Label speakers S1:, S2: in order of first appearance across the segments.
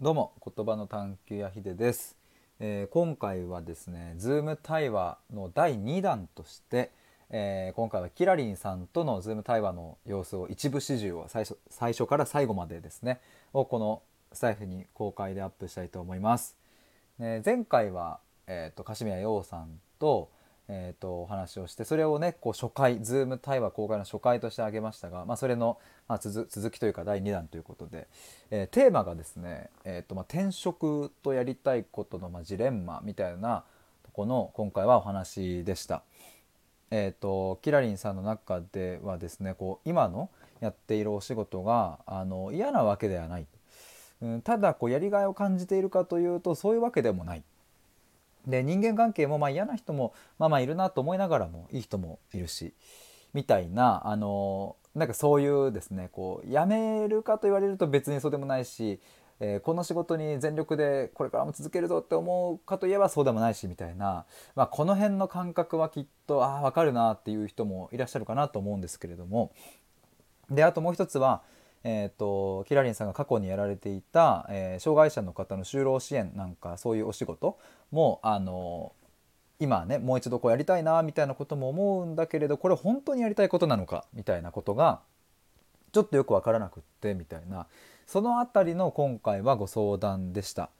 S1: どうも言葉の探求やひでです、えー今回はですね Zoom 対話の第2弾として、えー今回はキラリンさんとの Zoom 対話の様子を一部始終を最初最初から最後までですねをこのスタイフに公開でアップしたいと思います。ね、前回は、えー、と柏宮陽さんと,、えー、とお話をしてそれをねこう初回 Zoom 対話公開の初回としてあげましたが、まあ、それの、まあ、続続きというか第2弾ということで、えーテーマがですね、えーとまあ、転職とやりたいことの、まあ、ジレンマみたいなとこの今回はお話でした。えー、とキラリンさんの中ではですねこう今のやっているお仕事があの嫌なわけではない、うん、ただこうやりがいを感じているかというとそういうわけでもないで人間関係もまあ嫌な人もまあまあいるなと思いながらもいい人もいるしみたいなあのなんかそういうですねこう辞めるかと言われると別にそうでもないし、えーこの仕事に全力でこれからも続けるぞって思うかといえばそうでもないしみたいな、まあ、この辺の感覚はきっとああ分かるなっていう人もいらっしゃるかなと思うんですけれども。であともう一つは、えー、とキラリンさんが過去にやられていた、えー障害者の方の就労支援なんかそういうお仕事もあの今ねもう一度こうやりたいなみたいなことも思うんだけれどこれ本当にやりたいことなのかみたいなことがちょっとよく分からなくってみたいなそのあたりの今回はご相談でした。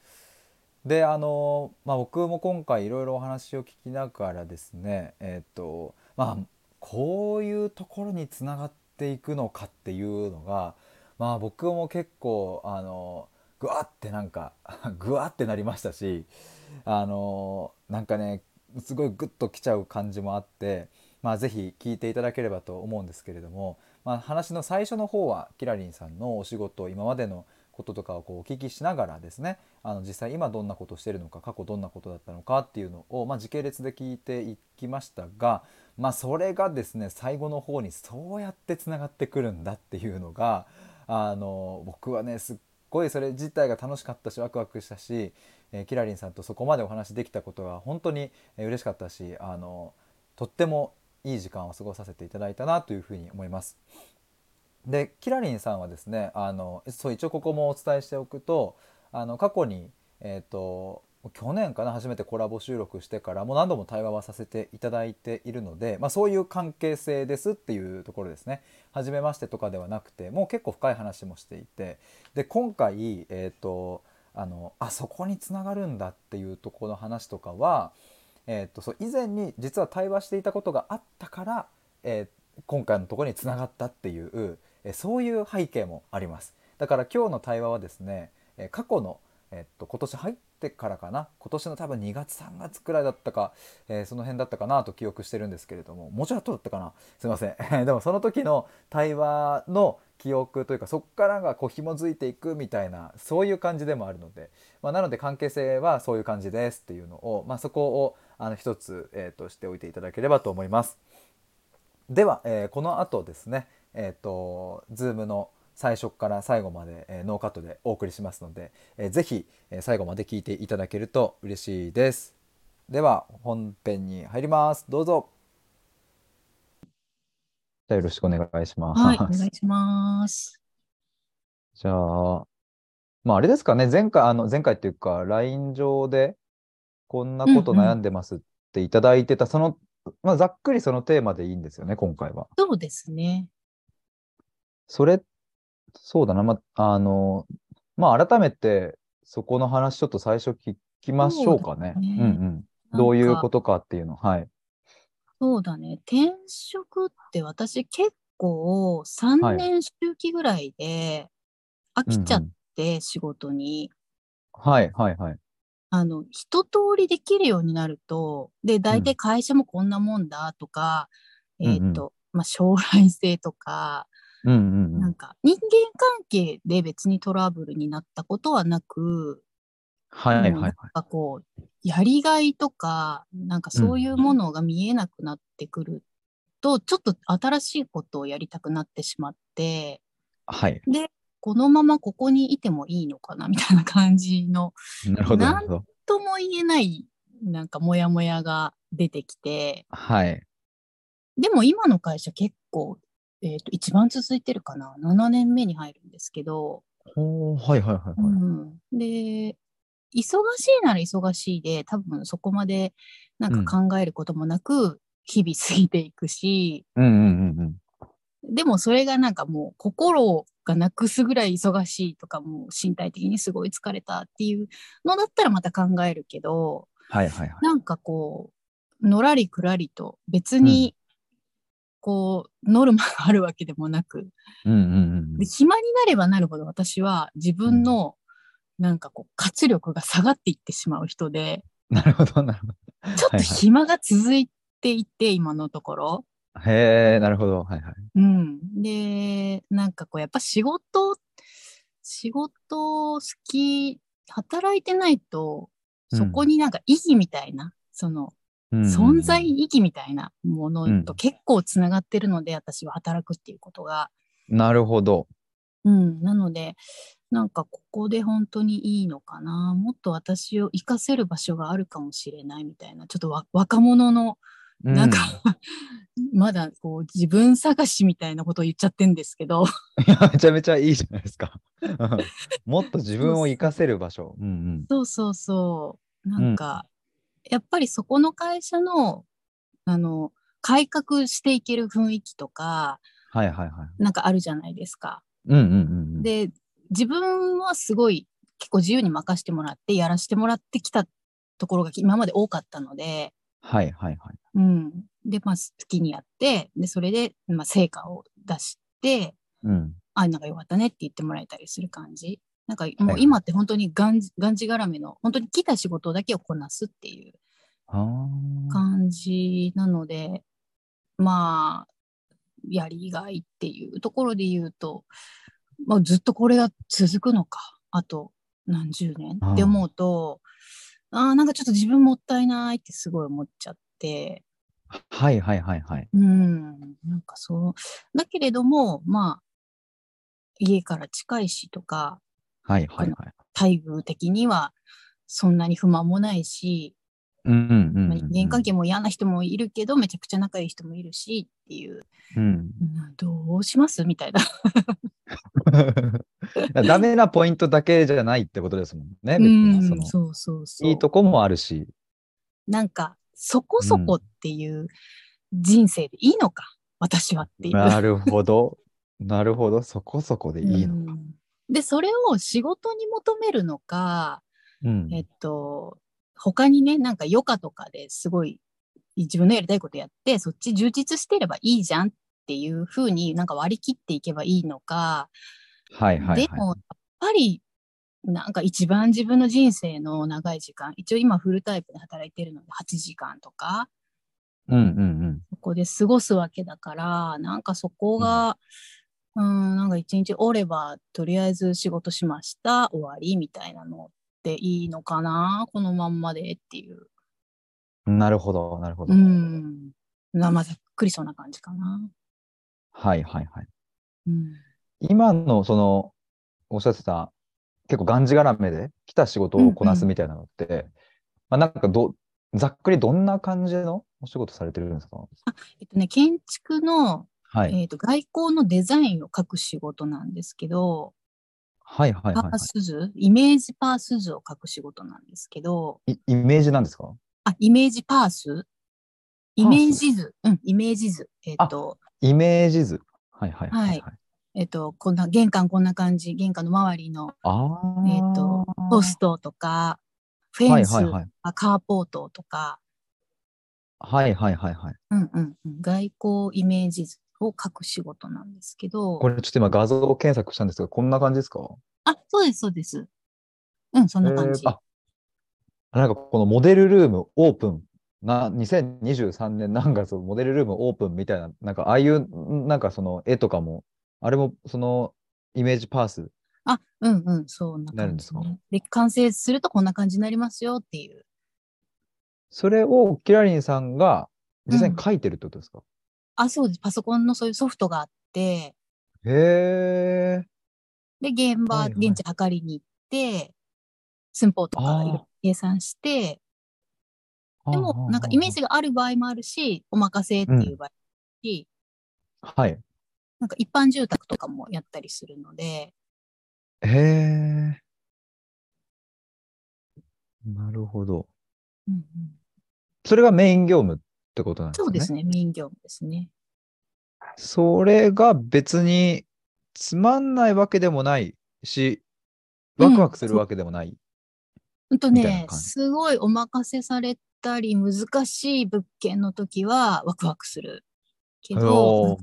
S1: であの、まあ、僕も今回いろいろお話を聞きながらですねえっ、とまあこういうところにつながっていくのかっていうのがまあ僕も結構あのぐわってなんか ぐわってなりましたしあのなんかねすごいグッときちゃう感じもあって。まあ、ぜひ聞いていただければと思うんですけれども、まあ、話の最初の方はキラリンさんのお仕事今までのこととかをこうお聞きしながらですねあの実際今どんなことをしてるのか過去どんなことだったのかっていうのを、まあ、時系列で聞いていきましたが、まあ、それがですね最後の方にそうやってつながってくるんだっていうのがあの僕はねすっごいそれ自体が楽しかったしワクワクしたし、えーキラリンさんとそこまでお話できたことが本当にえー嬉しかったしあのとってもいい時間を過ごさせていただいたなというふうに思います。でキラリンさんはですねあのそう一応ここもお伝えしておくとあの過去に、えー、と去年かな初めてコラボ収録してからもう何度も対話はさせていただいているので、まあ、そういう関係性ですっていうところですね初めましてとかではなくてもう結構深い話もしていてで今回、えー、とあのあそこにつながるんだっていうところの話とかは、えー、とそう以前に実は対話していたことがあったから、えー今回のところにつながったっていう、えーそういう背景もありますだから今日の対話はですね、えー過去の、えー、と今年入ってからかな今年の多分2月3月くらいだったか、えーその辺だったかなと記憶してるんですけれどももうちろん後だったかなすいません でもその時の対話の記憶というかそこからがこう紐づいていくみたいなそういう感じでもあるので、まあ、なので関係性はそういう感じですっていうのを、まあ、そこをあの一つ、えー、としておいていただければと思います。では、えーこの後ですね、えー、と Zoom の最初から最後まで、えーノーカットでお送りしますので、えーぜひ、えー最後まで聞いていただけると嬉しいです。では本編に入ります。どうぞ。じゃあよろしくお願いします。
S2: はい、お願いします。
S1: じゃあ、まああれですかね、前回、あの前回っていうか、LINE 上でこんなこと
S2: うんうん
S1: 悩んでますっていただいてた、その、まあ、ざっくりそのテーマでいいんですよね、今回は。
S2: そうですね。
S1: それ、そうだな、まあ、あの、まあ改めてそこの話ちょっと最初聞きましょうかね。
S2: そうですね
S1: うんうん。どういう
S2: なんか
S1: ことかっていうの、はい。
S2: そうだね。転職って私結構3年周期ぐらいで飽きちゃ
S1: うん
S2: っ
S1: うん
S2: て仕事に、
S1: はいはいはい。
S2: あの、一通りできるようになると、で、大体会社もこんなもんだとか、
S1: うん
S2: えっ、と、まあ、将来性とか、
S1: うんうんう
S2: なん
S1: ん。
S2: か人間関係で別にトラブルになったことはなく、
S1: はいはい
S2: もう
S1: は
S2: なん
S1: い。
S2: かこうやりがいとかなんかそういうものが見えなくなってくると、ちょっと新しいことをやりたくなってしまって
S1: はい。
S2: このままここにいてもいいのかなみたいな感じの
S1: なるほど
S2: なん
S1: なるほど。
S2: とも言えないなんかモヤモヤが出てきて
S1: はい。
S2: でも今の会社結構、えーと一番続いてるかな7年目に入るんですけど
S1: ほうはいはいはいはい。
S2: うん、で忙しいなら忙しいで多分そこまでなんか考えることもなく日々過ぎていくし、
S1: うんうんうんうん。
S2: でもそれがなんかもう心がなくすぐらい忙しいとかもう身体的にすごい疲れたっていうのだったらまた考えるけど
S1: はいはいはい。
S2: なんかこうのらりくらりと別にこう、ノルマがあるわけでもなく
S1: うんうんうん
S2: で 暇になればなるほど私は自分のなんかこう活力が下がっていってしまう人で
S1: うん。なるほどなるほど。
S2: ちょっ
S1: は
S2: と
S1: いはい
S2: 暇が続いていて今のところ。
S1: へえ、なるほど。はいはい。
S2: うん、でなんかこうやっぱ仕事仕事好き働いてないとそこになんか意義みたいな、その
S1: うんうんうん
S2: 存在意義みたいなものと結構つながってるので、私は働くっていうことが。
S1: なるほど。
S2: うん、なので、なんかここで本当にいいのかな、もっと私を活かせる場所があるかもしれないみたいな、ちょっとわ若者の、
S1: う
S2: なんか、 まだこう自分探しみたいなことを言っちゃってんですけど、
S1: いやめちゃめちゃいいじゃないですか。 うんもっと自分を活かせる場所。うん
S2: そうそうそう、なんか、やっぱりそこの会社の、あの、改革していける雰囲気とか、
S1: うん。はいはいはい。
S2: なんかあるじゃないですか。
S1: うんうんうんうん。
S2: で自分はすごい結構自由に任せてもらってやらせてもらってきたところが今まで多かったので、
S1: はいはいはい。
S2: うん、で、まあ、好きにやってでそれで、まあ、成果を出して
S1: うん。
S2: あなんかよかったねって言ってもらえたりする感じなんかもう
S1: はい
S2: 今って本当にがんじがんじがらめの本当に来た仕事だけをこなすっていう
S1: ああ。
S2: 感じなのでまあやりがいっていうところで言うと、まあ、ずっとこれが続くのかあと何十年
S1: あー
S2: って思うとあーなんかちょっと自分もったいないってすごい思っちゃって
S1: はいはいはいはい。
S2: うんなんかそうだけれどもまあ家から近いしとか
S1: はいはいはい。
S2: 待遇的にはそんなに不満もないし
S1: うんうんうんうん
S2: ま
S1: う
S2: あ
S1: ん。
S2: 人間関係も嫌な人もいるけどめちゃくちゃ仲いい人もいるしっていう
S1: うん。
S2: うんどうしますみたいな。
S1: ダメなポイントだけじゃないってことですもんね。別
S2: うん
S1: にその
S2: そうそうそう。
S1: いいとこもあるし。
S2: なんか、そこそこっていう人生でいいのか、私はっていう。
S1: なるほど。なるほど。そこそこでいいの。
S2: うんで、それを仕事に求めるのか、
S1: うん
S2: えっと、他にね、なんか余暇とかですごい自分のやりたいことやって、そっち充実してればいいじゃんっていうふうになんか割り切っていけばいいのか、
S1: はいはい
S2: でもや
S1: は
S2: っぱりなんか一番自分の人生の長い時間一応今フルタイプで働いてるので8時間とか
S1: い。うんうん
S2: そこで過ごすわけだからなんかそこが、うん、なんか一日おればとりあえず仕事しました終わりみたいなのっていいのかなこのまんまでっていう、
S1: うん。なるほど。なるほど。
S2: う
S1: はい
S2: ん、なまあざっくりそんな感じかな。
S1: はいはい。
S2: うん
S1: 今のそのおっしゃってた結構がんじがらめで来た仕事をこなすみたいなのって、まあ、なんかどざっくりどんな感じのお仕事されてるんですか
S2: えっとね、建築の、
S1: はい、
S2: えっと、外交のデザインを書く仕事なんですけど、
S1: はいはい
S2: パ
S1: はいは
S2: ース図、イメージパース図を書く仕事なんですけど、
S1: い。いイメージなんですか
S2: あ、イメージパースイメージ図。うん、イメージ図。えっ、と、
S1: イメージ図。はいはいはい、はい。
S2: はえっ、と、こんな、玄関こんな感じ、玄関の周りの
S1: ああ。
S2: えーとポストとか、フェ
S1: はい
S2: ンス、
S1: はいはい。
S2: カーポートとか、
S1: はいはいはいはい。
S2: うんうんうん、外交イメージ図を書く仕事なんですけど
S1: こ、れちょっと今画像検索したんですけど、こんな感じですか
S2: あ、そうです、そうです。うん、そんな感じ。
S1: えーあなんかこのモデルルームオープンな2023年何月モデルルームオープンみたいななんかああいうなんかその絵とかもあれもそのイメージパース
S2: あ、うんうん、そんな
S1: なるん
S2: 感
S1: です
S2: じ、
S1: か
S2: ね。で、完成するとこんな感じになりますよっていう。
S1: それをキラリンさんが実際に書いてるってことですか、
S2: あ、そうです。パソコンのそういうソフトがあって、
S1: へえ
S2: で、現場、
S1: はいはい
S2: 現地測りに行って、寸法とかいろいろ計算して、でも、なんかイメージがある場合もあるし、お任せっていう場合もあるし、
S1: はい
S2: なんか一般住宅とかもやったりするので、
S1: へえ。なるほど。
S2: うんうん、
S1: それがメイン業務ってことなんですね。
S2: そうですね、メイン業務ですね。
S1: それが別につまんないわけでもないし、ワクワクするわけでもない。
S2: ほんと
S1: みたいな
S2: ね、
S1: 感じ
S2: すごいお任せされたり、難しい物件の時はワクワクする。けど、
S1: おー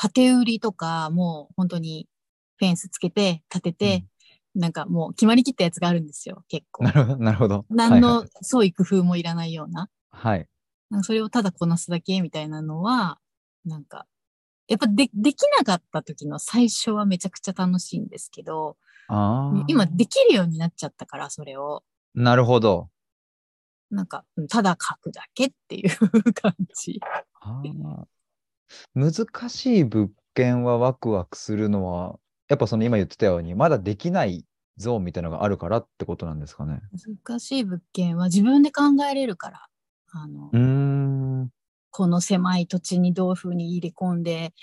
S2: 建て売りとか、もう本当にフェンスつけて、建てて、なんかもう決まりきったやつがあるんですよ、結構
S1: な。るほど、なるほど。
S2: 何の創意工夫もいらないような。
S1: はいはい、はい。
S2: なんかそれをただこなすだけみたいなのは、なんか、やっぱでできなかった時の最初はめちゃくちゃ楽しいんですけど、
S1: ああ。
S2: 今できるようになっちゃったから、それを。
S1: なるほど。
S2: なんか、うんただ書くだけっていう 感じ。
S1: あー難しい物件はワクワクするのは、やっぱその今言ってたように、まだできないゾーンみたいなのがあるからってことなんですかね。
S2: 難しい物件は自分で考えれるから、あの、
S1: うーん。
S2: この狭い土地にどういうふうに入れ込んで、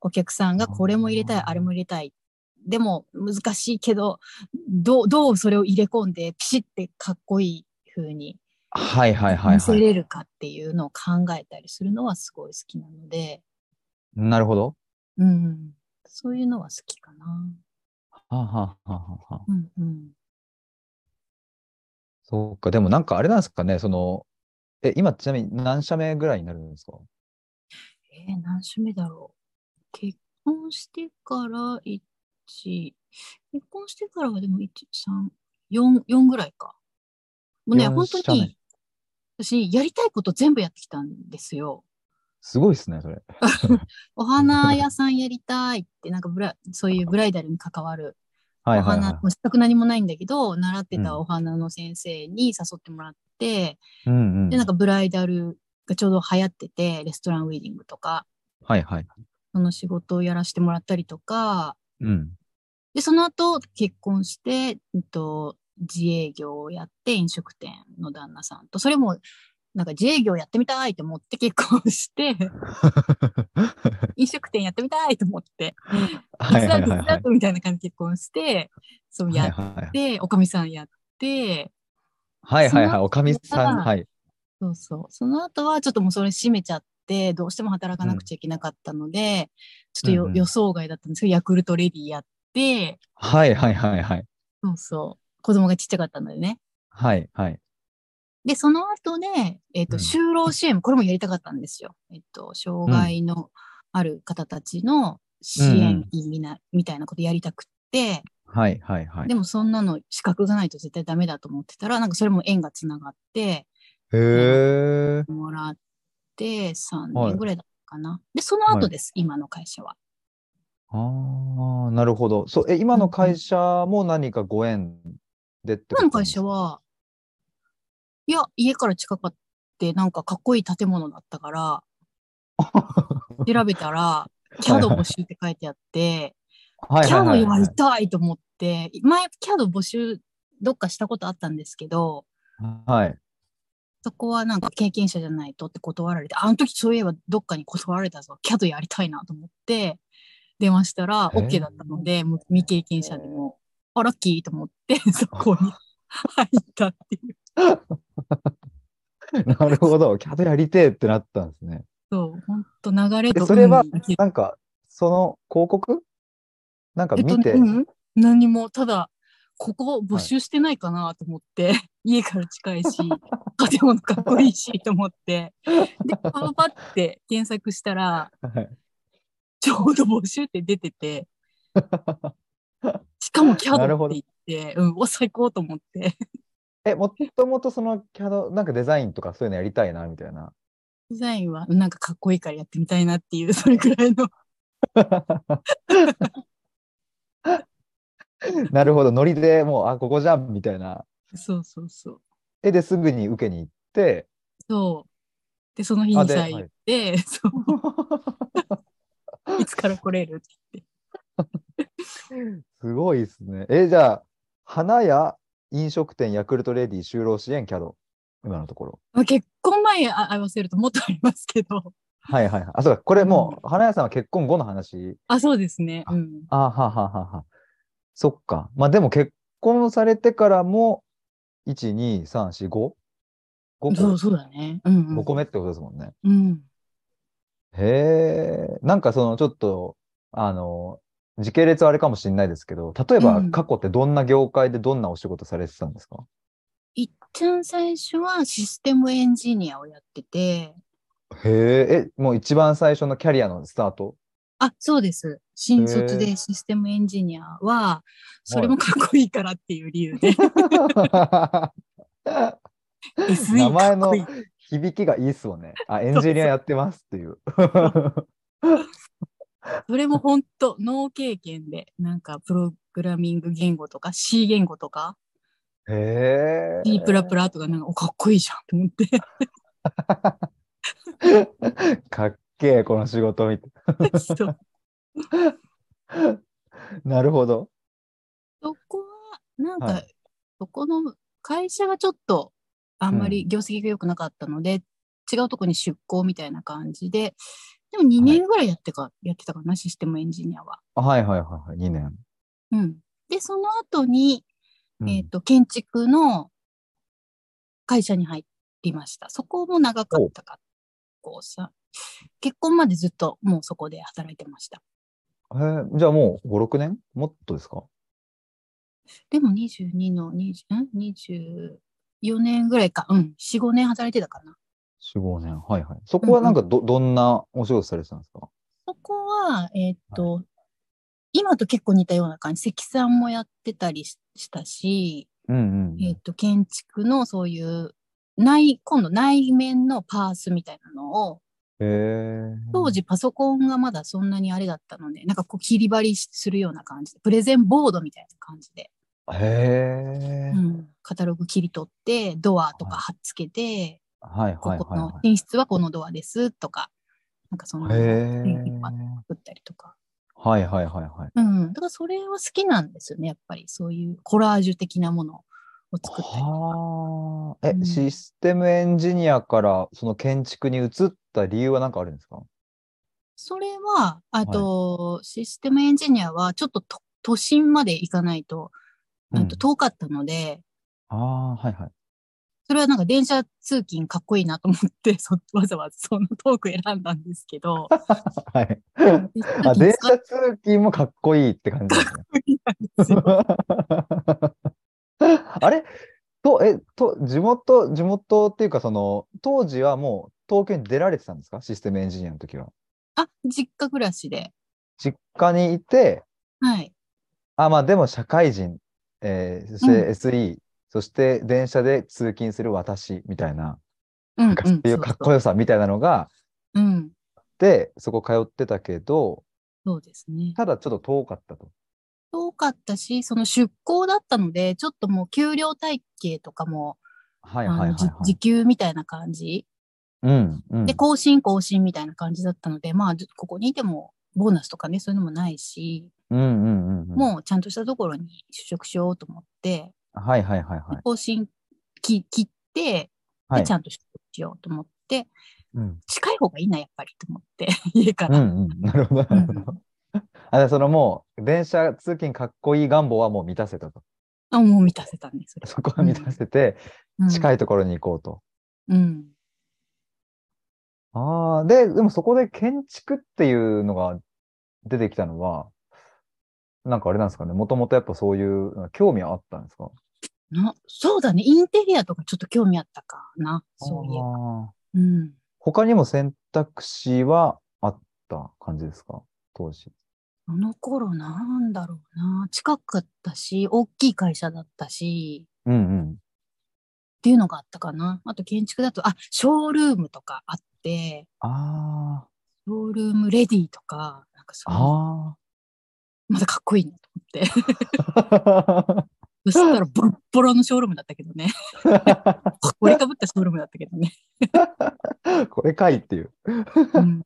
S2: お客さんがこれも入れたい、
S1: あー
S2: あれも入れたい。でも難しいけど、どう、どうそれを入れ込んで、ピシッてかっこいい風に
S1: はいはいはい
S2: 見せ
S1: はい。
S2: れるかっていうのを考えたりするのはすごい好きなので、
S1: なるほど。
S2: うん、そういうのは好きかな。
S1: はあはあはあはあ
S2: うんうん。
S1: そうか。でもなんかあれなんですかね、その、え、今ちなみに何社目ぐらいになるんですか
S2: えー何種目だろう。結婚してから1、結婚してからはでも1、3、4、4ぐらいか。もうね、
S1: 4
S2: 本当に、私、やりたいこと全部やってきたんですよ。
S1: すごいですね、それ。
S2: お花屋さんやりたいって、なんかブラ、そういうブライダルに関わる
S1: はい
S2: お
S1: はい
S2: 花
S1: は
S2: もしたく何もないんだけど習って
S1: う
S2: た
S1: ん
S2: お花の先生に誘ってもらって、
S1: い。うんうん。
S2: でなんかブライダルがちょうど流行っててレストランウェディングとか
S1: はいはい。
S2: その仕事をやらせてもらったりとか
S1: うん。
S2: でその後結婚して、うんと、自営業をやって飲食店の旦那さんとそれもなんか自営業やってみたいと思って結婚して 飲食店やってみたいと思って
S1: は
S2: 手
S1: い
S2: 伝
S1: は
S2: う
S1: い
S2: 手
S1: はいは
S2: 伝う
S1: い。
S2: みたいな感じで結婚してそう
S1: は
S2: や
S1: い
S2: っ
S1: はい
S2: ておかみさんやって。
S1: はいはいはい。
S2: その
S1: おかみさん、
S2: 後は
S1: はい。
S2: そうそう。その後はちょっともうそれ閉めちゃって、どうしても働かなくちゃいけなかったので、ちょっとよ、
S1: うんうん
S2: 予想外だったんですけど、ヤクルトレディやって、
S1: はいはいはいはい。
S2: そうそう。子供がちっちゃかったのでね。
S1: はいはい。
S2: で、その後で、えっ、
S1: う
S2: と、
S1: ん
S2: 就労支援、これもやりたかったんですよ。えっ、と、障害のある方たちの支援員みな、みたいなことやりたくって、
S1: はいはいはい。
S2: でもそんなの資格がないと絶対ダメだと思ってたら、なんかそれも縁がつながって、
S1: へえ。
S2: もらって3
S1: はい
S2: 年ぐらいだったかな。で、その後です、今の会社は。
S1: ああ、なるほど。そう、え、今の会社も何かご縁でってこ
S2: 今
S1: と
S2: の
S1: なん
S2: 会
S1: ですか
S2: 社、は、いや、家から近かって、なんかかっこいい建物だったから、調べたら、キャド募集って書いてあって、
S1: はい
S2: キ
S1: はいはい
S2: ャド
S1: は
S2: や
S1: い
S2: りたいと思って、前、キャド募集どっかしたことあったんですけど、
S1: はい。
S2: そこはなんか経験者じゃないとって断られて、あの時そういえばどっかに断られたぞ、キャドやりたいなと思って、電話したら
S1: へー
S2: OK だったので、もう未経験者でも、あ、ラッキーと思って、そこに入ったっていう。
S1: なるほど。キャドやりてえってなったんですね。
S2: そう、ほんと流れ
S1: で、
S2: と
S1: それは
S2: 運に消え、
S1: なんか、その広告なんか
S2: えっと
S1: 見
S2: ね
S1: て、
S2: うん、何も、ただ、ここ募集してないかなと思って、 家から近い し、建物かっこいいしと思って、で、パパパって検索したら、
S1: はい
S2: ちょうど募集って出てて、しかもキャ
S1: なる
S2: ド
S1: ほ
S2: っ
S1: ど
S2: て言って、うん、お最高と思って。
S1: え、もともとそのキャド、なんかデザインとかそういうのやりたいな、みたいな。
S2: デザインはなんかかっこいいからやってみたいなっていう、それくらいの。
S1: なるほど。ノリでもう、あ、ここじゃん、みたいな。
S2: そうそうそう。
S1: え、で、すぐに受けに行って、
S2: そう。で、その日
S1: あ
S2: に
S1: で
S2: さえ言って、そういつから来れるって言って。
S1: すごいですね。え、じゃあ、花屋、飲食店、ヤクルトレディ、就労支援、キャド。今のところ。
S2: まあ、結婚前にあ合わせるともっとありますけど。
S1: はいはいはい。あ、そうか。これもう、花屋さんは結婚後の話。
S2: あ、そうですね。うん。
S1: あはははは。そっか。まあでも結婚されてからも、1、2、3、4、5?5 個
S2: そうそうだね。うん、うん。
S1: 5個目ってことですもんね。
S2: うん。
S1: へえ。なんかそのちょっと、あの、時系列はあれかもしれないですけど、例えば
S2: うん
S1: 過去ってどんな業界でどんなお仕事されてたんですか、
S2: いっちゃん最初はシステムエンジニアをやってて、
S1: へえ、え、もう一番最初のキャリアのスター ト。
S2: あ、そうです。新卒
S1: へ
S2: で
S1: ー
S2: システムエンジニアは、それもかっこいいからっていう理由 で、
S1: 名
S2: SE か
S1: 前
S2: っこ
S1: の
S2: いい。
S1: 響きがいいっすもんね。あ、エンジニアやってますっていう。
S2: それも本当、脳経験で、なんかプログラミング言語とか C 言語とか
S1: へえ。
S2: C プラプラとか、なんかおかっこいいじゃんと 思って。
S1: かっけえ、この仕事みたい
S2: そう
S1: なるほど。
S2: そこは、なんか、
S1: は
S2: そこの会社がちょっとあんまり業績が良くなかったので、違うとこに出向みたいな感じで、でも2年ぐらいやってか、やってたかな、システムエンジニアは。
S1: はいはいはいはい、2年。
S2: うん。で、その後に、
S1: うん
S2: えっ、と、建築の会社に入りました。そこも長かったか。こうさ、結婚までずっともうそこで働いてました。
S1: へえじゃあもう5、6年もっとですか
S2: でも22の20、ん ?24 年ぐらいか。うん。4、5年働いてたかな。
S1: ?4、5年。はいはい。そこはなんかど、どんなお仕事されてたんですか
S2: そこは、えーっと、今と結構似たような感じ。積算もやってたりししたし、
S1: うんうん。
S2: えーっと、建築のそういう内、今度内面のパースみたいなのを、
S1: へえ。
S2: 当時パソコンがまだそんなにあれだったので、なんかこう切り張りするような感じで、プレゼンボードみたいな感じで、
S1: へえ
S2: う。ん、カタログ切り取って、ドアとか
S1: はい
S2: 貼っつけて、
S1: はいはい
S2: ここ
S1: はい
S2: の
S1: は
S2: 寝室はこのドアですとか、なんかその
S1: い。へえ。
S2: 作ったりとか。
S1: はいはいはいはい。
S2: うん。だからそれは好きなんですよね、やっぱり。そういうコラージュ的なものを作ったりとか。
S1: はあ。え、
S2: うん
S1: システムエンジニアからその建築に移った理由は何かあるんですか
S2: それは、あと、システムエンジニアはちょっとと都心まで行かないと、
S1: う
S2: あ
S1: ん
S2: と遠かったので、
S1: ああ、はいはい。
S2: それはなんか電車通勤かっこいいなと思って、 そわざわざその遠く選んだんです けど、
S1: はい。
S2: 電車
S1: あ、
S2: 通勤
S1: 電
S2: 使
S1: 車
S2: っ
S1: 通勤もかっこいいって感じですね。
S2: てる
S1: あれ と、え、と、地元、地元っていうか、その、当時はもう東京に出られてたんですかシステムエンジニアの時は。
S2: あ、実家暮らしで。
S1: 実家にいて、
S2: はい。
S1: あ、まあでも社会人、えーそして SE、そして電車で通勤する私みたいな、
S2: うん、
S1: なんん
S2: う。
S1: かっていうかっこ
S2: よ
S1: よさみたいなのが、
S2: うん。
S1: で、そこ通ってたけど、
S2: そうですね。
S1: ただちょっと遠かったと。
S2: 遠かったし、その出向だったので、ちょっともう給料体系とかも、
S1: はい
S2: あ
S1: はいは
S2: の
S1: い
S2: じ
S1: は
S2: 時
S1: い。
S2: 給みたいな感じ
S1: うん、うん
S2: で。更新更新みたいな感じだったので、まあずここにいてもボーナスとかねそういうのもないし、
S1: うんうんうんうん。
S2: もうちゃんとしたところに就職しようと思って、
S1: はいはいはいはい。
S2: 更新き切って
S1: は
S2: で
S1: い
S2: ち。ゃんと就職しようと思って、
S1: うん
S2: 近い方がいいなやっぱりと思って 家か
S1: う
S2: ら、
S1: んうん。なるほど、なるほど。あ、じゃあそのもう、電車通勤かっこいい願望はもう満たせたと。
S2: あもう満たせたんです
S1: そこは満たせて、近
S2: い、
S1: いところに行こうと。
S2: うん、
S1: ああ、で、でもそこで建築っていうのが出てきたのは、なんかあれなんですかね。もともとやっぱそういう興味はあったんですか
S2: なそうだねインテリアとかちょっと興味あったかなそういえば、
S1: あー
S2: うん、
S1: 他にも選択肢はあった感じですか当時。
S2: あの頃なんだろうな近かったし大きい会社だったし
S1: うん
S2: っていうのがあったかなあと建築だとあショールームとかあって
S1: うん。ああ、
S2: ショールームレディーとかなんかそういうの
S1: あ
S2: まだかっこいいなと思って
S1: あ。
S2: そしたらボロッボロのショールームだったけど ね折りかぶったショールームだったけどね、
S1: これかいっていう。
S2: うん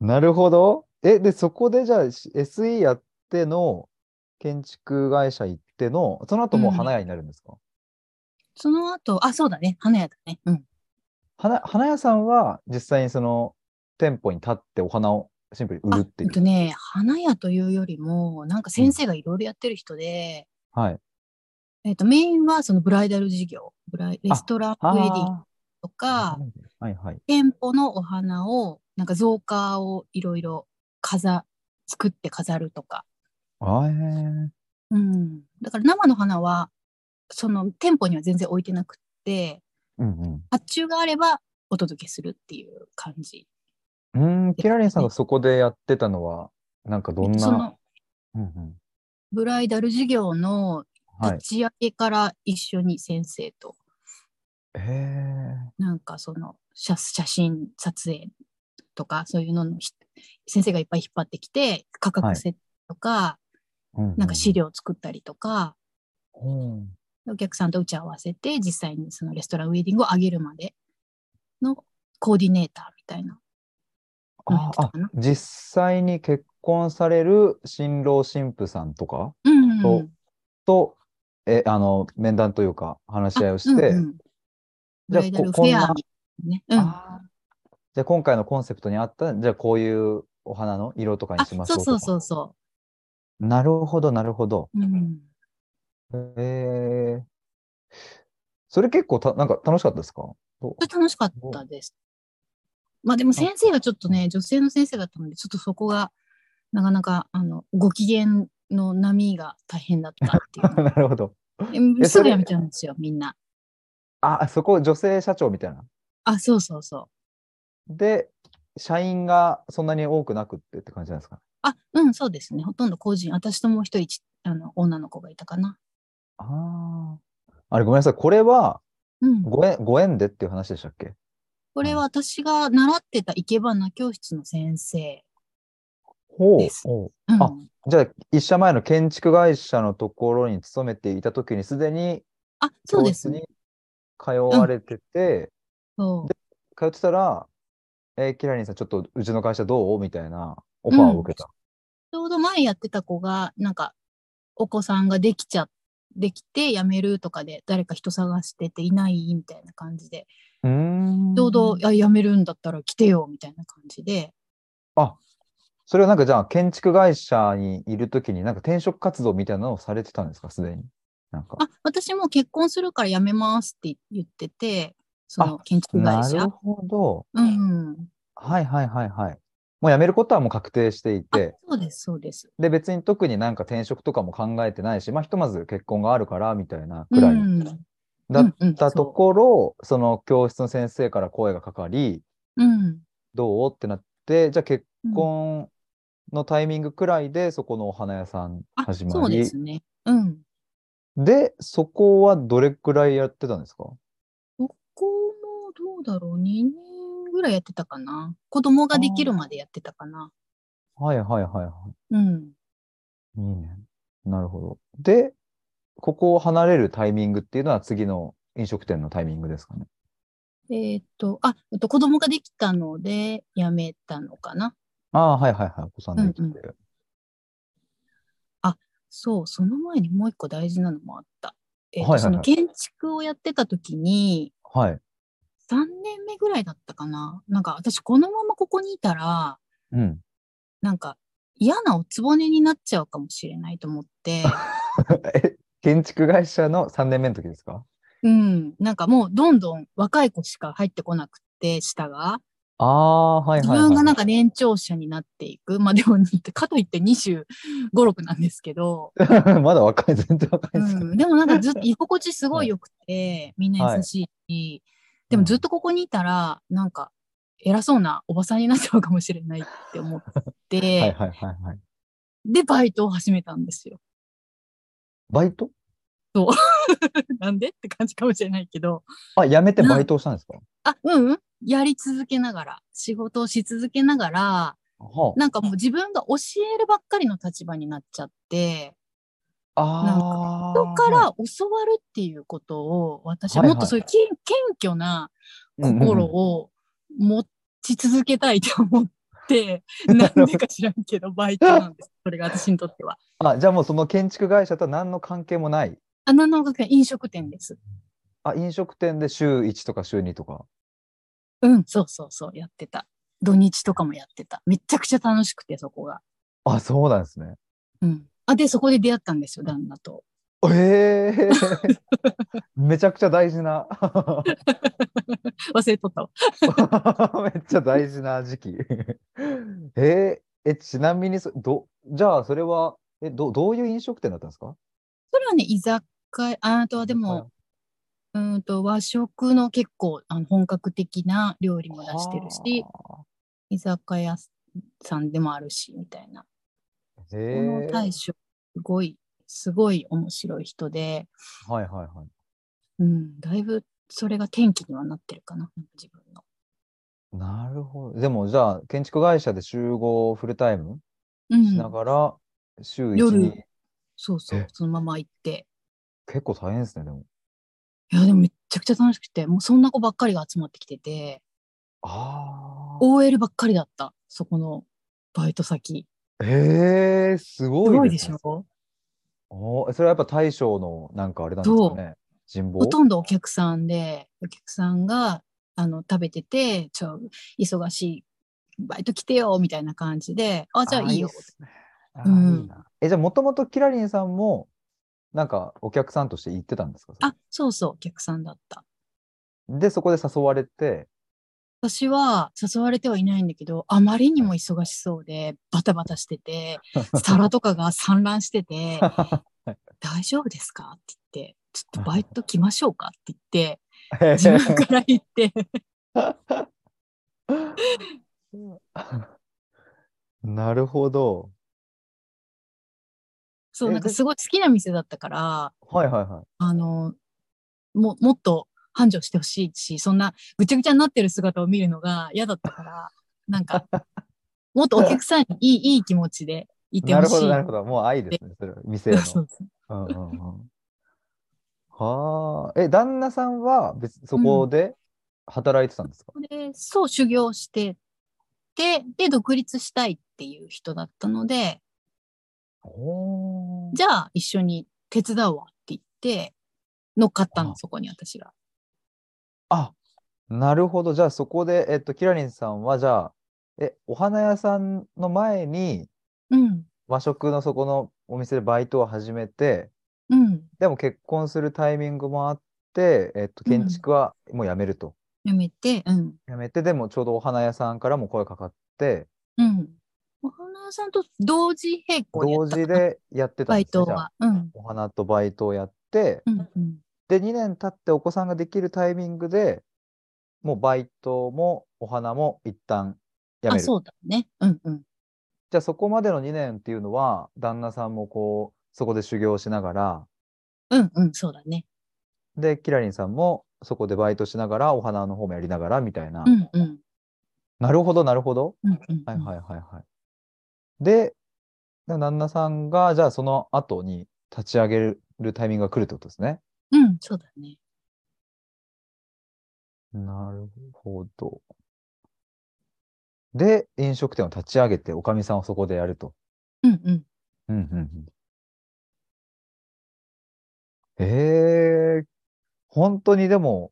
S1: なるほど。え、で、そこでじゃあし SE やっての建築会社行っての、その後もう
S2: うん
S1: 花屋になるんですか、
S2: その後あそうだね花屋だねうん
S1: 花花屋さんは実際にその店舗に立ってお花をシンプルに売るってい
S2: あえ
S1: う。
S2: とね、花屋というよりも、なんか先生がいろいろやってる人で、
S1: はい。
S2: えっと、メインはそのブライダル事業、ブライレ
S1: あ
S2: ストラン
S1: あ
S2: ウェディングと
S1: あ
S2: か、
S1: ーはいはい。
S2: 店舗のお花を、なんか造花をいろいろ飾、作って飾るとか。
S1: あーへー
S2: うん。だから生の花は、その店舗には全然置いてなくって、
S1: うん
S2: 発注があればお届けするっていう感じ。
S1: うん。うーん、キラリンさんがそこでやってたのは、なんかどん
S2: そ
S1: な、
S2: の
S1: うんうん、
S2: ブライダル事業の
S1: はい
S2: 立。ち上げから一緒に先生と、
S1: へえ。
S2: なんかその写写真撮影とかそういうののひ先生がいっぱい引っ張ってきて価
S1: は
S2: 格
S1: い
S2: 設定とか、
S1: うう
S2: なんか資。料作ったりとか、
S1: うん
S2: お客さんと打ち合わせて実際にそのレストランウェディングを上げるまでのコーディネーターみたいなのや
S1: あ
S2: ってた
S1: あ
S2: かな。、
S1: 実際に結婚される新郎新婦さんとか
S2: うんうん
S1: そうと、え、あの、面談というか、話し合いをして、
S2: あうんうんブ
S1: じゃあ
S2: ライダルフ
S1: ここん
S2: ェ
S1: な
S2: アみたいなね。うん
S1: あーじゃあ今回のコンセプトに合った、じゃあこういうお花の色とかに
S2: あ
S1: しましょ
S2: そうう
S1: とか。
S2: そうそうそ
S1: なるほど、なるほど。
S2: う。うん
S1: えー、それ結構た、なんか楽しかったですか ど
S2: それ楽しかったです。まあでも先生がちょっとね、女性の先生だったので、ちょっとそこが、なかなか、あの、ご機嫌の波が大変だったっていう
S1: なるほど。
S2: うの
S1: え
S2: え。す
S1: そ
S2: ぐ
S1: れ
S2: やめちゃうんですよ、みんな。
S1: あ、そこ女性社長みたいな。
S2: あ、そうそうそう。
S1: で、社員がそんなに多くなくってって感じなんですか
S2: あ、うん、そうですね。ほとんど個人、私ともう一人ち、あの、女の子がいたかな。
S1: ああ。あれ、ごめんなさい。これは
S2: うん。
S1: ご縁、ご縁でっていう話でしたっけ
S2: これは私が習ってた生け花教室の先生。
S1: ほう
S2: です
S1: ほう
S2: うん。
S1: あじゃあ、一社前の建築会社のところに勤めていたときに、すでに
S2: あそうで
S1: 教
S2: す
S1: 室
S2: ね
S1: に。通われてて、
S2: そう。
S1: 通ってたら、えーキラリンさん、ちょっとうちの会社どうみたいなオファーを受けた。
S2: ちょうど前やってた子が、なんか、お子さんができちゃ、できて辞めるとかで、誰か人探してていないみたいな感じで、
S1: うーん
S2: ちょうど、いや、辞めるんだったら来てよみたいな感じで、
S1: それはなんかじゃあ、建築会社にいるときに、なんか転職活動みたいなのをされてたんですか、すでに。なんか。
S2: あ、私もう結婚するから辞めますって言ってて、その建築会
S1: な
S2: 社
S1: る。ほど。
S2: うん、
S1: はいはいはいはい。もう辞めることはもう確定してい
S2: あ
S1: て、
S2: そうです、そうです。
S1: で、別に特になんか転職とかも考えてないし、まあ、ひとまず結婚があるから、みたいなくらい。
S2: うん。
S1: だっ
S2: うんうん
S1: たところ、その教室の先生から声がかかり、
S2: うん。
S1: どうってなって、じゃあ結
S2: うん
S1: 婚のタイミングくらいで、そこのお花屋さん
S2: あ、
S1: 始まり。
S2: そうですね。うん。
S1: で、そこはどれくらいやってたんですか
S2: ここもどうだろう、2年ぐらいやってたかな。子供ができるまでやってたかな。
S1: はいはいはいは
S2: うん。
S1: い。いいね。なるほど。で、ここを離れるタイミングっていうのは次の飲食店のタイミングですかね。
S2: えーっと、あ、えっと子供ができたので、辞めたのかな。
S1: ああ、はいはいはい。お子さんできて。
S2: うんうそう、その前にもう一個大事なのもあった。えーっと
S1: はいはい
S2: そ
S1: は
S2: の
S1: い
S2: 建築をやってた時に、
S1: はい。
S2: 3年目ぐらいだったかな。なんか私、このままここにいたら、
S1: うん。
S2: なんか嫌なおつぼねになっちゃうかもしれないと思って、
S1: え、建築会社の3年目の時ですか
S2: うん、なんかもうどんどん若い子しか入ってこなくて、下が。
S1: ああ、はい
S2: 自
S1: はい、はい。
S2: 分がなんか年長者になっていく。まあでも、かといって25、6なんですけど、
S1: まだ若い、全然若
S2: う
S1: いですけど。
S2: ん、でもなん かずっと居心地すごい良くて、みんな優しいし、でもずっとここにいたら、なんか偉そうなおばさんになっちゃうかもしれないって思っ
S1: うん。
S2: て、
S1: はいはいはいはい。
S2: で、バイトを始めたんですよ。
S1: バイト
S2: なんでって感じかもしれないけど、
S1: あ、辞めてバイトをしたんですか
S2: あ、うん、うん、やり続けながら、仕事をし続けながら、
S1: は
S2: なんかもう自分が教えるばっかりの立場になっちゃって、
S1: あ。あ
S2: 人
S1: ー
S2: から教わるっていうことを私は
S1: はい
S2: も
S1: はい
S2: っとそういう謙謙虚な心を持ち続けたいと 思って、 なんでか知らんけどバイトなんですそれが私にとっては。
S1: あ、じゃあもうその建築会社とは何の関係もない。
S2: 穴の学園飲食店です。
S1: あ、飲食店で週1とか週2とか。
S2: うんそうそうそうやってた。土日とかもやってた。めちゃくちゃ楽しくて、そこが。
S1: あ、そうなんですね。
S2: うん。あ、で、そこで出会ったんですよ、旦那と。
S1: ええ めちゃくちゃ大事な、
S2: 忘れとったわ。
S1: めっちゃ大事な時期。 えー、え、ちなみにそ、ど、じゃあそれは、え、ど、どういう飲食店だったんですか
S2: それはね、居酒屋、ああとはでも、、うーんと和食の結構あの本格的な料理も出してるし、
S1: は
S2: 居酒屋さんでもあるし、みたいな。
S1: あ。
S2: こ
S1: え
S2: の大将、すごい、すごい面白い人で、
S1: はいはいはい。
S2: うん、だいぶそれが転機にはなってるかな、自分の。
S1: なるほど。でもじゃあ、建築会社で集合フルタイム
S2: うん、
S1: しながら、週一
S2: 夜
S1: に、
S2: そうそう
S1: え、
S2: そのまま行って。
S1: 結構大変ですね、でも。
S2: いや、でもめっちゃくちゃ楽しくて、もうそんな子ばっかりが集まってきてて、
S1: ああ。
S2: OL ばっかりだった、そこのバイト先。
S1: ええす
S2: す
S1: ごい
S2: ごいで
S1: ね
S2: しょ
S1: おーそれはやっぱ大将のなんかあれなんですかね。人望
S2: ほとんどお客さんで、お客さんがあの食べてて、ちょ、忙しい、バイト来てよ、みたいな感じで、あ、じゃあいいよ
S1: っ。すね。あ
S2: う
S1: ー
S2: ん
S1: いいな。え、じゃあもともとキラリンさんも、なんかお客さんとして行ってたんですかそれ
S2: あ、そうそう、お客さんだった。
S1: で、そこで誘われて、
S2: 私は誘われてはいないんだけど、あまりにも忙しそうで、バタバタして て、皿とかが散乱してて、大丈夫ですかって言って、ちょっとバイト来ましょうかって言って、自分から言 って、
S1: なるほど。
S2: そう、
S1: え
S2: なんか
S1: です
S2: ごい好きな店だったから、
S1: はいはいはい。
S2: あの、ももっと繁盛してほしいし、そんなぐちゃぐちゃになってる姿を見るのが嫌だったから、なんか、もっとお客さんにいいいい気持ちでいて
S1: な
S2: ほ
S1: る
S2: し
S1: ほ
S2: い。
S1: ど、なるほど。もう愛ですね、それは店へ
S2: そう
S1: の。
S2: そうそう
S1: うんうんうんはあ。え、旦那さんは別そこで働いてたんですか、
S2: で、そう修行してて、で、独立したいっていう人だったので、
S1: おー
S2: じゃあ一緒に手伝うわって言って、乗っかった
S1: あ
S2: の、そこに私が。
S1: あ、なるほど。じゃあそこで、えっと、キラリンさんは、じゃあ、え、お花屋さんの前に
S2: うん、
S1: 和食のそこのお店でバイトを始めて、
S2: うん、
S1: でも結婚するタイミングもあって、えっと、
S2: うん
S1: 建築はもうやめると。
S2: やめて、うん、
S1: やめて、でもちょうどお花屋さんからも声かかって、
S2: うん。お花屋さんと同時並行でや
S1: 同時
S2: ったかな
S1: でやってたん
S2: バ
S1: で
S2: イ
S1: すね
S2: ト
S1: じゃあ
S2: は。うん、
S1: お花とバイトをやって、
S2: うん、うん。
S1: で、2年経ってお子さんができるタイミングで、もうバイトもお花も一旦やめ
S2: あ、
S1: る。
S2: そうだね。うん、うん。
S1: じゃあそこまでの2年っていうのは、旦那さんもこう、そこで修行しながら、
S2: うん、うん、そうだね。
S1: で、キラリンさんもそこでバイトしながら、お花の方もやりながらみたいな。
S2: うん、うん。
S1: なるほど、なるほど。
S2: うん、うん。
S1: はいはい
S2: い。
S1: はいはい。で、旦那さんが、じゃあその後に立ち上げるタイミングが来るってことですね。
S2: うん、そうだね。
S1: なるほど。で、飲食店を立ち上げて、おかみさんをそこでやると。
S2: うん、うん。
S1: うんうんうん。ええ本当にでも、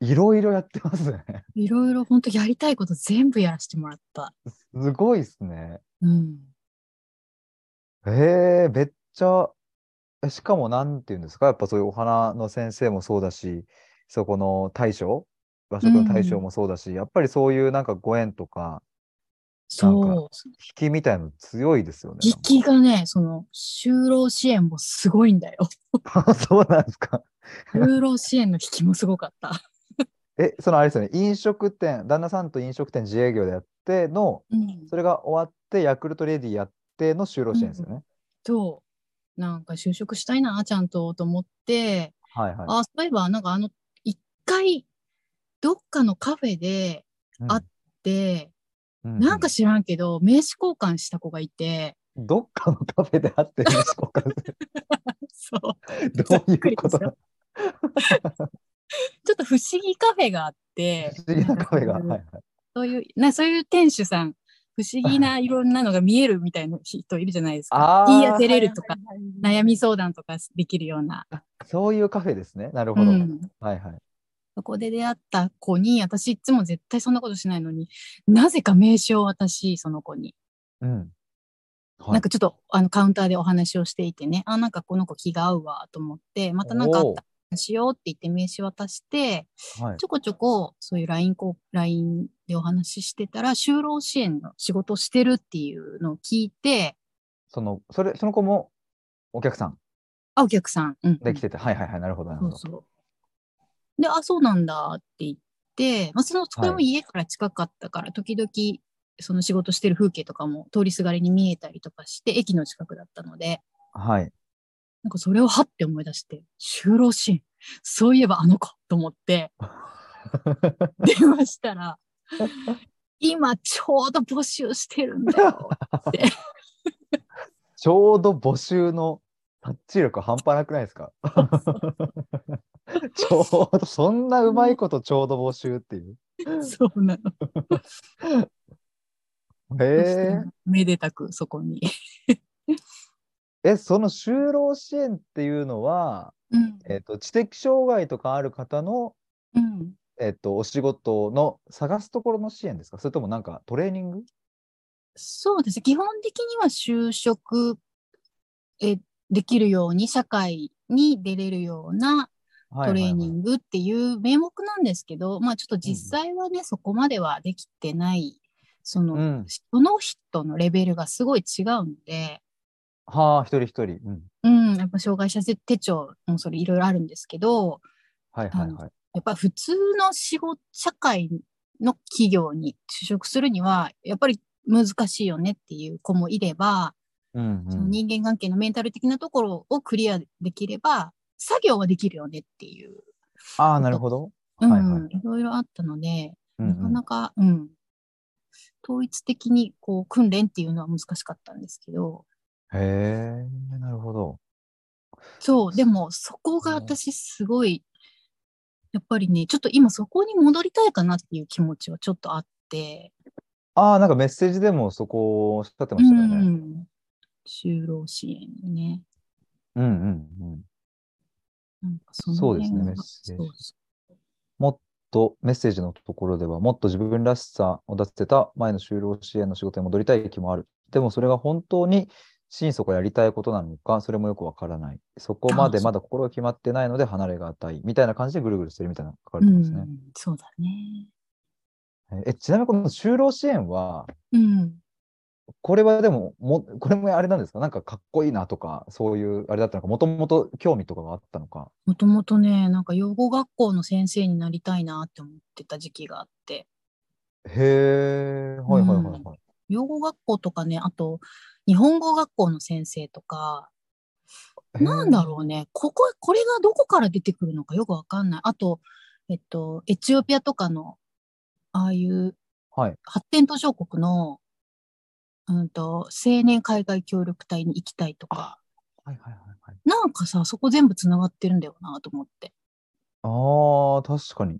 S1: いろいろやってますね。
S2: いろいろ本当やりたいこと全部やらせてもらった。
S1: すごいっすね。
S2: うん。
S1: ええめっちゃ、えしかもなんていうんですか、やっぱそういうお花の先生もそうだし、そこの大将、和食の大
S2: う
S1: 将
S2: ん
S1: もそうだし、やっぱりそういうなんかご縁とか、
S2: そう。
S1: 引きみたいの強いですよね。
S2: 時期がね、その、就労支援もすごいん だよ。
S1: なんかそうなんですか。
S2: 就労支援の引きもすごかった。
S1: え、そのあれですよね、飲食店、旦那さんと飲食店自営業でやっての、
S2: うん
S1: それが終わって、ヤクルトレディやっての就労支援ですよね。
S2: と、なんか就職したいな、ちゃんと、と思って、
S1: はいはい。
S2: あ、そういえば、なんかあの、一回、どっかのカフェであで、
S1: うう
S2: なんか知らんけど、名刺交換した子がいて、
S1: どっかのカフェで会ってるん ですか
S2: そう。
S1: どういうこと
S2: ざっちょっと不思議カフェがあって、
S1: 不思議なカフェが。はいはい
S2: そういう、なそういう店主さん、不思議ないろんなのが見えるみたいな人いるじゃないですか。
S1: あー
S2: 言い当てれるとか、
S1: はいはいはい
S2: 悩み相談とかできるような。
S1: そういうカフェですね。なる
S2: う
S1: ほど。
S2: ん、
S1: はいはい。
S2: そこで出会った子に、私いつも絶対そんなことしないのに、なぜか名刺を私、その子に。
S1: うん。はい
S2: なんかちょっとあのカウンターでお話をしていてね、あ、なんかこの子気が合うわと思って、またなんかあったらしようって言って名刺渡して、
S1: はい
S2: ち。ょこちょこそういう LINE こう LINE でお話ししてたら、就労支援の仕事をしてるっていうのを聞いて、
S1: その、それ、その子もお客さん
S2: あ、お客さん、うん、
S1: できてて、はいはいはい、なるほど、なる
S2: そ
S1: ほ
S2: う
S1: ど。
S2: そう。で、あ、そうなんだって言って、まあ、その、それも
S1: はい
S2: 家から近かったから、時々、その仕事してる風景とかも通りすがりに見えたりとかして、駅の近くだったので、
S1: はい。
S2: なんかそれをはって思い出して、就労支援、そういえばあの子と思って、 電話したら、今ちょうど募集してるんだ よ。
S1: ちょうど募集のタッチ力半端なくないですか ちょうど、そんなうまいことちょうど募集っていう。
S2: そうなの。 そし
S1: へ
S2: たらめでたくそこに。
S1: え。え、その就労支援っていうのは、
S2: うん。
S1: えっ、と、知的障害とかある方の、
S2: うん。
S1: えっ、と、お仕事の探すところの支援ですかそれともなんかトレーニング
S2: そうですね。基本的には就職えできるように、社会に出れるような
S1: はい
S2: ト
S1: はい
S2: レ
S1: はい
S2: ーニングっていう名目なんですけど、まあちょっと実際はね、そこまではできてない、その、
S1: うん。
S2: その人のレベルがすごい違うので、
S1: はあ、一人一人。うん。
S2: うん、やっぱ障害者手帳もそれいろいろあるんですけど、
S1: はいはいはい。
S2: やっぱ普通の仕事、社会の企業に就職するには、やっぱり難しいよねっていう子もいれば、
S1: うんう
S2: その
S1: ん、
S2: 人間関係のメンタル的なところをクリアできれば、作業はできるよねっていう、
S1: ああ、なるほど。
S2: うん、
S1: はい
S2: い
S1: はい
S2: ろいろあったので、
S1: うん
S2: なか
S1: うん
S2: なか、うん、統一的にこう訓練っていうのは難しかったんですけど、
S1: へえ、なるほど。
S2: そう、でもそこが私すごい、やっぱりね、ちょっと今そこに戻りたいかなっていう気持ちはちょっとあって、
S1: ああ、なんかメッセージでもそこをおっしゃってま
S2: う
S1: したよね。
S2: ん、就労支援にね、
S1: うんうんうん。
S2: なんかその
S1: そうですね
S2: 辺が
S1: メッセージ
S2: そうそ
S1: もっとメッセージのところでは、もっと自分らしさを出せた前の就労支援の仕事に戻りたい気もある。でもそれが本当に心底やりたいことなのか、それもよくわからない。そこまで
S2: あー
S1: まだ心が決まってないので離れがたい。みたいな感じでぐるぐるしてるみたいなのが書か
S2: う
S1: れて
S2: う
S1: ますね。
S2: ん、そうだね。
S1: え、ちなみにこの就労支援は、
S2: うん。
S1: これはでもも、これもあれなんですかなんかかっこいいなとか、そういうあれだったのか、もともと興味とかがあったのか。
S2: もともとね、なんか養護学校の先生になりたいなって思ってた時期があって、
S1: へえ、はいはいはいはい。
S2: 養護学校とかね、あと、日本語学校の先生とか、
S1: へー
S2: なんだろうね、ここ、これがどこから出てくるのかよくわかんない。あと、えっと、エチオピアとかの、ああいう
S1: はい。
S2: 発展途上国の、うんと、青年海外協力隊に行きたいとか、
S1: はいはいはいはい。
S2: なんかさ、そこ全部つながってるんだよなと思って。
S1: ああ、確かに。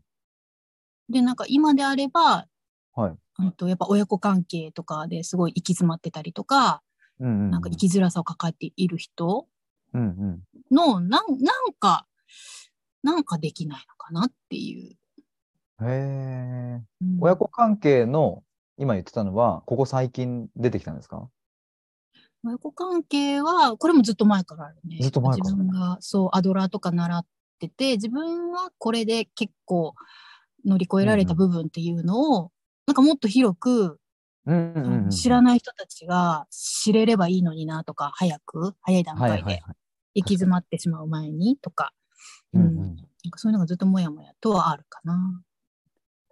S2: で、なんか今であれば、
S1: はい
S2: うんと、やっぱ親子関係とかですごい行き詰まってたりとか、
S1: うんうんうん。
S2: なんか生きづらさを抱えている人
S1: うんうん。
S2: の、なんなんか、なんかできないのかなっていう。
S1: へえ。
S2: うん
S1: 親子関係の、今言ってたのは、ここ最近出てきたんですか
S2: 親子関係は、これもずっと前からあるね。
S1: ずっと前から
S2: 自分が、そう、アドラーとか習ってて、自分はこれで結構乗り越えられた部分っていうのを、なんかもっと広く、
S1: うんうんうんうん。
S2: 知らない人たちが知れればいいのになとか、早く、早い段
S1: はいは
S2: 階
S1: いはい
S2: で。行き詰まってしまう前にとか、
S1: う
S2: うんん
S1: うん
S2: なんかそういうのがずっともやもやとはあるかな。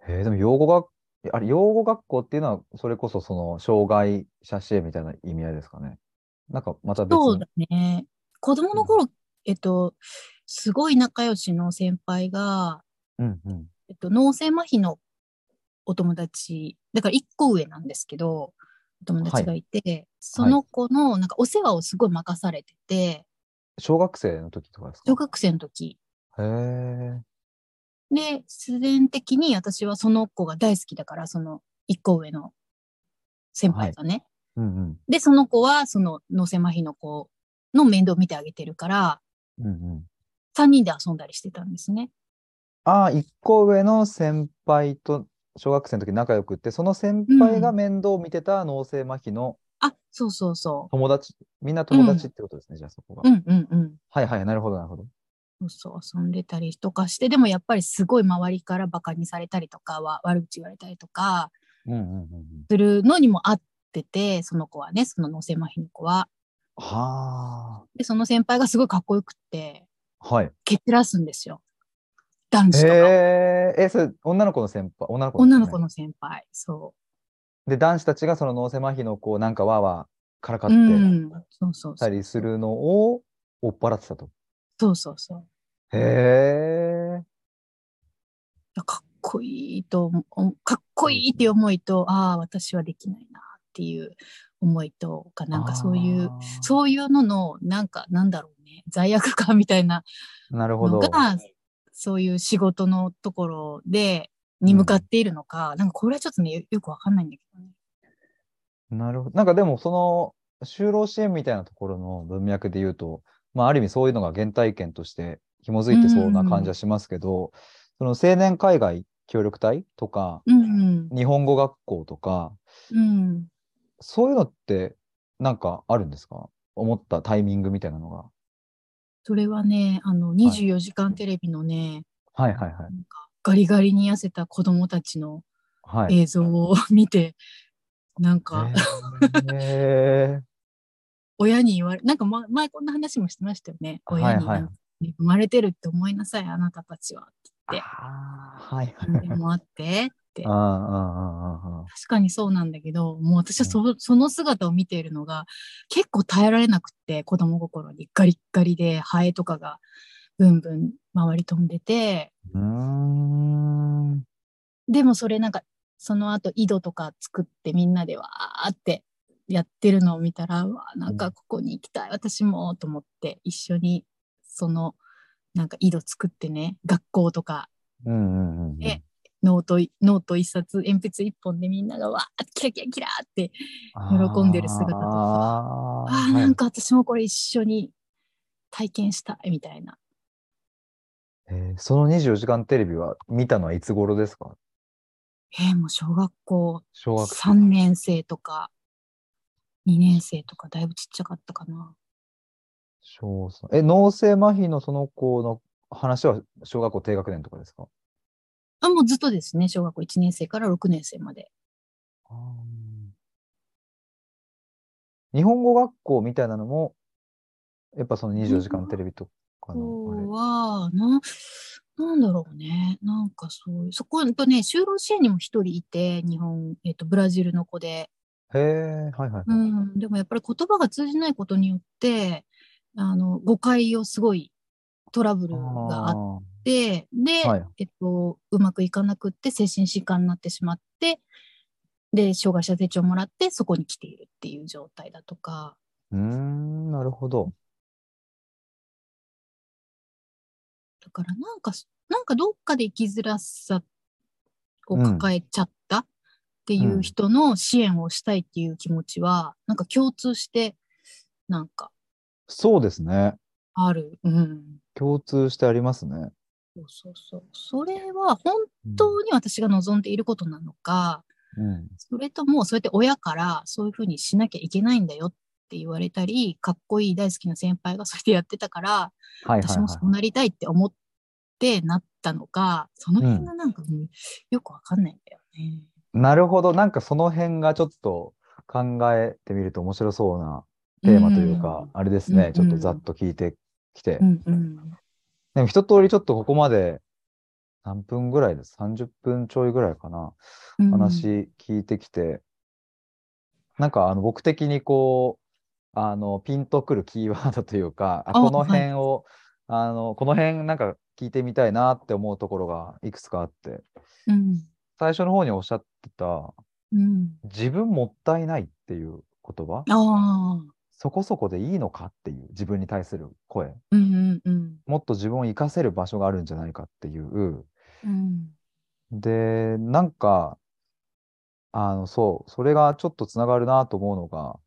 S1: へえ、でも、養護学、あれ、養護学校っていうのは、それこそ、その、障害者支援みたいな意味合いですかね。なんか、また別
S2: そう
S1: に
S2: だ。ね。子供の頃、えっと、すごい仲良しの先輩が、
S1: うんうん。
S2: えっと、脳性麻痺のお友達、だから1個上なんですけど、お友達がいて、その子のなんかお世話をすごい任されてて、
S1: 小学生の時とかですか
S2: 小学生の時。
S1: へえ。
S2: で、必然的に私はその子が大好きだから、その1個上の先輩がね。
S1: うんうん。
S2: で、その子はその脳性麻痺の子の面倒を見てあげてるから、
S1: うんうん。
S2: 3人で遊んだりしてたんですね。
S1: ああ、一個上の先輩と小学生の時仲良くって、その先輩が
S2: うん
S1: 面倒を見てた脳性麻痺の
S2: あ、そうそうそ
S1: 友達、みんな友達ってことですね、じゃあそこが
S2: う。う。んうんうん。
S1: はいはい、なるほど、なるほど。
S2: そうそう遊んでたりとかしてでもやっぱりすごい周りからバカにされたりとかは悪口言われたりとか
S1: うんうんうんうん。
S2: するのにも合っててその子はねその脳性麻痺の子は。
S1: は
S2: でその先輩がすごいかっこよくって
S1: あ。はい。
S2: 蹴散らすんですよ男子とか
S1: へえ、え、それ、女の子の先輩、女の子です
S2: 女
S1: よ
S2: の
S1: ね
S2: 子の先輩そ
S1: で、男子たちがその脳性麻痺の子をなんかわーわーからかっ
S2: う。
S1: て
S2: うん、そうそうそ
S1: た
S2: う
S1: りするのを追っ払ってたと。
S2: そうそうそう
S1: へえ。
S2: かっこいいと思うかっこいいっていう思いとああ私はできないなっていう思いとかなんかそういう
S1: あー
S2: そういうののなんかなんだろうね罪悪感みたいな
S1: なるほ
S2: の
S1: ど。
S2: がそういう仕事のところでに向かっているのか、なんかこれはちょっとねよよくわかんないんだけどね。
S1: なるほど。なんかでも、その、就労支援みたいなところの文脈で言うと、まあ、ある意味そういうのが原体験として紐づいてそうな感じはしますけど、その青年海外協力隊とか、
S2: うん
S1: 日本語学校とか、
S2: うん、
S1: そういうのってなんかあるんですか思ったタイミングみたいなのが。
S2: それはねあの24時間テレビのね、
S1: はいはいはい。
S2: なんかガリガリに痩せた子供たちの
S1: はい。
S2: 映像を見て、なんか
S1: へー
S2: 親に言われなんか、ま、前こんな話もしてましたよね
S1: はい
S2: 親に
S1: はい
S2: なんかね生まれてるって思いなさいあなたたちは
S1: あ
S2: で
S1: ーはいはい。
S2: でもあってって
S1: ああ、ああ、ああ、ああ。
S2: 確かにそうなんだけどもう私はそ,、その姿を見ているのが結構耐えられなくって子供心にガリッガリでハエとかがブンブン回り飛んでて
S1: うーん。
S2: でもそれなんかその後井戸とか作ってみんなでわーってやってるのを見たらうわーなんかここに行きたい私もと思って一緒にそのなんか井戸作ってね学校とか
S1: うんうんうんうん。
S2: ねノートいノート一冊鉛筆一本でみんながわーってキラキラキラーって喜んでる姿とか
S1: あー
S2: あーなんか私もこれ一緒に体験したいみたいな。
S1: えーその24時間テレビは見たのはいつ頃ですか
S2: えーもう小学校
S1: 小学生。
S2: 3年生とか2年生とかだいぶちっちゃかったかな。
S1: 小三え、脳性麻痺のその子の話は小学校低学年とかですか
S2: あもうずっとですね小学校1年生から6年生まで。
S1: 日本語学校みたいなのも、やっぱその24時間テレビとかのあれ
S2: こ。うはななんだろうねなんかそういうそことね就労支援にも1人いて日本、えっとブラジルの子で
S1: へえ、はいはい。
S2: うん、でもやっぱり言葉が通じないことによってあの誤解をすごいトラブルがあっ
S1: あ
S2: てで、
S1: ーはい。
S2: えっと、うまくいかなくって精神疾患になってしまってで障害者手帳をもらってそこに来ているっていう状態だとか
S1: うーん、なるほど。
S2: だからなんかそなんかどっかで生きづらさを抱えちゃったってい
S1: うん
S2: う人の支援をしたいっていう気持ちは、なんか共通してなんか
S1: そうですね。
S2: ある。うん
S1: 共通してありますね。
S2: そうそうそう。それは本
S1: うん
S2: 当に私が望んでいることなのか、
S1: うん。
S2: それともそうやって親からそういうふうにしなきゃいけないんだよって言われたり、かっこいい大好きな先輩がそうやってやってたから、
S1: はいはい
S2: 私もそ
S1: は
S2: うなりたいって思ってなったのか、その辺がなんかもうよくわかんないんだよね。
S1: い。なるほど。なんかその辺がちょっと考えてみると面白そうなテーマというか、あれですね、
S2: うん
S1: ちょっとざっと聞いてきて。
S2: うんうん。
S1: でも一通りちょっとここまで何分ぐらいです。30分ちょいぐらいかな。
S2: うん。
S1: 話聞いてきて、なんかあの僕的にこう、あの、ピンとくるキーワードというか、あ
S2: あ
S1: この
S2: はい
S1: 辺を、あの、この辺なんか聞いてみたいなって思うところがいくつかあって、
S2: うん。
S1: 最初の方におっしゃってた、
S2: うん。
S1: 自分もったいないっていう言葉、
S2: ああ。
S1: そこそこでいいのかっていう自分に対する声、
S2: うんうんうん。
S1: もっと自分を活かせる場所があるんじゃないかっていう、
S2: うん。
S1: で、なんか、あの、そう、それがちょっとつながるなと思うのが、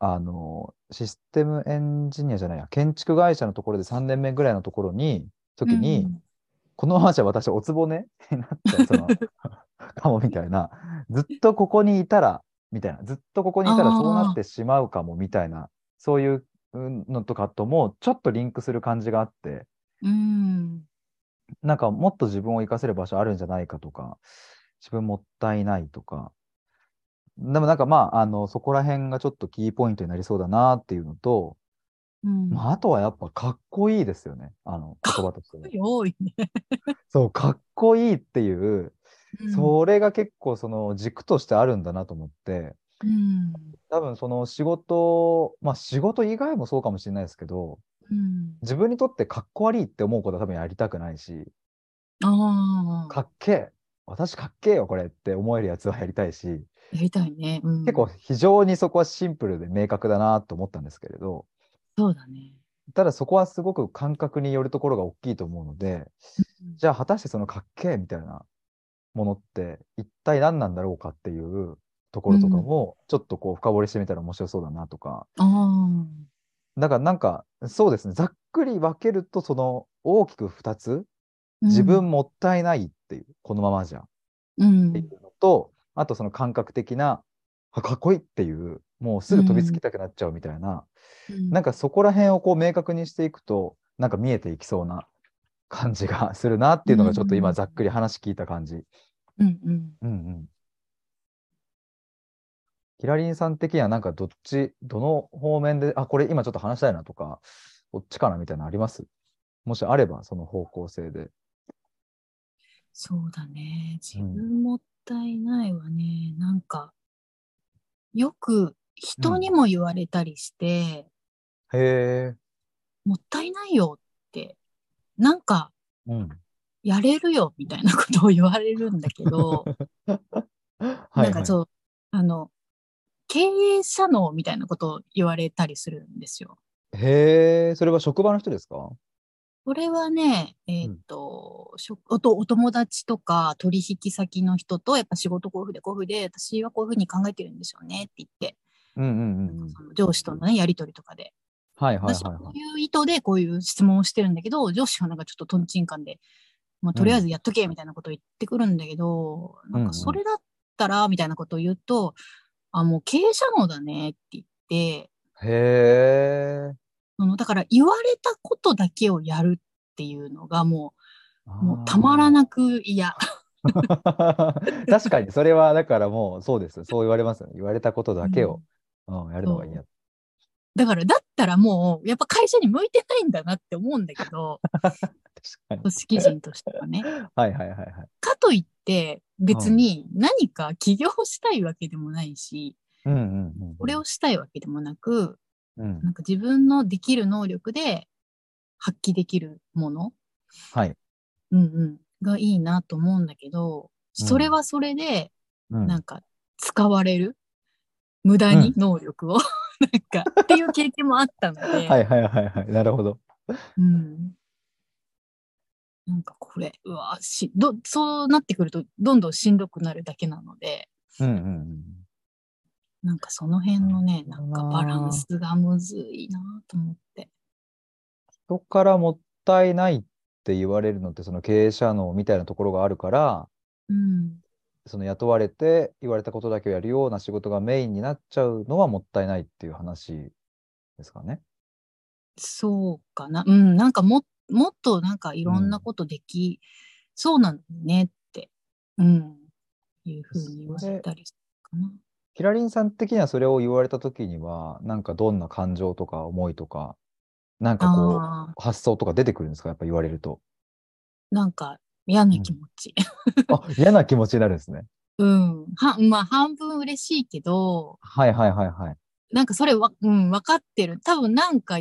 S1: あの、システムエンジニアじゃないや、建築会社のところで3年目ぐらいのところに、時に、このままじゃ私、おつぼね になっちゃう、そ の、かもみたいな。ずっとここにいたら、みたいな。ずっとここにいたら
S2: あー
S1: そうなってしまうかも、みたいな。そういううんのとかとも、ちょっとリンクする感じがあって、
S2: うん。
S1: なんかもっと自分を活かせる場所あるんじゃないかとか、自分もったいないとか。でもなんかまあ、あの、そこら辺がちょっとキーポイントになりそうだなっていうのと、
S2: うん。
S1: まあ、あとはやっぱかっこいいですよね。あの、言葉と してね。
S2: 多いね。
S1: そう、かっこいいっていう、
S2: う
S1: それが結構その軸としてあるんだなと思って、
S2: ん。うん。
S1: 多分その仕事、まあ仕事以外もそうかもしれないですけど、
S2: うん。
S1: 自分にとってかっこ悪いって思うことは多分やりたくないし、
S2: ああ。
S1: かっけえ、私かっけえよこれって思えるやつはやりたいし、
S2: やりたいね。うん、
S1: 結構非常にそこはシンプルで明確だなと思ったんですけれど、
S2: そうだね。
S1: ただそこはすごく感覚によるところが大きいと思うので、
S2: うん
S1: じゃあ果たしてそのかっけえみたいなものって一体何なんだろうかっていうところとかもちょっとこう深掘りしてみたら面白そうだなとか、
S2: ああ。
S1: だからなんかそうですねざっくり分けるとその大きく2つ自分もったいないっていう、このままじゃっ
S2: うん、
S1: ていうのとあとその感覚的なあかっこいいっていうもうすぐ飛びつきたくなっちゃうみたいな、
S2: うん、
S1: なんかそこら辺をこう明確にしていくとなんか見えていきそうな感じがするなっていうのがちょっと今ざっくり話聞いた感じ
S2: うんうん。
S1: うんうん。キラリンさん的にはなんかどっち、どの方面で、あ、これ今ちょっと話したいなとか、こっちかなみたいなのありますもしあれば、その方向性で。
S2: そうだね。
S1: う
S2: 自
S1: ん
S2: 分もったいないわね。なんか、よく人にも言われたりして、
S1: へえ。
S2: もったいないよって、なんか
S1: うん。
S2: やれるよみたいなことを言われるんだけど、
S1: はい、
S2: なんかそう、あの、経営者のみたいなことを言われたりするんですよ。
S1: へえ、それは職場の人ですか
S2: これはね、えっ、と、しょおと、お友達とか取引先の人と、やっぱ仕事こういうふうでこういうふうで、私はこういうふうに考えてるんですよねって言って、
S1: うんうんうんうん。
S2: その上司とのね、やりとりとかで。
S1: はいはいはい
S2: 私はこ
S1: は
S2: ういう意図でこういう質問をしてるんだけど、上司はなんかちょっとトンチンカンで、まあ、とりあえずやっとけみたいなことを言ってくるんだけど、なんかそれだったらみたいなことを言うと、あ、もう経営者のだねって言って、
S1: い。へえ。
S2: そのだから言われたことだけをやるっていうのがもうもうたまら
S1: い。
S2: なく嫌。
S1: 確かに、それはだからもうそうです。そう言われますよね。言われたことだけを、うんやるのがいいや。
S2: だから、だったらもう、やっぱ会社に向いてないんだなって思うんだけど、
S1: 確か
S2: 組織人としてはね。
S1: に。はいはいはいはい。
S2: かといって、別に何か起業したいわけでもないし、
S1: うんうんうんうん。
S2: これをしたいわけでもなく、
S1: うん、
S2: なんか自分のできる能力で発揮できるもの、
S1: はい。
S2: うんうん、がいいなと思うんだけど、それはそれで、
S1: うん
S2: なんか使われる、無駄に能力を、 なんか、っていう経験もあったので、
S1: はいはいはいはい。なるほど。
S2: うんなんかこれ、うわしど、そうなってくると、どんどんしんどくなるだけなので、
S1: うんうんうん。
S2: なんかその辺のね、
S1: なる
S2: な
S1: ほ
S2: ん
S1: どな
S2: かバランスがむずいなと思って。
S1: 人からもったいないって言われるのって、その経営者のみたいなところがあるから、
S2: うん。
S1: その雇われて言われたことだけをやるような仕事がメインになっちゃうのはもったいないっていう話ですかね。
S2: そうかな。うん。なんかも、もっとなんかいろんなことでき、そうなんだねって、うん。いうふうに言われたりするかな。
S1: キラリンさん的にはそれを言われた時には、なんかどんな感情とか思いとか、なんかこ
S2: ああ
S1: う、発想とか出てくるんですかやっぱ言われると。
S2: ー、なんか嫌な気持ち。
S1: あ、嫌な気持ちになるんですね。
S2: うん。は、まあ半分嬉しいけど、
S1: はいはいはいはい。
S2: なんかそれわ、うん、分かってる。多分なんか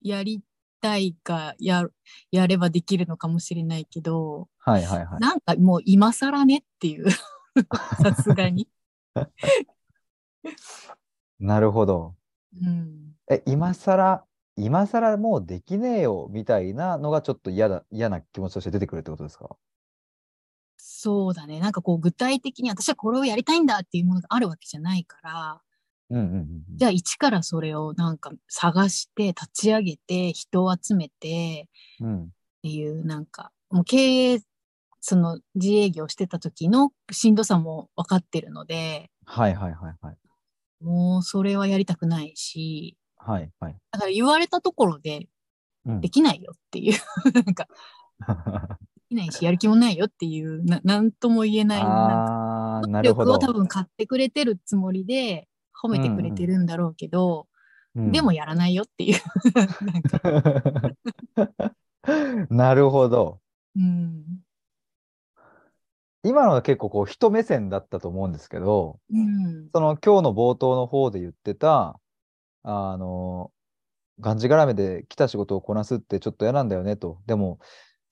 S2: やりたいかや、やればできるのかもしれないけど、
S1: はいはいはい。
S2: なんかもう今更ねっていう、 さすがに。
S1: なるほど。
S2: うん。
S1: え、今更、今更もうできねえよみたいなのがちょっと嫌だ、嫌な気持ちとして出てくるってことですか
S2: そうだね。なんかこう具体的に私はこれをやりたいんだっていうものがあるわけじゃないから、
S1: うんうんうん
S2: じゃあ一からそれをなんか探して、立ち上げて、人を集めて
S1: うん。うん。
S2: っていうなんかもう経営、その自営業してた時のしんどさも分かってるので、
S1: はいはいはいはい。
S2: もうそれはやりたくないし、
S1: はいはい。
S2: だから言われたところで
S1: うん
S2: できないよっていう、 なんか、できないし、やる気もないよっていう、ななんとも言えない、なんか
S1: あー、なる
S2: 力
S1: ほど。
S2: を多分買ってくれてるつもりで、褒めてくれてるんだろうけど、
S1: うん
S2: でもやらないよっていう、なんか、
S1: なるほど。
S2: うん、
S1: 今のは結構こう人目線だったと思うんですけど、
S2: うん、
S1: その今日の冒頭の方で言ってた、あの、がんじがらめで来た仕事をこなすってちょっと嫌なんだよねと。でも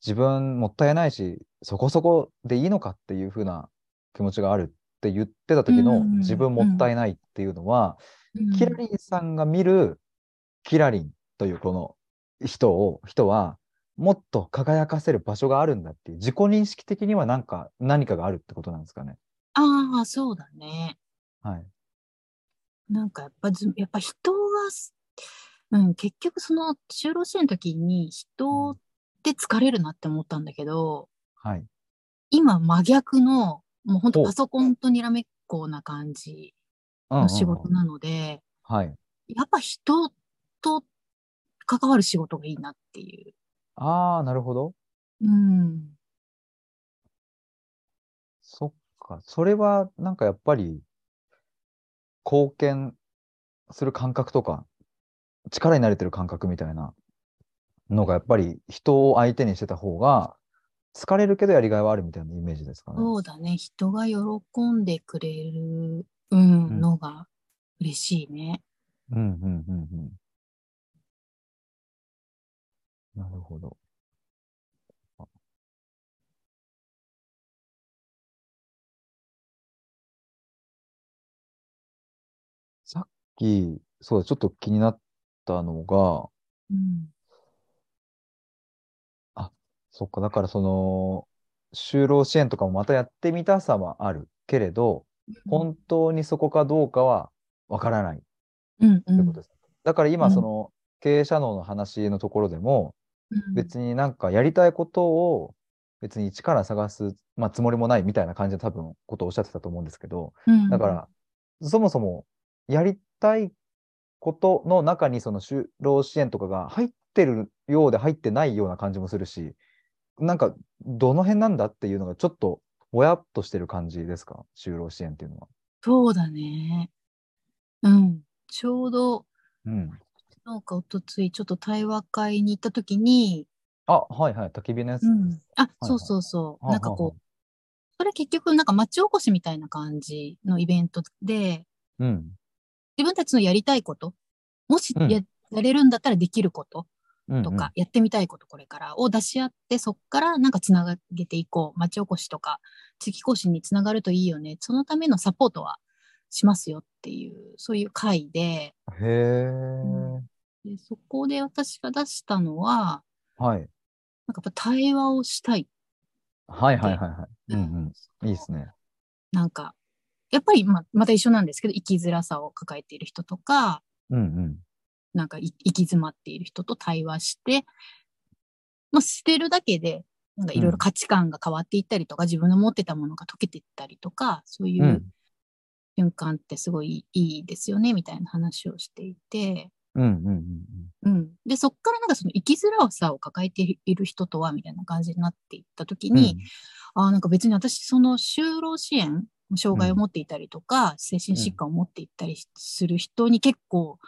S1: 自分もったいないし、そこそこでいいのかっていう風な気持ちがあるって言ってた時
S2: う
S1: の
S2: ん
S1: 自分もったいないっていうのは、
S2: うん
S1: キラリンさんが見るキラリンというこの人を、人は、もっと輝かせる場所があるんだっていう、自己認識的には何か、何かがあるってことなんですかね。
S2: ああ、そうだね。
S1: はい。
S2: なんかやっぱず、やっぱ人がす、うん、結局その就労支援の時に人って疲れるなって思ったんだけど、
S1: はい。
S2: 今真逆の、もう本当
S1: ほう
S2: パソコンとにらめっこな感じ
S1: うんうんうん
S2: の仕事なので、
S1: はい。
S2: やっぱ人と関わる仕事がいいなってい
S1: ああ、なるほど。
S2: う。うん。
S1: そっか。それは、なんかやっぱり、貢献する感覚とか、力になれてる感覚みたいなのが、やっぱり人を相手にしてた方が、疲れるけどやりがいはあるみたいなイメージですかね。
S2: そうだね。人が喜んでくれる、う
S1: うん
S2: ん、のが嬉しいね。
S1: うんうんうんうん。なるほど。あさっき、そうだ、ちょっと気になったのが、
S2: うん。
S1: そっか、だからその、就労支援とかもまたやってみたさはあるけれど、本当にそこかどうかはわからない。
S2: うん、う
S1: っ
S2: ん
S1: てことです。だから今、
S2: うん
S1: その経営者の話のところでも、
S2: うん
S1: 別になんかやりたいことを別に一から探す、まあ、つもりもないみたいな感じで多分ことをおっしゃってたと思うんですけど、
S2: うん
S1: だから、そもそもやりたいことの中にその就労支援とかが入ってるようで入ってないような感じもするし、なんかどの辺なんだっていうのがちょっとぼやっとしてる感じですか、就労支援っていうのは。
S2: そうだね。うん。ちょうど、
S1: うん。
S2: なんかおとつい、ちょっと対話会に行った時に、
S1: あ、はいはい、焚き火のやつ。
S2: うん、あ、
S1: い
S2: そうそうそう。
S1: はあ
S2: なんか
S1: はあは
S2: こう、それ結局、なんか町おこしみたいな感じのイベントで、
S1: うん。
S2: 自分たちのやりたいこと、もし
S1: うん
S2: や,、やれるんだったらできること
S1: うんうん
S2: とか、やってみたいことこれからを出し合って、そこからなんかつなげていこう。町おこしとか、地域更新につながるといいよね。そのためのサポートはしますよっていう、そういう会で、
S1: へえ、
S2: でそこで私が出したのは、
S1: はい。
S2: なんかやっぱ対話をしたい。
S1: はいはいはいはい。うんうん。いいです
S2: ね。
S1: ね。
S2: なんか、やっぱりままた一緒なんですけど、生きづらさを抱えている人とか、
S1: うんうん。
S2: なんかい行き詰まっている人と対話して、まあ、捨てるだけで、なんかいろいろ価値観が変わっていったりとか、自分の持ってたものが溶けていったりとか、そういううん瞬間ってすごいいいですよね、みたいな話をしていて、
S1: うんうんうん
S2: うん。で、そっからなんかその生きづらさを抱えている人とは、みたいな感じになっていった時
S1: うん。
S2: に、あーなんか別に私その就労支援障害を
S1: うん
S2: 持っていたりとか、精神疾患を持っていったりしする人に結構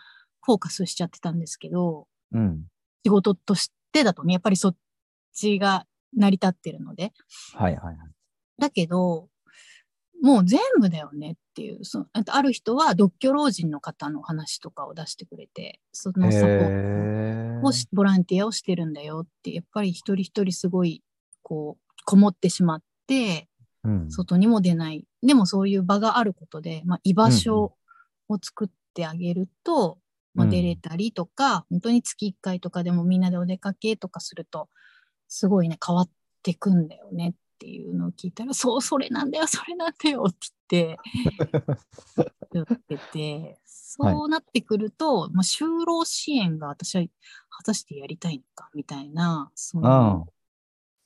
S2: フォーカスしちゃってたんですけど
S1: うん。うん。
S2: 仕事としてだとねやっぱりそっちが成り立ってるので
S1: はいはいはい。
S2: だけどもう全部だよねっていうそのあとある人は独居老人の方の話とかを出してくれてそのサポート
S1: へ
S2: をしボランティアをしてるんだよってやっぱり一人一人すごいこうこもってしまって
S1: うん。
S2: 外にも出ない。でもそういう場があることで、まあ、居場所を作ってあげると、
S1: うん
S2: まあ、出れたりとか、本当に月1回とかでもみんなでお出かけとかすると、すごいね、変わってくんだよねっていうのを聞いたら、そう、それなんだよ、それなんだよって 言って、言ってて、そうなってくると、まあ、就労支援が私は果たしてやりたいのかみたいな、そ
S1: うん
S2: の、。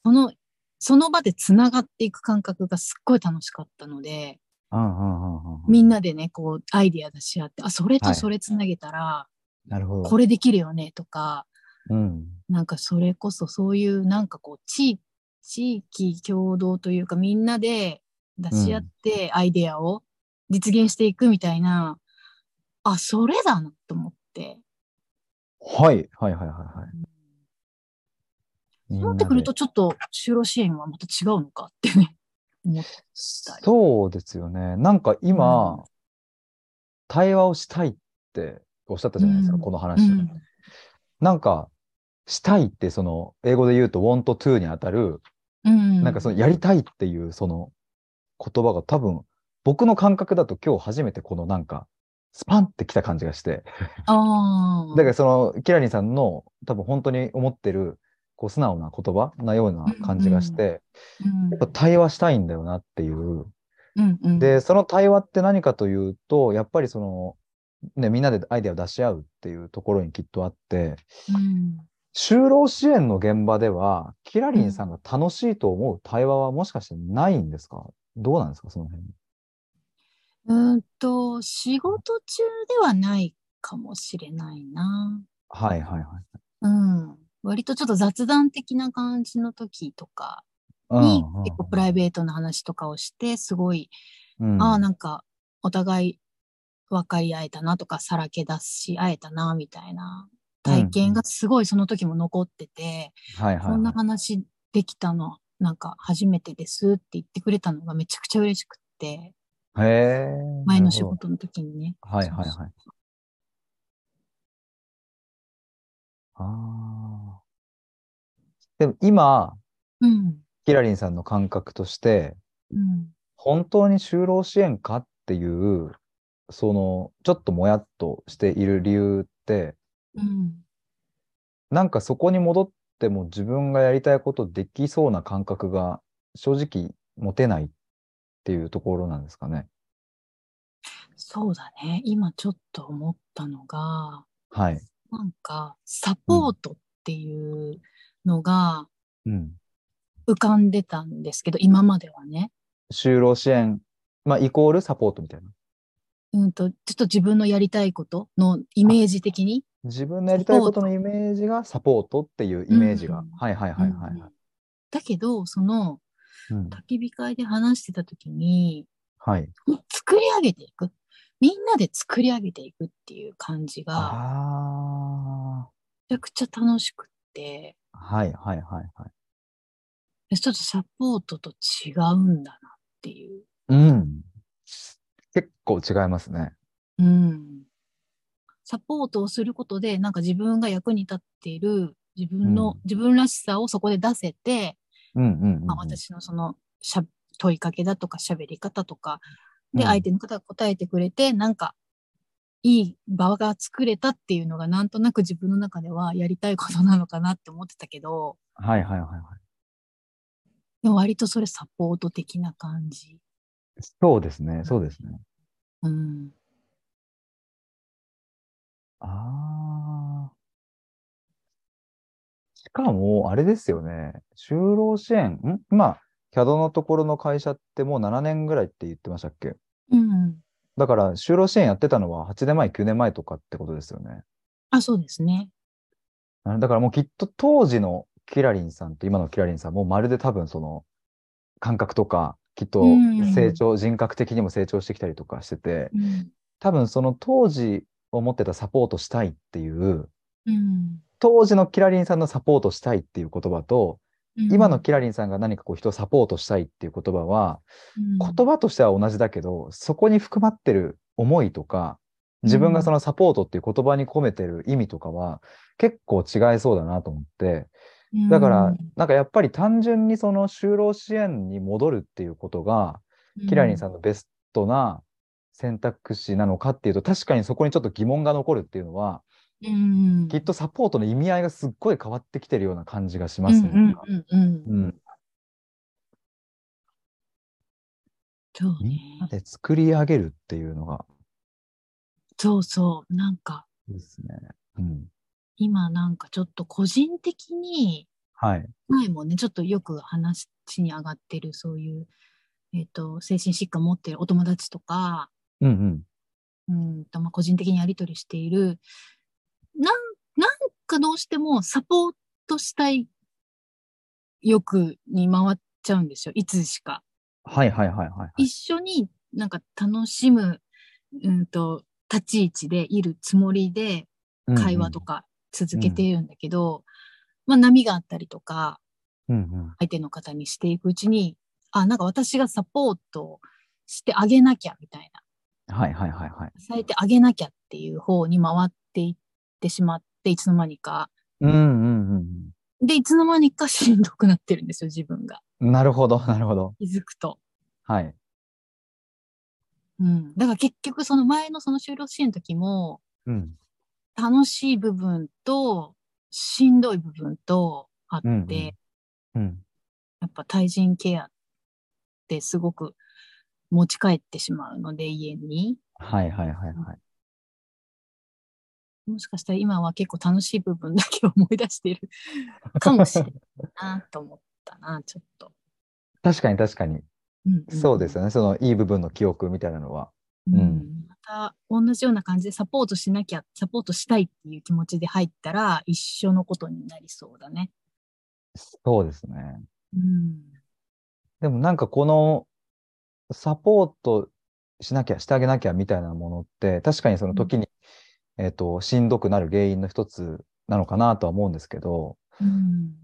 S2: その、その場でつながっていく感覚がすっごい楽しかったので、
S1: うんうんうんうん。
S2: みんなでね、こう、アイディア出し合って、あ、それ
S1: は
S2: と
S1: い
S2: それつなげたら、
S1: なるほど。
S2: これできるよね、とか、
S1: うん。
S2: なんかそれこそそういう、なんかこう、地地域共同というか、みんなで出し合って、アイデアを実現していくみたいな、あ、それだな、と思って。
S1: はい。はいはいはいは
S2: う
S1: い。
S2: んそうなってくると、
S1: みんなで、
S2: ちょっと就労支援はまた違うのかってね、思って。
S1: そうですよね。なんか今、
S2: うん
S1: 対話をしたいっておっしゃったじゃないですか、
S2: うん
S1: この
S2: う
S1: 話、
S2: ん、
S1: なんか、したいって、その、英語で言うと、want to に当たる、
S2: うん、
S1: なんかそのやりたいっていうその言葉が多分僕の感覚だと今日初めてこのなんかスパンってきた感じがして、
S2: ああ。
S1: だからそのキラリンさんの多分本当に思ってるこう素直な言葉なような感じがして、
S2: うん、
S1: やっぱ対話したいんだよなっていう。
S2: うんうん、
S1: で、その対話って何かというと、やっぱりその、ね、みんなでアイデアを出し合うっていうところにきっとあって、
S2: うん、
S1: 就労支援の現場では、キラリンさんが楽しいと思う対話はもしかしてないんですかどうなんですかその辺。
S2: うーんと、仕事中ではないかもしれないな。
S1: はいはいはい。
S2: うん。割とちょっと雑談的な感じの時とか
S1: う
S2: に、
S1: ん
S2: 結構プライベートな話とかをして、すごい、
S1: うん
S2: ああ、なんか、お互い分かり合えたなとか、さらけ出し合えたな、みたいな体験がすごいその時も残ってて、
S1: はいはい
S2: こんな
S1: は
S2: 話できたの、なんか初めてですって言ってくれたのがめちゃくちゃ嬉しくって、
S1: い。へえ。
S2: 前の
S1: な
S2: 仕
S1: るほ
S2: 事の時にね。
S1: ど。はいはい
S2: そうそ
S1: は
S2: う
S1: い。ああ。でも今、
S2: うん。
S1: キラリンさんの感覚として、
S2: うん。
S1: 本当に就労支援かっていう、その、ちょっともやっとしている理由って、
S2: うん。
S1: なんかそこに戻っても自分がやりたいことできそうな感覚が正直持てないっていうところなんですかね。
S2: そうだね。今ちょっと思ったのが、
S1: はい。
S2: なんか、サポートっていうのが
S1: うん。
S2: 浮かんでたんですけど、今まではね。
S1: 就労支援、まあ、イコールサポートみたいな。
S2: うんと、ちょっと自分のやりたいことのイメージ的に。
S1: 自分のやりたいことのイメージがサポートっていうイメージが。
S2: うん
S1: はいはいはいはい。
S2: うんだけど、その、
S1: うん
S2: 焚き火会で話してた時に、
S1: はい。
S2: 作り上げていく。みんなで作り上げていくっていう感じが、
S1: あ
S2: めちゃくちゃ楽しくって、
S1: あ。はいはいはいはい。
S2: ちょっとサポートと違うんだなっていう。
S1: うん。結構違いますね。
S2: うん。サポートをすることで、なんか自分が役に立っている自分の、
S1: うん
S2: 自分らしさをそこで出せて、
S1: うんうんうんうん。
S2: まあ、私のそのしゃ問いかけだとか喋り方とかで
S1: うん
S2: 相手の方が答えてくれて、なんかいい場が作れたっていうのがなんとなく自分の中ではやりたいことなのかなって思ってたけど、
S1: はいはいはいはい。
S2: でも割とそれサポート的な感じ。
S1: そうですね。そうですね。
S2: うん。
S1: ああ。しかも、あれですよね。就労支援、ん今、CAD のところの会社ってもう7年ぐらいって言ってましたっけ
S2: うん。
S1: だから、就労支援やってたのは8年前、9年前とかってことですよね。
S2: あ、そうですね。
S1: あだからもうきっと当時のキラリンさんと今のキラリンさんもまるで多分その感覚とか、きっと
S2: うん
S1: 成長、人格的にも成長してきたりとかしてて、
S2: うん。
S1: 多分その当時を持ってたサポートしたいっていう、
S2: うん。
S1: 当時のキラリンさんのサポートしたいっていう言葉と、
S2: うん
S1: 今のキラリンさんが何かこう人をサポートしたいっていう言葉は、
S2: うん
S1: 言葉としては同じだけど、そこに含まってる思いとか、自分がそのサポートっていう言葉に込めてる意味とかは結構違いそうだなと思って、だから、なんかやっぱり単純にその就労支援に戻るっていうことが、キラリンさ
S2: ん。
S1: んのベストな選択肢なのかっていうと、確かにそこにちょっと疑問が残るっていうのは、
S2: うん、
S1: きっとサポートの意味合いがすっごい変わってきてるような感じがし
S2: う
S1: ま
S2: んう
S1: す
S2: ん
S1: ね。
S2: うんうん。
S1: うん
S2: そう
S1: み
S2: ね。
S1: んなで作り上げるっていうのが
S2: そうそう。なんか、
S1: いいですね。うん。
S2: 今なんかちょっと個人的に
S1: はい。
S2: 前もね、ちょっとよく話に上がってる、そういう、えっ、と、精神疾患持ってるお友達とか、
S1: うんうん。
S2: うんと、まあ、個人的にやり取りしている、なん、なんかどうしてもサポートしたい欲に回っちゃうんですよ、いつしか。
S1: はいはいはいはい。
S2: 一緒になんか楽しむ、うんと、立ち位置でいるつもりで、会話と
S1: か。
S2: か続けているんだけど、まあ、波があったりとか、
S1: うんうん。
S2: 相手の方にしていくうちに、あ、なんか私がサポートしてあげなきゃみたいな、
S1: はいはいはいはい。
S2: 支えてあげなきゃっていう方に回っていってしまって、いつの間にか。
S1: うんうんうん
S2: で、いつの間にかしんどくなってるんですよ、自分が。
S1: うん。なるほど、なるほど。
S2: 気づくと。
S1: はい。
S2: うん。だから結局、その前のその就労支援の時も、
S1: うん。
S2: 楽しい部分と、しんどい部分とあって、
S1: うんうんうん。
S2: やっぱ対人ケアってすごく持ち帰ってしまうので、家に。
S1: はいはいはいはい。
S2: もしかしたら今は結構楽しい部分だけ思い出している かもしれないなと思ったな、ちょっと。
S1: 確かに確かに。
S2: うんん
S1: そうですよね。そのいい部分の記憶みたいなのは。
S2: うん
S1: うん
S2: また同じような感じでサポートしなきゃ、サポートしたいっていう気持ちで入ったら一緒のことになりそうだね。
S1: そうですね。
S2: うん。
S1: でもなんかこのサポートしなきゃ、してあげなきゃみたいなものって、確かにその時に、えっと、しんどくなる原因の一つなのかなとは思うんですけど、
S2: うん。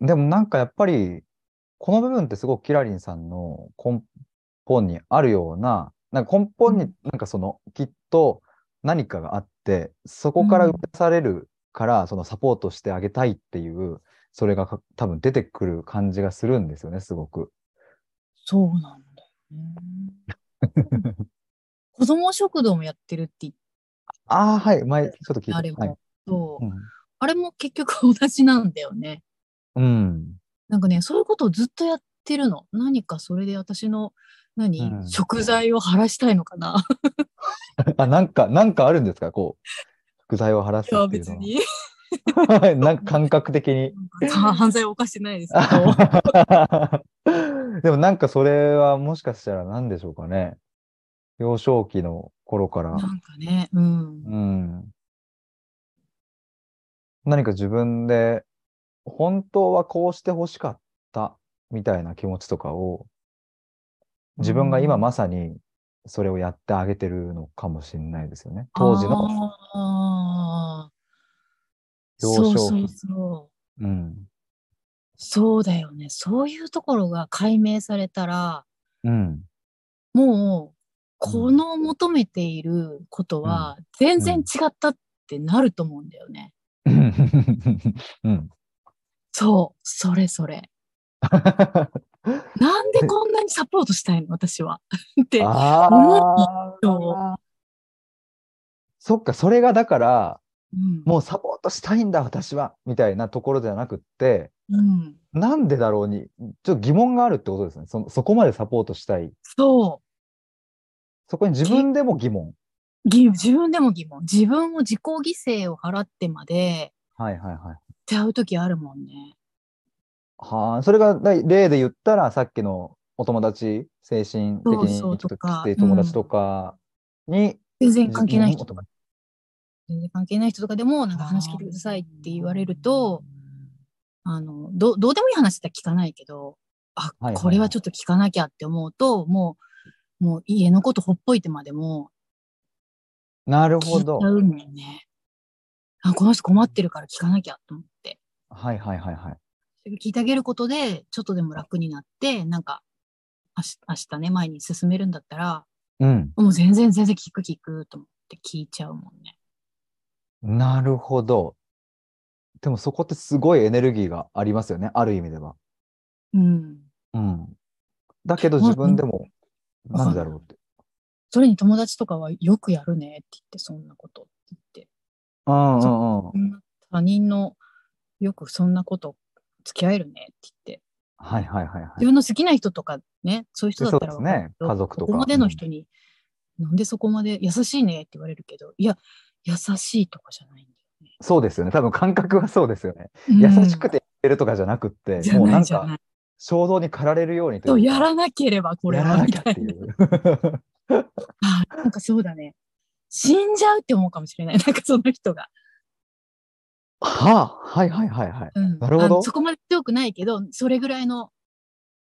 S1: でもなんかやっぱり、この部分ってすごくキラリンさんの根本にあるような、なんか根本
S2: う
S1: に
S2: ん
S1: なんかその、きっと何かがあって、そこから
S2: うん
S1: 生み出されるから、そのサポートしてあげたいっていう、それがか多分出てくる感じがするんですよね、すごく。
S2: そうなんだよね。子供食堂もやってるって言っ
S1: ああ、はい。前、ちょっと聞いた。
S2: あれも
S1: はい
S2: と、
S1: うん
S2: あれも結局同じなんだよね。
S1: うん。
S2: なんかね、そういうことをずっとやってるの。何かそれで私の、何、
S1: うん
S2: 食材を晴らしたいのかな。
S1: あ、なんか、なんかあるんですかこう、副材を晴らすっ
S2: いや、
S1: ていう
S2: 別
S1: の
S2: に。
S1: は。はい なんか感覚的に。
S2: 犯罪を犯してないですけど。
S1: でもなんかそれはもしかしたら何でしょうかね。幼少期の頃から。
S2: なんかね、うん。
S1: うん。何か自分で、本当はこうして欲しかったみたいな気持ちとかを、自分が今まさにそれをやってあげてるのかもしれないですよね。当時の。
S2: あー。
S1: 幼少期
S2: そうそうそう。
S1: うん。
S2: そうだよね。そういうところが解明されたら、
S1: うん。
S2: もう、この求めていることは全然違ったってなると思うんだよね。
S1: うん。
S2: そう、それそれ。なんでこんなにサポートしたいの私は。 って。
S1: ああ
S2: よ。
S1: そっか、それがだから、
S2: うん
S1: もうサポートしたいんだ、私は、みたいなところじゃなくって、
S2: うん。
S1: なんでだろうに、ちょっと疑問があるってことですね。そのそこまでサポートしたい。
S2: そ
S1: そこに自分でも疑問。
S2: う。ぎ自分でも疑問。自分を自己犠牲を払ってまで、
S1: はいはいはい。
S2: ちゃう時あるもんね。
S1: はあ、それがだい例で言ったら、さっきのお友達、精神的
S2: そう
S1: にち
S2: そ
S1: ょっ
S2: う
S1: と
S2: と
S1: き
S2: か
S1: つい友達とかに、
S2: 全然関係ない人
S1: 自
S2: と
S1: 分
S2: か
S1: も、
S2: 全然関係ない人とかでも、なんか話聞いてくださいって言われると、あの、どどうでもいい話だったら聞かないけど、
S1: い
S2: あ
S1: はいは、い
S2: これはちょっと聞かなきゃって思うと、もう、もう家のことほっぽいてまでも、
S1: なる
S2: 聞
S1: ほ
S2: いちゃ
S1: ど。
S2: うもんね。あ、この人困ってるから聞かなきゃと思って。
S1: はいはいはいはい。
S2: 聞いてあげることで、ちょっとでも楽になって、なんか、明日明日ね、前に進めるんだったら、
S1: うん。
S2: もう全然全然聞く聞くと思って聞いちゃうもんね。
S1: なるほど。でもそこってすごいエネルギーがありますよね。ある意味では。
S2: うん。
S1: うん。だけど
S2: そう
S1: 自分でも、
S2: ん
S1: なんでだろうって。
S2: それに友達とかはよくやるねって言って、そんなことって言って。
S1: うんう
S2: そ
S1: んうん。
S2: うん他人のよくそんなこと付き合えるねって言って。
S1: はいはいはいはい
S2: 自。分の好きな人とかね、そういう人だったら
S1: そうですね
S2: わるけど
S1: 家族とか
S2: ここまでの人に、なんでそこまで優しいねって言われるけど、いや、優しいとかじゃないんだよね。
S1: そうですよね。多分感覚はそうですよね。
S2: うん
S1: 優しくててるとかじゃなくって、
S2: じゃ
S1: もう
S2: な
S1: ないん
S2: じゃな
S1: か
S2: い。
S1: 衝動に駆られるようにと
S2: そう
S1: いう
S2: や
S1: から
S2: なければこれ
S1: やら
S2: は
S1: な
S2: み
S1: きゃ
S2: た
S1: っ
S2: い
S1: て
S2: な。
S1: いう。
S2: あなんかそうだね。死んじゃうって思うかもしれない。なんかその人が。
S1: はあ、はいはいはいはい。
S2: うん、
S1: なるほど
S2: あのそこまで強くないけど、それぐらいの、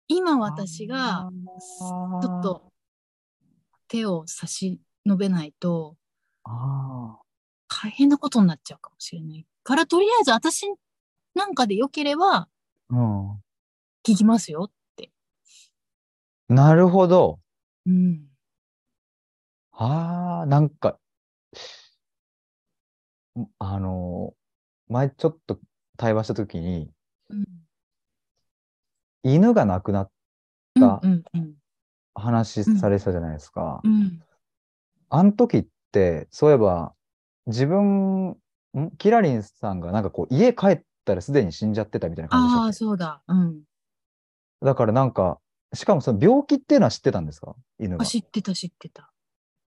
S2: 今私がちょっと手を差し伸べないと
S1: あ
S2: 大変なことになっちゃうかもしれないから、とりあえず私なんかで良ければ
S1: ー。う
S2: 聞きますよ。
S1: ん。なるほど。
S2: うん。
S1: ああ、なんか、んあのー前ちょっと対話したときに、
S2: うん。
S1: 犬が亡くなっ
S2: うん
S1: た
S2: うんうん。
S1: 話
S2: うん
S1: されてたじゃないですか。
S2: うん。
S1: あの時って、そういえば、自分、んキラリンさんがなんかこう、家帰ったらすでに死んじゃってたみたいな感じでした
S2: あ
S1: っ
S2: あ、
S1: け
S2: そうだ。うん。
S1: だからなんか、しかもその病気っていうのは知ってたんですか犬
S2: あ、
S1: が。
S2: 知ってた、知ってた。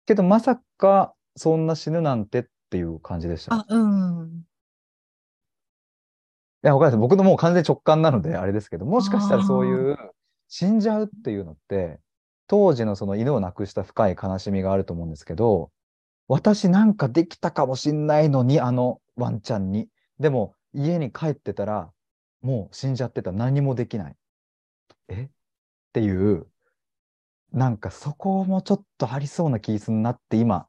S1: けどまさか、そんな死ぬなんてっていう感じでした。
S2: あ、うん。
S1: いや、わかんないです。僕のもう完全に直感なので、あれですけど、もしかしたらそういう、死んじゃうっていうのって、当時のその犬を亡くした深い悲しみがあると思うんですけど、私なんかできたかもしんないのに、あのワンちゃんに。でも、家に帰ってたら、もう死んじゃってた。何もできない。えっていう、なんかそこもちょっとありそうな気すんなって、今、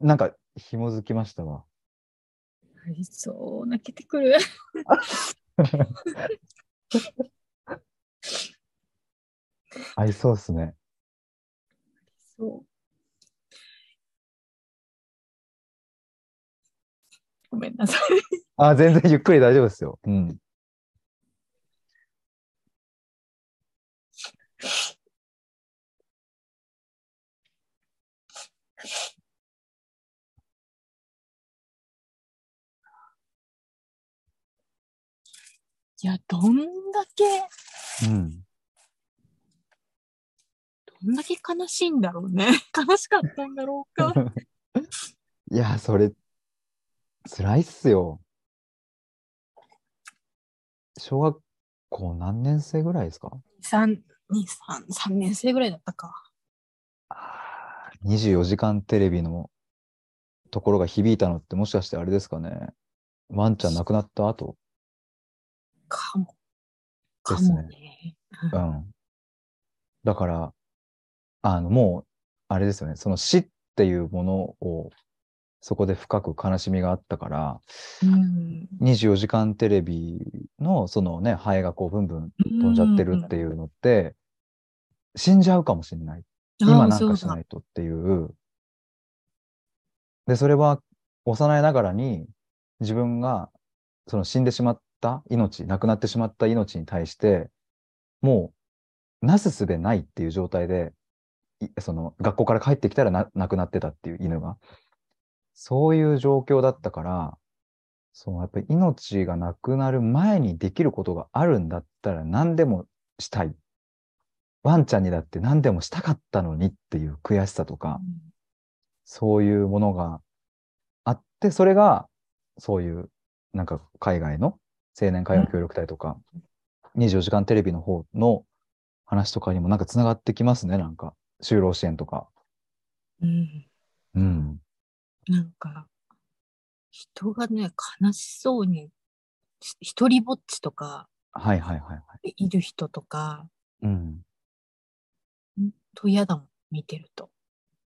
S1: なんか紐づきましたわ。
S2: ありそう、泣けてくる。
S1: ありそうですね。
S2: そう。ごめんなさい。
S1: あ、全然ゆっくり大丈夫ですよ。うん。
S2: いや、どんだけ、
S1: うん。
S2: どんだけ悲しいんだろうね。悲しかったんだろうか。
S1: いや、それ、辛いっすよ。小学校何年生ぐらいですか
S2: 三二三三年生ぐらいだったか。
S1: あー24時間テレビのところが響いたのってもしかしてあれですかね。ワンちゃん亡くなった後
S2: かも。
S1: で
S2: か
S1: すね
S2: もね。
S1: う
S2: うん
S1: ん。だから、あの、もう、あれですよね。その死っていうものを、そこで深く悲しみがあったから、
S2: うん
S1: 24時間テレビのそのね、ハエがこうブンブン飛んじゃってるっていうのって、死んじゃうかもしれない。
S2: うん
S1: 今
S2: あ
S1: なん
S2: そう
S1: か
S2: だ
S1: しないとっていう。で、それは幼いながらに自分がその死んでしまった命、亡くなってしまった命に対して、もうなすすべないっていう状態で、いその学校から帰ってきたらな亡くなってたっていう犬が。そういう状況だったから、そう、やっぱり命がなくなる前にできることがあるんだったら何でもしたい。ワンちゃんにだって何でもしたかったのにっていう悔しさとか、そういうものがあって、それが、そういう、なんか海外の青年海外協力隊とか、24時間テレビの方の話とかにもなんか繋がってきますね、なんか。就労支援とか。
S2: うん
S1: うん。
S2: なんか、人がね、悲しそうに、ひ一人ぼっちとか、
S1: はいはいはいはい。
S2: いる人とか、
S1: うん。
S2: ほんと嫌だもん、見てると。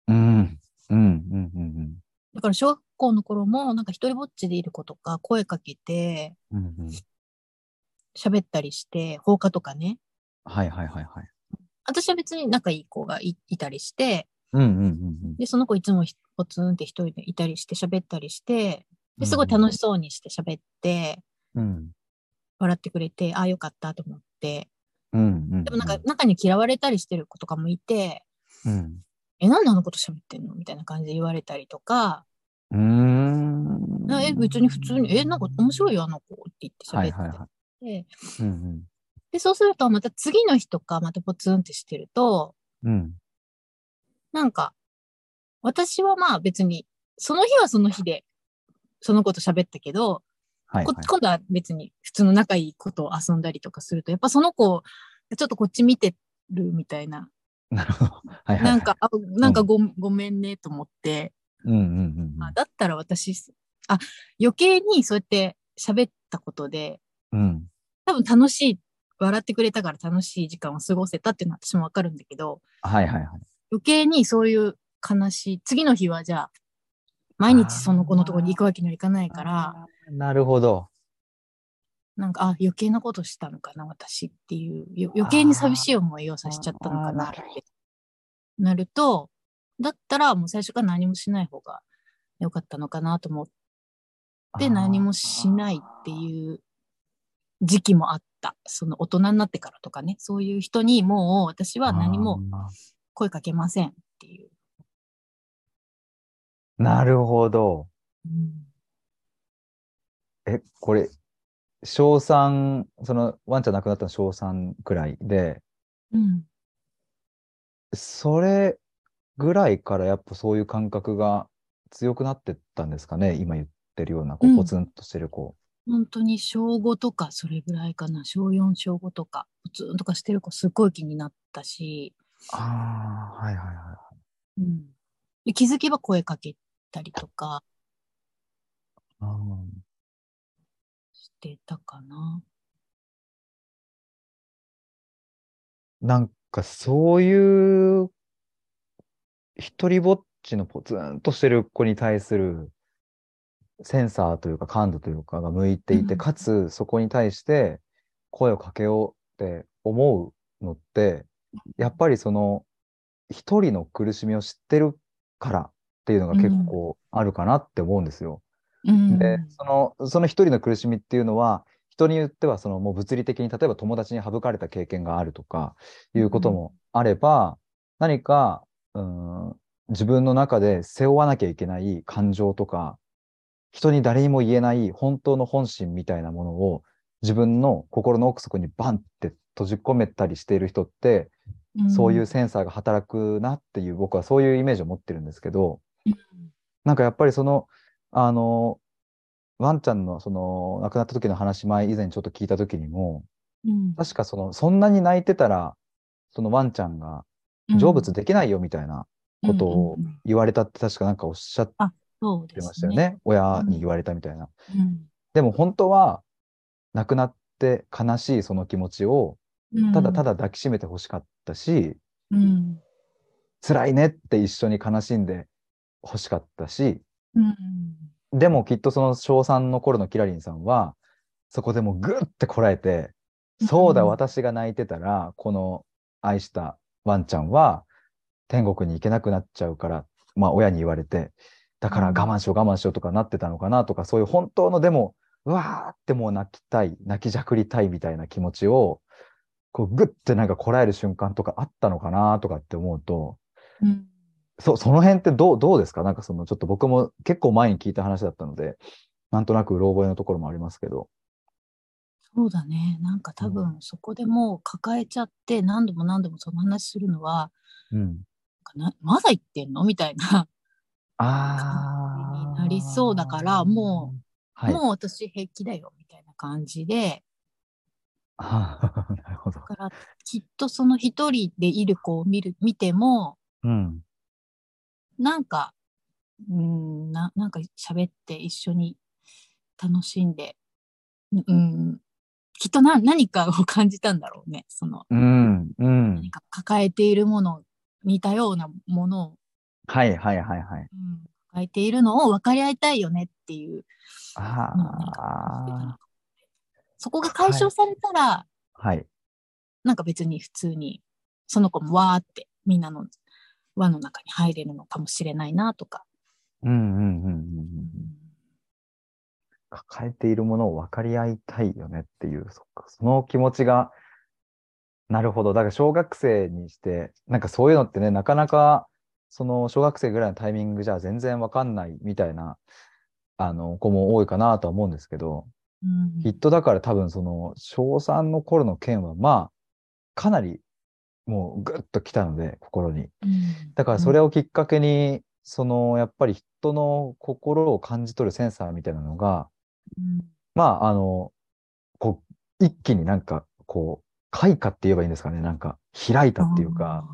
S1: うん。うん。うん。うん。
S2: だから小学校の頃も、なんか一人ぼっちでいる子とか、声かけて、
S1: うん。うんうん。
S2: 喋ったりして、放課とかね。
S1: はいはいはいはい。
S2: 私は別に仲いい子がいいたりして、
S1: うんうんうん
S2: で、その子いつもひポツンって一人でいたりして喋ったりして、
S1: う
S2: で
S1: ん。
S2: すごい楽しそうにして喋って、
S1: うん。
S2: 笑ってくれて、ああ、よかったと思って。
S1: うんうんうん。
S2: でもなんか、中に嫌われたりしてる子とかもいて、
S1: うん。
S2: え、なんであのこと喋ってんのみたいな感じで言われたりとか、
S1: うーん。
S2: なえ、別に普通に、え、なんか面白いよ、あの子って言って
S1: は
S2: 喋
S1: い
S2: ってて、
S1: はいは
S2: で
S1: い。うん
S2: で、そうするとまた次の日とかまたポツンってしてると、
S1: うん。うん。
S2: なんか、私はまあ別に、その日はその日で、その子と喋ったけど、
S1: はい、は
S2: こ
S1: い
S2: っち。今度は別に普通の仲いい子と遊んだりとかすると、やっぱその子、ちょっとこっち見てるみたいな、
S1: なるほど。はいはいはい。
S2: なんか、あなんかご,、ごめんねと思って、
S1: うんうんうん
S2: あだったら私、あ、余計にそうやって喋ったことで、
S1: うん。うん。
S2: 多分楽しい、笑ってくれたから楽しい時間を過ごせたっていうのは私もわかるんだけど、
S1: はいはいはい。
S2: 余計にそういう悲しい、次の日はじゃあ、毎日その子のところに行くわけにはいかないから、
S1: あー。なるほど。
S2: なんか、あ、余計なことしたのかな、私っていう、よ余計に寂しい思いをさせちゃったのかなって
S1: あーなる
S2: なると、だったらもう最初から何もしない方が良かったのかなと思って、何もしないっていう時期もあった。その大人になってからとかね、そういう人にもう私
S1: あー
S2: は何も。声かけませんっていう。
S1: なるほど。え、これ、小3、その、ワンちゃん亡くなったの小3くらいで、
S2: うん。
S1: それぐらいからやっぱそういう感覚が強くなってったんですかね、今言ってるような、こ
S2: うん
S1: うポツンとしてる子。
S2: 本当に小5とかそれぐらいかな、小4、小5とか、ポツンとかしてる子すごい気になったし、
S1: ああ、はいはいはい。
S2: うん、で気づけば声かけたりとか
S1: あー
S2: してたかな。
S1: なんかそういう、一人ぼっちのポツンとしてる子に対するセンサーというか感度というかが向いていて、
S2: うん
S1: かつそこに対して声をかけようって思うのって、やっぱりその一人の苦しみを知ってるからっていうのが結構あるかなって思うんですよ。
S2: うん
S1: で、その、その一人の苦しみっていうのは、人によっては、そのもう物理的に、例えば友達に省かれた経験があるとか、いうこともあれば、何か、うーん、自分の中で背負わなきゃいけない感情とか、人に誰にも言えない本当の本心みたいなものを、自分の心の奥底にバンって閉じ込めたりしている人って、そういうセンサーが働くなっていう、僕はそういうイメージを持ってるんですけど、なんかやっぱりその、あの、ワンちゃんのその亡くなった時の話前以前ちょっと聞いた時にも、
S2: うん
S1: 確かその、そんなに泣いてたら、そのワンちゃんが成仏できないよみたいなことを
S2: うんうんうん
S1: 言われたって確かなんかおっしゃっ
S2: そう
S1: て
S2: で
S1: ますしたよね。。親に言われたみたいな。
S2: うん
S1: でも本当は、亡くなって悲しいその気持ちを、ただた、だ抱きしめてほしかったし、
S2: うん
S1: 辛いねって一緒に悲しんで欲しかったし、
S2: うん
S1: でもきっとその小3の頃のキラリンさんは、そこでもうグッてこらえて、
S2: うん
S1: そうだ、私が泣いてたら、この愛したワンちゃんは天国に行けなくなっちゃうから、まあ親に言われて、だから
S2: うん
S1: 我慢しよう我慢しようとかなってたのかなとか、そういう本当のでも、うわーってもう泣きたい、泣きじゃくりたいみたいな気持ちを、こうグッてなんかこらえる瞬間とかあったのかなとかって思うと、
S2: うん
S1: そ、その辺ってどう、どうですかなんかその、ちょっと僕も結構前に聞いた話だったので、なんとなくうろ覚えのところもありますけど。
S2: そうだね。なんか多分そこでもう抱えちゃって何度も何度もその話するのは、
S1: うん。
S2: なんかなまだ言ってんのみたいな。
S1: あ
S2: になりそうだからも
S1: う。はい。
S2: もう私平気だよ。みたいな感じで。
S1: あー なるほど
S2: だ。からきっとその一人でいる子を見る、見ても、
S1: うん。
S2: なんか、うーん、ななんか喋って一緒に楽しんで、うん、きっとな何かを感じたんだろうね。その、
S1: うん。うん
S2: 何。か抱えているもの、似たようなものを、
S1: はいはいはいはい。
S2: うん、抱えているのを分かり合いたいよねっていう
S1: あ
S2: のを何か感じてたの
S1: あ
S2: か。そこが解消されたら、
S1: ー。はい。
S2: なんか別に普通に、その子もわーってみんなの輪の中に入れるのかもしれないなとか。
S1: うんうんうんうんうん。抱えているものを分かり合いたいよねっていう、そっかその気持ちが、なるほど。だから小学生にして、なんかそういうのってね、なかなか、その小学生ぐらいのタイミングじゃ全然分かんないみたいな、あの、子も多いかなとは思うんですけど、
S2: うん
S1: きっとだから多分その、小3の頃の件は、まあ、かなり、もうぐっと来たので、心に。だからそれ
S2: を、
S1: をきっかけに、そのやっぱり人の心を感じ取るセンサーみたいなのが
S2: うん
S1: まあ、あの、こう、一気になんか、こう、開花って言えばいいんですかね。なんか、開いたっていうか。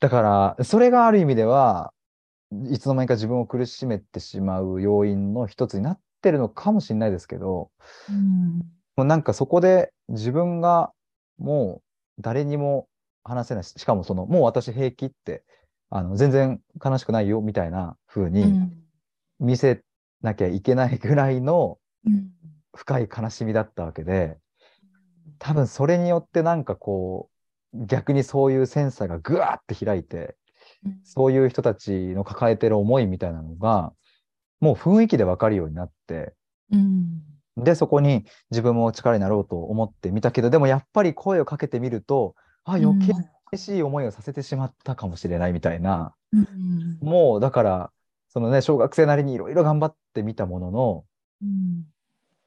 S1: だから、それがある意味では、いつの間にか自分を苦しめてしまう要因の一つになってるのかもしれないですけど、
S2: うん。
S1: もうなんかそこで自分がもう誰にも話せないし、しかもその、もう私平気って、あの、全然悲しくないよみたいな風
S2: う
S1: に
S2: ん。
S1: 見せなきゃいけないぐらいの
S2: うん。
S1: 深い悲しみだったわけで、多分それによってなんかこう、逆にそういうセンサーがぐわーって開いて、そういう人たちの抱えてる思いみたいなのが、もう雰囲気でわかるようになって、
S2: うん。
S1: で、そこに自分も力になろうと思ってみたけど、でもやっぱり声をかけてみると、あ、余計
S2: うん
S1: 嬉しい思いをさせてしまったかもしれないみたいな、
S2: うん。
S1: もうだから、そのね、小学生なりにいろいろ頑張ってみたものの、
S2: うん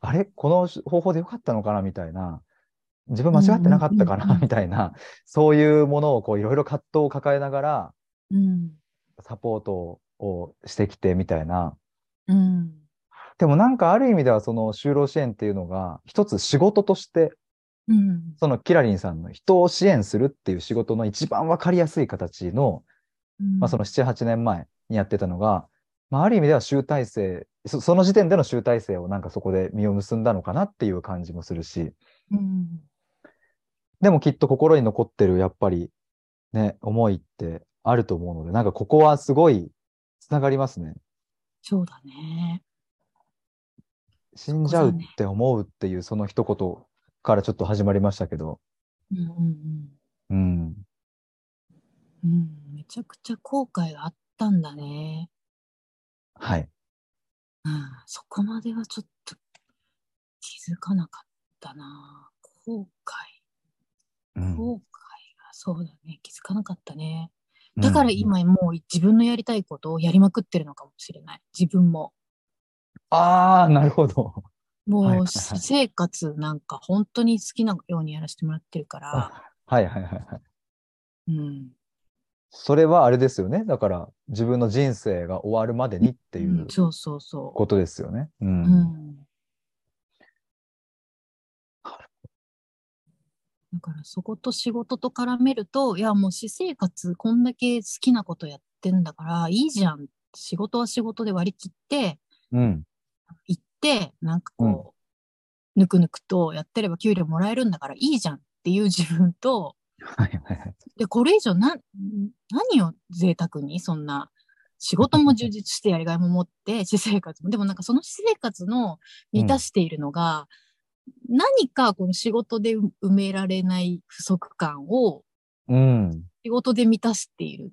S1: あれこの方法でよかったのかなみたいな、自分間違ってなかったか
S2: うんうんうん
S1: な
S2: うん
S1: みたいな、そういうものをこういろいろ葛藤を抱えながら、
S2: うん。
S1: サポートをしてきてみたいな。
S2: うん。
S1: でもなんかある意味ではその就労支援っていうのが一つ仕事として
S2: うん。
S1: そのキラリンさんの人を支援するっていう仕事の一番わかりやすい形の、まあ、その7、8年前にやってたのが、まあ、ある意味では集大成そ、その時点での集大成をなんかそこで実を結んだのかなっていう感じもするし、
S2: うん。
S1: でもきっと心に残ってるやっぱりね、思いってあると思うので、なんかここはすごいつながりますね。
S2: そうだね。
S1: 死んじゃうって思うっていうその一言からちょっと始まりましたけど、
S2: うんうんうん。
S1: うん。
S2: うん、めちゃくちゃ後悔があったんだね。
S1: はい。
S2: うん、そこまではちょっと気づかなかったな。後
S1: う
S2: 悔、
S1: ん
S2: 後悔がそうだね。気づかなかったね。だから、今もう自分のやりたいことをやりまくってるのかもしれない。自分も。
S1: ああ、なるほど。はい
S2: も
S1: は
S2: う
S1: い
S2: 私生活なんか本当に好きなようにやらせてもらってるから。
S1: はいはいはいはい。
S2: うん。
S1: それはあれですよね。だから自分の人生が終わるまでにっていううん
S2: そうそうそ
S1: ことですよね。う
S2: う。
S1: ん。
S2: うん。だからそこと仕事と絡めると、いやもう私生活こんだけ好きなことやってんだからいいじゃん。仕事は仕事で割り切って、
S1: うん。
S2: 行って、なんかこう、ぬくぬくとやってれば給料もらえるんだからいいじゃんっていう自分と、
S1: はいはいはい。
S2: で、これ以上な、何を贅沢にそんな、仕事も充実してやりがいも持って、私生活も。でもなんかその私生活の満たしているのが、何かこの仕事で埋められない不足感を
S1: うん。
S2: 仕事で満たしている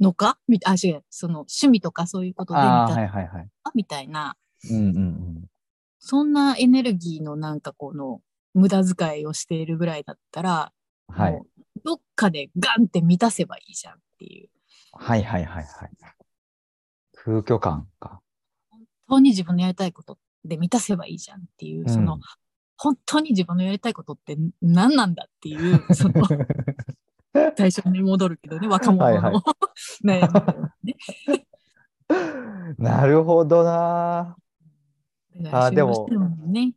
S2: のかみたいあ、違う、その趣味とかそういうことで満
S1: ああ、
S2: たす
S1: は
S2: の
S1: いはいはい。
S2: かみたいな、
S1: うんうんうん。
S2: そんなエネルギーのなんかこの無駄遣いをしているぐらいだったら、
S1: はい。
S2: もうどっかでガンって満たせばいいじゃんっていう。
S1: はいはいはいはい。空虚感か。
S2: 本当に自分のやりたいことで満たせばいいじゃんっていう、
S1: うん
S2: その、本当に自分のやりたいことって何なんだっていう、 その、最初に戻るけどね、若者の、
S1: はいは
S2: 悩みだよね。
S1: なるほどな
S2: だから
S1: あーでも
S2: 就労支援ね、うん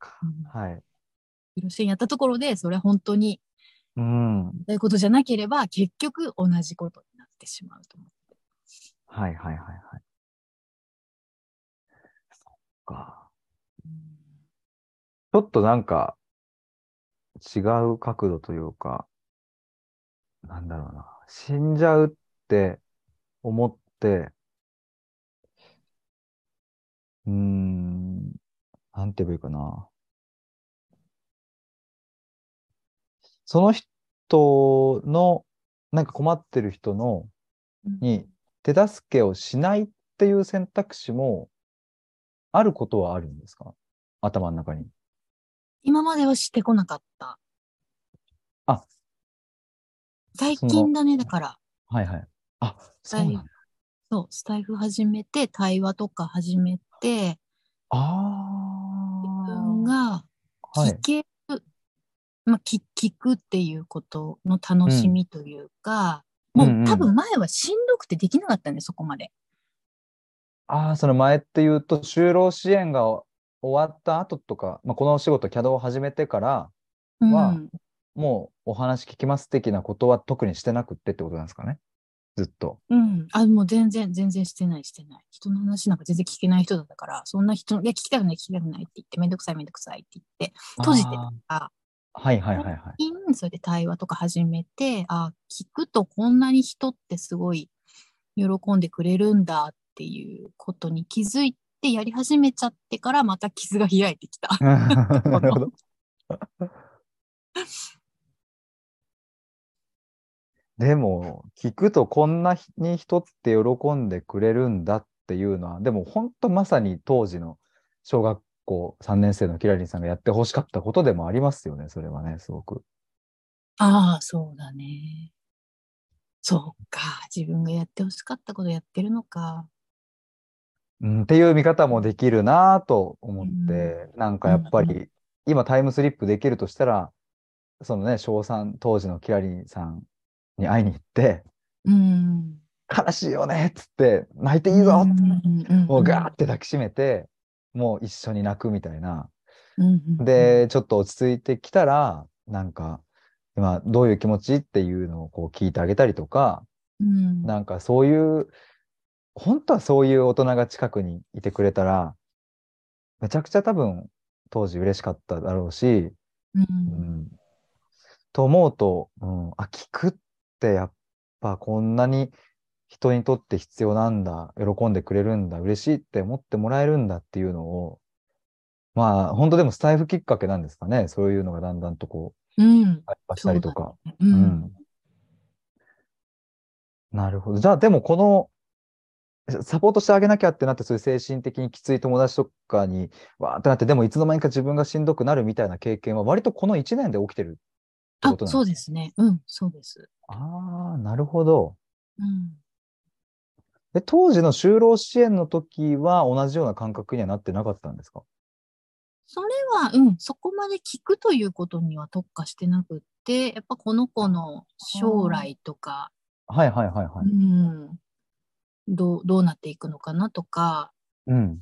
S1: ー。はい。
S2: いろ支援やったところで、それは本当に
S1: うん。はい
S2: そういうことじゃなければ、結局同じことになってしまうと思って。
S1: はいはいはい。そっか。ちょっとなんか、違う角度というか、なんだろうな。死んじゃうって思って、うーん、なんて言えばいいかな。その人の、なんか困ってる人の、に手助けをしないっていう選択肢も、あることはあるんですか頭の中に。
S2: 今まではしてこなかった。
S1: あ
S2: 最近だね、だから。
S1: はいはい。あ、そうなんだ。
S2: そう、スタイフ始めて、対話とか始めて、
S1: ああ。
S2: 自分が
S1: は
S2: 聞
S1: い。
S2: ける、まあ聞、聞くっていうことの楽しみというか、
S1: うんう
S2: も
S1: ん
S2: う多分前はしんどくてできなかったね、そこまで。
S1: ああ、その前っていうと、就労支援が終わった後とか、まあ、このお仕事、CAD を始めてから、
S2: うん
S1: はもうお話聞きます的なことは特にしてなくってってことなんですかね。ずっと。
S2: うん、あもう全然全然してないしてない人の話なんか全然聞けない人だったからそんな人のいや聞きたくない聞きたくないって言ってめんどくさいめんどくさいって言って閉じてた
S1: あ
S2: から
S1: ーはいはいはいはい。
S2: 最近それで対話とか始めてあ聞くとこんなに人ってすごい喜んでくれるんだっていうことに気づいてやり始めちゃってからまた傷が開いてき た
S1: なるほど。 でも、聞くとこんなひに人って喜んでくれるんだっていうのは、でも本当まさに当時の小学校3年生のキラリンさんがやってほしかったことでもありますよね、それはね、すごく。
S2: ああそうだねそうか自分がやってほしかったことやってるのか
S1: うん、っていう見方もできるなぁと思って、なんかやっぱ
S2: う
S1: り、今タイムスリップできるとしたら、そのね、小3当時のキラリンさんに会いに行って、
S2: うん
S1: 悲しいよねっつって泣いていいぞっつってもうガー
S2: ッ
S1: って抱きしめてもう一緒に泣くみたいな
S2: で、
S1: でちょっと落ち着いてきたらなんか今どういう気持ちっていうのをこう聞いてあげたりとか
S2: うん
S1: なんかそういう本当はそういう大人が近くにいてくれたらめちゃくちゃ多分当時嬉しかっただろうし
S2: う
S1: うんんと思うと、うん、あ、聞くってやっぱこんなに人にとって必要なんだ、喜んでくれるんだ、嬉しいって思ってもらえるんだっていうのを、まあ、本当でもスタイフきっかけなんですかね。そういうのがだんだんとこ
S2: うん
S1: う、開花したりとか。
S2: う
S1: うんん。なるほど。じゃあ、でもこの、サポートしてあげなきゃってなって、そういう精神的にきつい友達とかに、わーってなって、でもいつの間にか自分がしんどくなるみたいな経験は、割とこの1年で起きてるって
S2: あ
S1: ことなんですか
S2: そうですねうんそうです
S1: ああ、なるほど。
S2: うん
S1: え、当時の就労支援の時は同じような感覚にはなってなかったんですか
S2: それはうんそこまで聞くということには特化してなくってやっぱこの子の将来とか
S1: はいはいはいは
S2: う
S1: い。
S2: んどうどうなっていくのかなとか
S1: うん。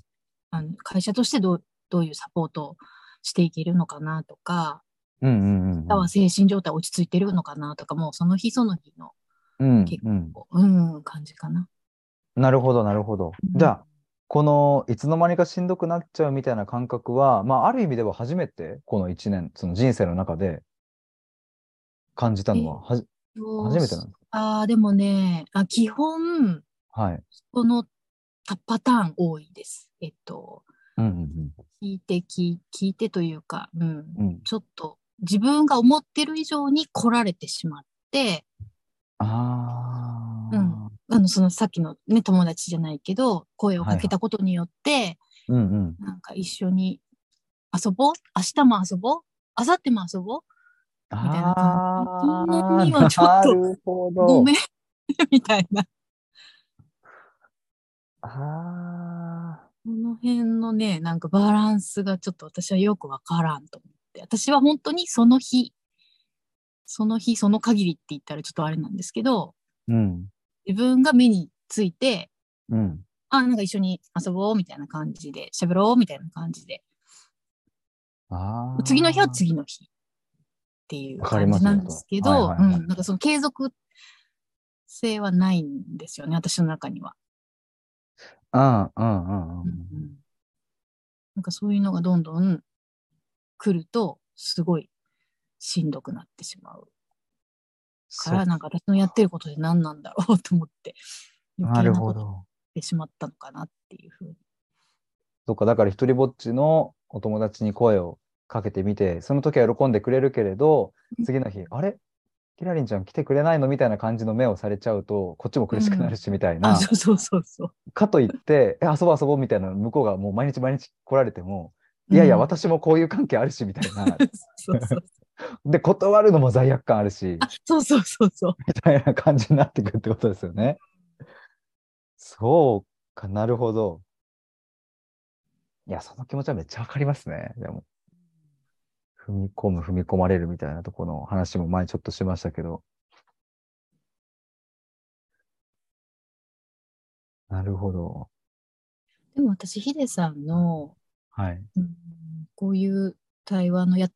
S2: あの会社としてどうどういうサポートをしていけるのかなとか、
S1: うんうんうんうん。
S2: あとは精神状態落ち着いてるのかなとか、もうその日その日の、
S1: うん
S2: 結
S1: うん。
S2: うん、感じかな。
S1: なるほどなるほど。じゃあ、このいつの間にかしんどくなっちゃうみたいな感覚は、まあある意味では初めて、この1年、その人生の中で感じたのは、はじ、
S2: うん、
S1: 初めてなんです
S2: ああ、でもね、あ基本、
S1: かはい。
S2: このたパターン多いです。えっと、
S1: うんうん
S2: 聞いて聞、聞いてというか、うん、
S1: うん。うん。
S2: ちょっと自分が思ってる以上に来られてしまって、
S1: ああ。
S2: あの、そのさっきのね、友達じゃないけど、声をかけたことによって、
S1: うんうん。
S2: なんか一緒に遊ぼう明日も遊ぼう明後日も遊ぼうみたいな感じ
S1: あー
S2: 自分にはちょっと
S1: なるほど。
S2: ごめん みたいな。
S1: ああ、
S2: この辺のね、なんかバランスがちょっと私はよくわからんと思って。私は本当にその日、その日その限りって言ったらちょっとあれなんですけど、
S1: うん、
S2: 自分が目について、
S1: うん。
S2: あ、なんか一緒に遊ぼうみたいな感じで、喋ろうみたいな感じで、
S1: ああ。
S2: 次の日は次の日っていう
S1: わかり
S2: 感
S1: ま
S2: じ
S1: す
S2: なんですけ
S1: はい
S2: ど、
S1: はいはい
S2: うん、なんかその継続性はないんですよね、私の中には。
S1: うん、うん、うん、う
S2: うん
S1: ん。
S2: うんなんかそういうのがどんどん来ると、すごいしんどくなってしまうか
S1: そう
S2: ら、なんか私のやってることで何なんだろうと思って、
S1: なるほ
S2: 余計なことを
S1: ど。
S2: してしまったのかなっていうふうに。
S1: そっか、だから一人ぼっちのお友達に声をかけてみて、その時は喜んでくれるけれど
S2: う、ん
S1: 次の日、あれキラリンちゃん来てくれないのみたいな感じの目をされちゃうと、こっちも苦しくなるし、みたい
S2: あ、
S1: な。
S2: そうそうそうそう。
S1: かといって、え、遊ぼう遊ぼうみたいなの向こうがもう毎日毎日来られても、いやいや、
S2: うん。
S1: 私もこういう関係あるし、みたいな。
S2: そうそうそう。
S1: で、断るのも罪悪感あるし。
S2: あ、そうそうそうそう。
S1: みたいな感じになってくるってことですよね。そうかなるほど。いや、その気持ちはめっちゃわかりますね。でも。踏み込む、踏み込まれるみたいなところの話も前ちょっとしましたけど。なるほど。
S2: でも私ヒデさんの
S1: はい。
S2: うんこういう対話のや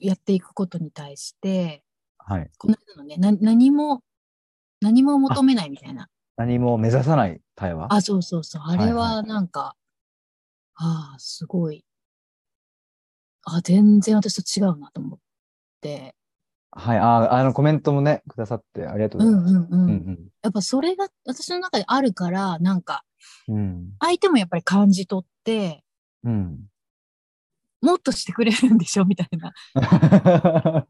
S2: やっていくことに対して、
S1: はい。
S2: この間のね、な何も、何も求めないみたいな。
S1: 何も目指さない対話。
S2: あ、そうそうそう。あ
S1: いはい
S2: れはなんか、ああ、すごい。あ、全然私と違うなと思って。
S1: はい。あ、あの、コメントもね、くださってありがとう
S2: う
S1: ご
S2: ん
S1: ざいうます。
S2: んうん。
S1: うん
S2: やっぱそれが私の中であるから、なんか、
S1: うん。うん。
S2: 相手もやっぱり感じ取って、
S1: うん。
S2: もっとしてくれるんでしょみたいな。
S1: は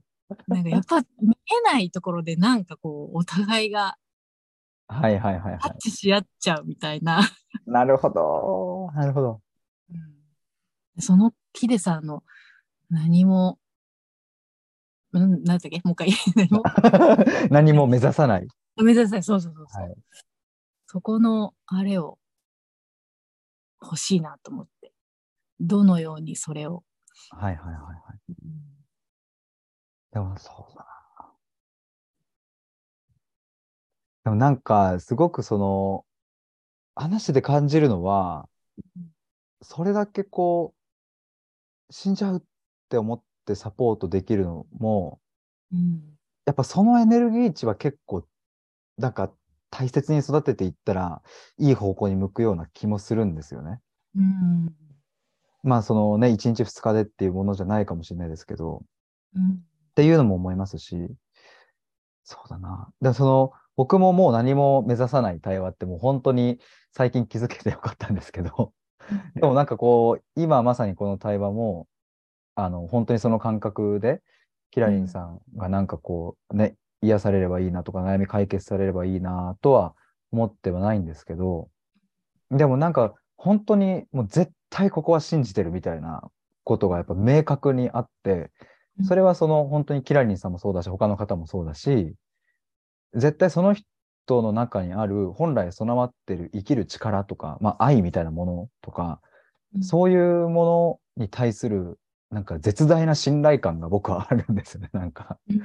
S2: なんかやっぱ見えないところでなんかこう、お互いが
S1: いはいはいはい。
S2: タッチし合っちゃうみたいな。
S1: なるほど。なるほど。
S2: そのヒデさんの何も、うん、なんだっけもう一回 何も。
S1: 何も目指さない。
S2: 目指せ、そうそうそうそう、
S1: はい
S2: そこのあれを欲しいなと思って。どのようにそれを。
S1: はいはいはいはい。でもそうだな。でもなんか、すごくその、話で感じるのは
S2: うん、
S1: それだけこう、死んじゃうって思ってサポートできるのも、
S2: うん。
S1: やっぱそのエネルギー値は結構、なんか大切に育てていったら、いい方向に向くような気もするんですよね。
S2: うん。
S1: まあそのね、1日2日でっていうものじゃないかもしれないですけど、
S2: うん。
S1: っていうのも思いますし、そうだな。で、その、僕ももう何も目指さない対話ってもう本当に最近気づけてよかったんですけど、でもなんかこう、今まさにこの対話も、あの、本当にその感覚で、キラリンさんがなんかこう、ね、癒されればいいなとか、悩み解決されればいいなとは思ってはないんですけど、でもなんか本当にもう絶対ここは信じてるみたいなことがやっぱ明確にあって、それ
S2: は、
S1: はその本当にキラリンさんもそうだし、他の方もそうだし、絶対その人の中にある本来備わってる生きる力とか、まあ愛みたいなものとか、そういうものに対するなんか絶大な信頼感が僕はあるんですよね、 なんか。
S2: うん。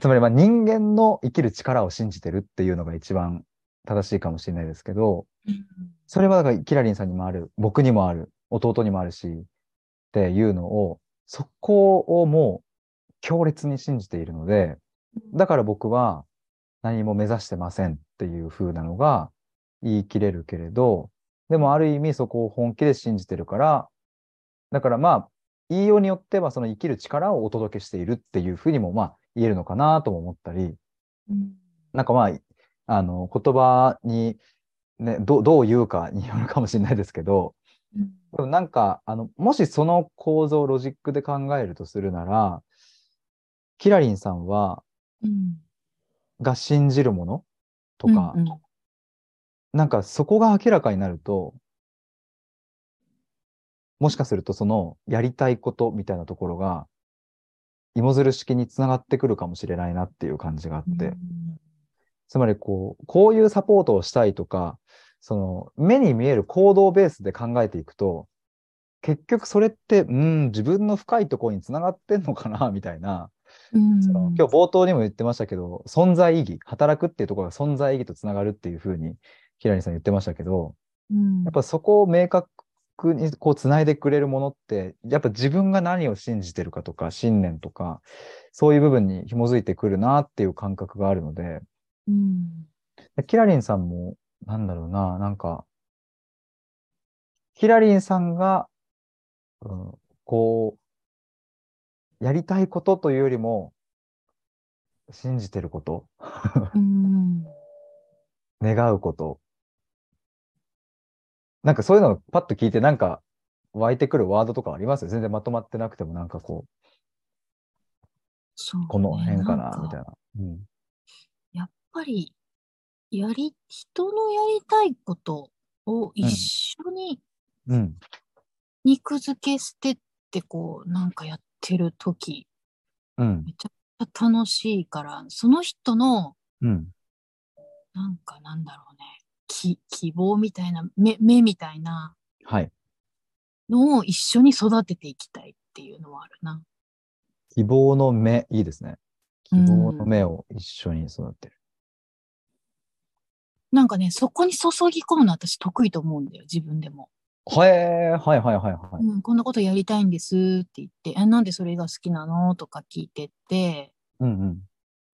S1: つまりまあ人間の生きる力を信じてるっていうのが一番正しいかもしれないですけど、
S2: うん
S1: それはだからキラリンさんにもある、僕にもある、弟にもあるし、っていうのを、そこをもう強烈に信じているので、だから僕は何も目指してませんっていう風なのが言い切れるけれど、でもある意味そこを本気で信じてるから、だからまあ、言いようによってはその生きる力をお届けしているっていう風にもまあ言えるのかなとも思ったり、
S2: うん
S1: なんかまあ、あの、言葉に、ね、どうどう言うかによるかもしれないですけど、
S2: うん
S1: でもなんか、あの、もしその構造、ロジックで考えるとするなら、キラリンさんは、
S2: うん
S1: が信じるものとか、
S2: うんうん
S1: なんかそこが明らかになると、もしかするとそのやりたいことみたいなところが、芋づる式につながってくるかもしれないなっていう感じがあって、つまりこう、こういうサポートをしたいとか、その目に見える行動ベースで考えていくと、結局それって、うん、自分の深いところにつながってんのかな、み たいな。
S2: うん
S1: その今日冒頭にも言ってましたけど、存在意義、働くっていうところが存在意義とつながるっていうふうに、平井さん言ってましたけど、
S2: うん
S1: やっぱそこを明確にこうつないでくれるものって、やっぱ自分が何を信じてるかとか、信念とか、そういう部分に紐づいてくるなっていう感覚があるので、
S2: うん
S1: でキラリンさんも、なんだろうな、なんか、キラリンさんが、うん、こう、やりたいことというよりも、信じてること、
S2: うん
S1: 願うこと。なんかそういうのをパッと聞いて、なんか湧いてくるワードとかあります全然まとまってなくても、なんかこ
S2: そうね
S1: う、この辺かな、
S2: ん
S1: みたいな。うん。
S2: やっぱり、やり、人のやりたいことを一緒に
S1: うん。
S2: 肉付けしてって、こう、なんかやってる時
S1: うん。
S2: 楽しいから、その人の、
S1: うん。
S2: なんかなんだろうね、き希望みたいな、目、目みたいな
S1: はい。
S2: のを一緒に育てていきたいっていうのはあるな。
S1: 希望の目、いいですね。希
S2: うん
S1: 望の目を一緒に育てる。
S2: なんかね、そこに注ぎ込むの私得意と思うんだよ、自分でも。
S1: はい、はいはいはいはい。
S2: うん、こんなことやりたいんですって言って、え、なんでそれが好きなのとか聞いてって、
S1: うん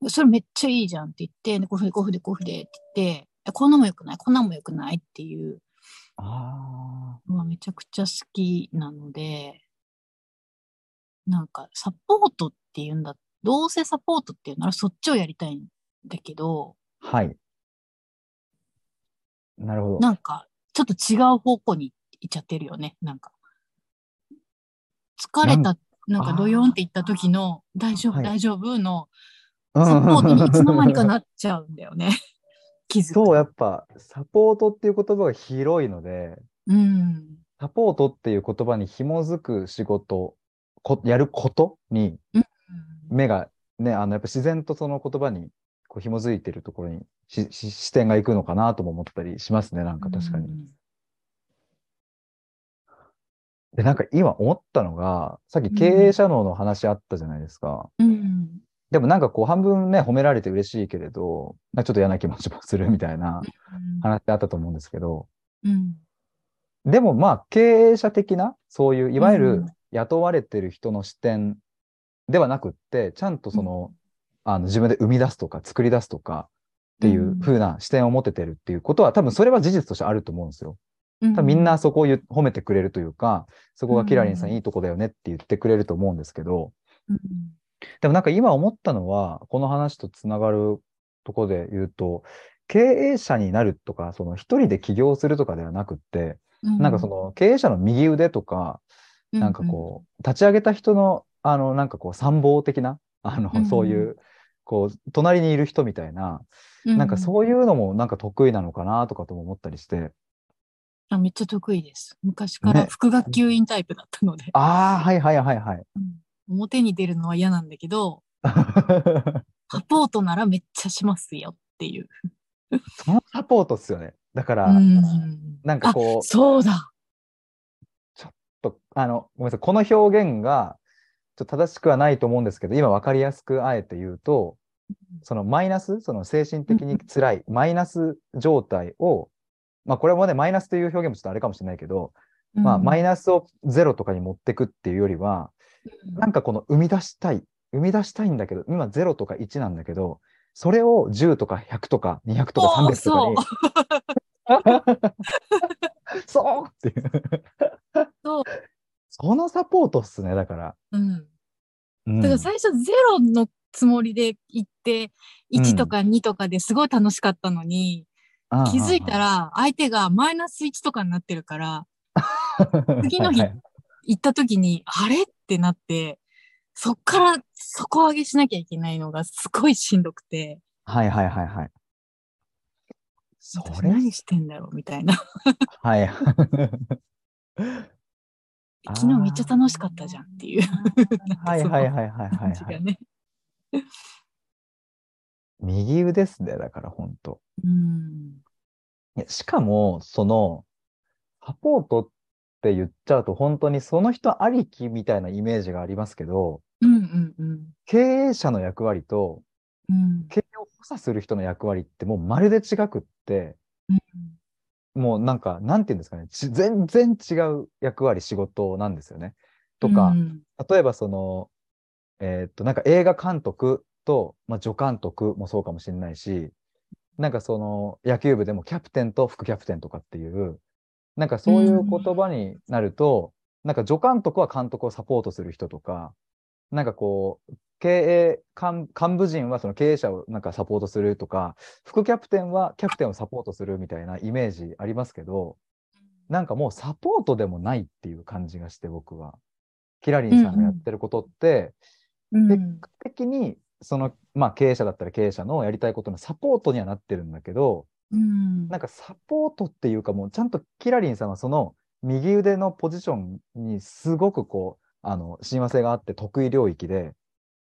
S1: うん。
S2: それめっちゃいいじゃんって言って、でこういうふうでこういうふうでこういうふうでって言って、えこんなもんよくないこんなもんよくないっていう
S1: あ
S2: のがめちゃくちゃ好きなので、なんかサポートっていうんだ、どうせサポートっていうならそっちをやりたいんだけど、
S1: あ、はい。なるほど。
S2: なんかちょっと違う方向に行っちゃってるよね、なんか。疲れた、なんかドヨンって言った時の、大丈
S1: は
S2: 夫、
S1: い
S2: 大丈夫の、
S1: うん
S2: サポートにいつの間にかなっちゃうんだ よね。気づく。
S1: そう、やっぱ、サポートっていう言葉が広いので、
S2: うん。
S1: サポートっていう言葉に紐づく仕事、こやることに目が、ね、あの、やっぱ自然とその言葉にこう紐づいてるところにし し視点がいくのかなとも思ったりしますね、なんか確かに。
S2: に。
S1: で、なんか今思ったのが、さっき経営者脳の話あったじゃないですか。
S2: うん。
S1: でもなんかこう半分ね、褒められて嬉しいけれど、なんかちょっと嫌な気持ちもするみたいな話ってあったと思うんですけど、
S2: うん。
S1: でもまあ経営者的な、そういういわゆ
S2: う
S1: る
S2: ん
S1: 雇われてる人の視点ではなくって、ちゃんとその、あの自分で生み出すとか作り出すとかっていう風な視点を持ててるっていうことは、多分それは事実としてあると思うんですよ。
S2: うん
S1: 多分みんなそこを言う褒めてくれるというか、そこがキラリンさん
S2: うん
S1: いいとこだよねって言ってくれると思うんですけど、
S2: うん
S1: でもなんか今思ったのは、この話とつながるとこで言うと、経営者になるとか、その一人で起業するとかではなくって、
S2: うん
S1: なんかその経営者の右腕とか、
S2: う
S1: なんかこう、立ち上げた人の、あの、なんかこう、参謀的な、あ
S2: う
S1: の、
S2: ん
S1: そういう、こう、隣にいる人みたいな、
S2: う
S1: なんかそう
S2: う
S1: いうのもなんか得意なのかなとかとも思ったりして、
S2: あめっちゃ得意です。昔から
S1: ね
S2: 副学級委員タイプだったので、
S1: ああ、はいはいはいはい。
S2: うん表に出るのは嫌なんだけど、サポートならめっちゃしますよっていう。
S1: そのサポートっすよね。だから、
S2: うん
S1: なんか
S2: あ
S1: こう、
S2: そうだ。
S1: とあの、ごめんなさい、この表現がちょっと正しくはないと思うんですけど、今分かりやすくあえて言うと、そのマイナス、その精神的に辛いマイナス状態を、まあこれもね、マイナスという表現もちょっとあれかもしれないけど、まあマイナスをゼロとかに持ってくっていうよりは、
S2: うん
S1: なんかこの生み出したい、生み出したいんだけど、今0とか1なんだけど、それを10とか100とか200とか
S2: おー
S1: 300とかに。 そうっていう。
S2: そう
S1: そのサポートっすね、だから。
S2: うん
S1: うん
S2: だから最初ゼロのつもりで行って、1とか2とかですごい楽しかったのに、気づいた、ら相手がマイナス1とかになってるから、次の日
S1: はいはい
S2: 行った時に、あれってなって、そっから底上げしなきゃいけないのがすごいしんどくて、
S1: はいはいはいはい。そ
S2: 私
S1: れ
S2: 何してんだろうみたいな。
S1: はい。
S2: 昨日めっちゃ楽しかったじゃんっていう。
S1: はいはいはい
S2: い。
S1: はいはい
S2: 感じ
S1: は
S2: が
S1: い。
S2: ね。
S1: 右腕ですね、だから本当。
S2: うん。
S1: いや、しかも、その、サポートって言っちゃうと、本当にその人ありきみたいなイメージがありますけど、
S2: うんうんうん。
S1: 経営者の役割と、
S2: うん。
S1: 経営を補佐する人の役割ってもうまるで違くって、
S2: うん
S1: もうなんか、なんて言うんですかね、ち全然違う役割、仕事なんですよね。とか、
S2: うん
S1: 例えばその、えーっと、なんか映画監督と、まあ、助監督もそうかもしれないし、なんかその野球部でもキャプテンと副キャプテンとかっていう、なんかそういう言葉になると、なんか助監督は監督をサポートする人とか、なんかこう、経営幹、幹部陣はその経営者をなんかサポートするとか、副キャプテンはキャプテンをサポートするみたいなイメージありますけど、なんかもうサポートでもないっていう感じがして、僕は。キラリンさんがやってることって、
S2: うん
S1: 的に、その、まあ経営者だったら経営者のやりたいことのサポートにはなってるんだけど、
S2: うん
S1: なんかサポートっていうかもうちゃんとキラリンさんはその右腕のポジションにすごくこう、あの、親和性があって得意領域で、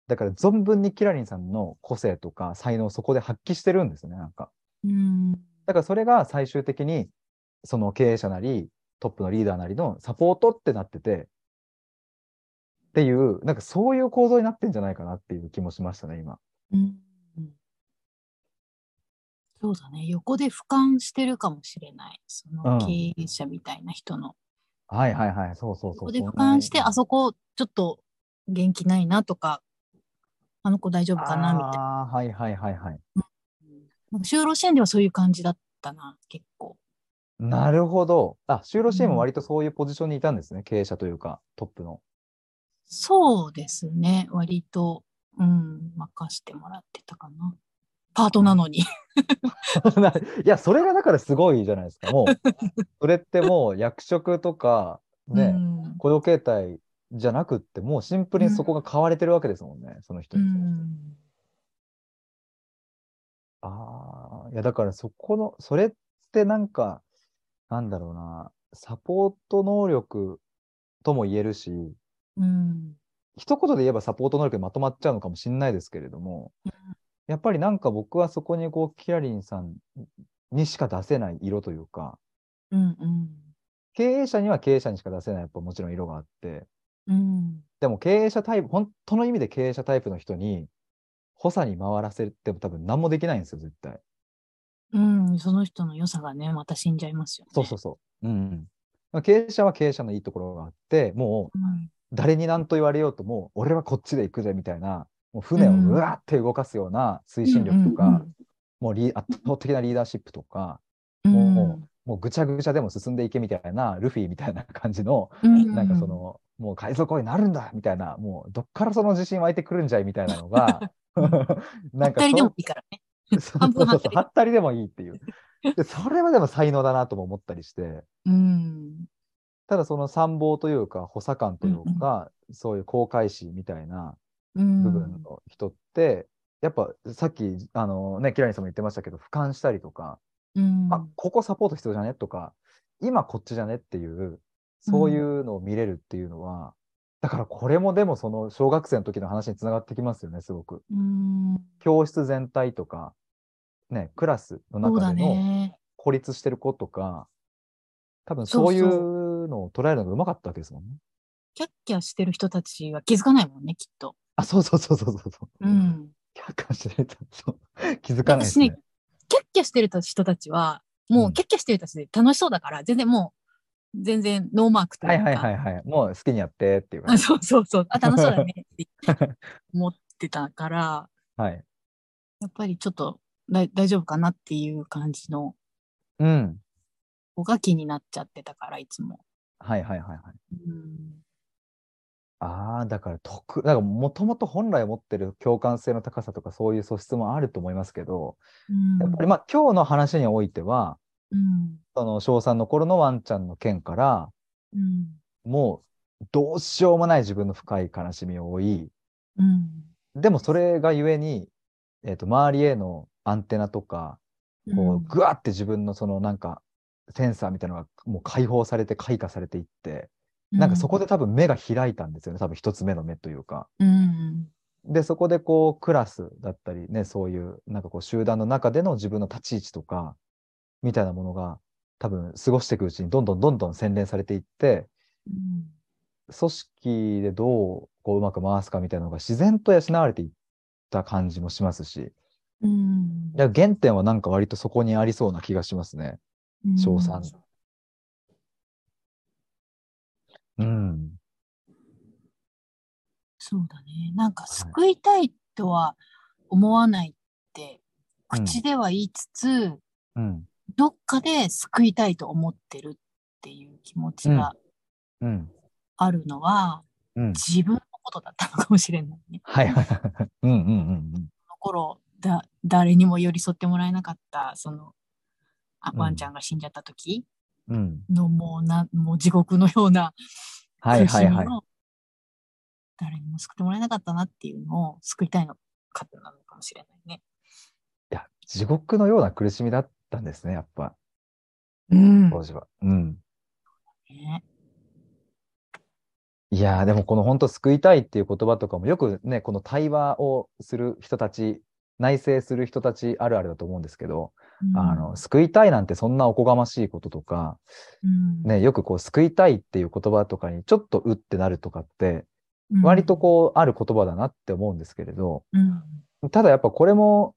S1: だから存分にキラリンさんの個性とか才能をそこで発揮してるんですね、なんか。
S2: うん。
S1: だからそれが最終的に、その経営者なり、トップのリーダーなりのサポートってなってて、っていう、なんかそういう構造になってんじゃないかなっていう気もしましたね、今。
S2: うんそうだね横で俯瞰してるかもしれないそ
S1: うん
S2: の経営者みたいな人の
S1: はいはいはい。そうそうそう。
S2: ここで俯瞰して、あ
S1: そ
S2: そこちょっと元気ないなとか、あの子大丈
S1: う
S2: 夫かなみたいな。
S1: ああー、はいはいはいはい。
S2: なんか就労支援ではそういう感じだったな、結構。
S1: なるほど。あ、就労支援
S2: う
S1: も
S2: ん
S1: 割とそういうポジションにいたんですね。経営者というか、トップの。
S2: そうですね、割と、うん、任してもらってたかな。パートなのに。
S1: いや、それがだからすごいじゃないですか。もう、 それってもう役職とか、ね、
S2: うん
S1: 雇用形態じゃなくって、もうシンプルにそこが買われてるわけですもんね、その人
S2: う
S1: に。
S2: ん
S1: ああ、いや、だからそこの、それってなんか、なんだろうな、サポート能力とも言えるし、
S2: うん
S1: 一言で言えばサポート能力でまとまっちゃうのかもしれないですけれども
S2: うん、
S1: やっぱりなんか僕はそこにこう、キラリンさんにしか出せない色というか、
S2: うんうん
S1: 経営者には経営者にしか出せない、やっぱもちろん色があって、
S2: うん
S1: でも経営者タイプ、本当の意味で経営者タイプの人に、補佐に回らせても多分何もできないんですよ、絶対。
S2: うん、その人の良さがね、また死んじゃいますよね。
S1: そうそうそう。うん、うん。経営者は経営者のいいところがあって、もう
S2: うん
S1: 誰に何と言われようとも、俺はこっちで行くぜみたいな、もう船を
S2: うん
S1: うわって動かすような推進力とか、もうリー圧倒的なリーダーシップとか、
S2: うんうん
S1: ももうぐちゃぐちゃでも進んでいけみたいな、ルフィみたいな感じの、
S2: うんうん
S1: なんかその、もう海賊王になるんだみたいな、もうどっからその自信湧いてくるんじゃいみたいなのが、 なんか
S2: 二人で
S1: そ
S2: もいいからね。
S1: そう
S2: 半分
S1: そうそう
S2: 半分
S1: はったりでもいいっていう。でそれはでも才能だなとも思ったりして。
S2: うん。
S1: ただその参謀というか補佐官というか、そういう航海士みたいな
S2: うん
S1: 部分の人って、やっぱさっきあのねキラリンさんも言ってましたけど俯瞰したりとか、
S2: うん
S1: あここサポート必要じゃねとか今こっちじゃねっていうそういうのを見れるっていうのは、だからこれもでもその小学生の時の話につながってきますよねすごく。
S2: うん
S1: 教室全体とか、ね、クラスの
S2: そう
S1: 中
S2: だ
S1: での
S2: ね。
S1: 孤立してる子とか、多分
S2: そう
S1: そうい
S2: そう
S1: うのを捉えるのがうまかったわけですもんね。
S2: キャッキャしてる人たちは気づかないもんね、きっと。
S1: あ、そうそうそうそうそうそう。
S2: うん。
S1: 客観視された。そう。気づかないで
S2: 私
S1: す
S2: ね
S1: ね。、
S2: キャッキャしてる人たちは、も
S1: う
S2: う、
S1: ん
S2: キャッキャしてる人たちで楽しそうだから、全然もう、全然ノーマークという
S1: は
S2: か。
S1: いはいはいはい。もう好きにやってっていう感
S2: あ
S1: じ。
S2: そうそうそう。あ、楽しそうだねって 思ってたから、
S1: はい。
S2: やっぱりちょっとだ大丈夫かなっていう感じの
S1: うん。
S2: 子が気になっちゃってたから、いつも。
S1: はいはいはいはい。
S2: うん
S1: ああ、だから特、だからもともと本来持ってる共感性の高さとかそういう素質もあると思いますけど、やっぱりまあ今日の話においては、
S2: うん
S1: その小3の頃のワンちゃんの件から、
S2: うん
S1: もうどうしようもない自分の深い悲しみを追い、
S2: うん
S1: でもそれがゆえに、えっと周りへのアンテナとか、こう、ぐわって自分のそのなんか、センサーみたいなのがもう解放されて開花されていって、なんかそこで多分目が開いたんですよね。多分一つ目の目というか。
S2: うん
S1: で、そこでこう、クラスだったりね、そういう、なんかこう、集団の中での自分の立ち位置とか、みたいなものが、多分過ごしていくうちにどんどんどんどん洗練されていって、
S2: うん
S1: 組織でどうこううまく回すかみたいなのが自然と養われていった感じもしますし、
S2: うん
S1: だから原点はなんか割とそこにありそうな気がしますね。
S2: うん
S1: 賞賛うん。
S2: そうだねなんか救いたいとは思わないって
S1: はいうん
S2: 口では言いつつ、
S1: うん。
S2: どっかで救いたいと思ってるっていう気持ちが
S1: うん。
S2: あるのは、
S1: うん。
S2: 自分のことだったのかもしれないね。
S1: はい はいはい。うんうんうん
S2: その頃だ誰にも寄り添ってもらえなかったそのあ
S1: うん
S2: ワンちゃんが死んじゃった時
S1: うん。うん。
S2: の、もうなもう地獄のような
S1: はいはいはい
S2: 苦しみを誰にも救ってもらえなかったなっていうのを救いたいのかなのかもしれないね。
S1: いや、地獄のような苦しみだったんですね、やっぱ、
S2: うん
S1: 当時は。うん。
S2: ね
S1: いやー、でもこの本当救いたいっていう言葉とかもよくね、この対話をする人たち、内省する人たちあるあるだと思うんですけど、あの、救いたいなんてそんなおこがましいこととか、
S2: うん、
S1: ね、よくこう救いたいっていう言葉とかにちょっとうってなるとかって、
S2: うん
S1: 割とこうある言葉だなって思うんですけれど、
S2: うん、
S1: ただやっぱこれも、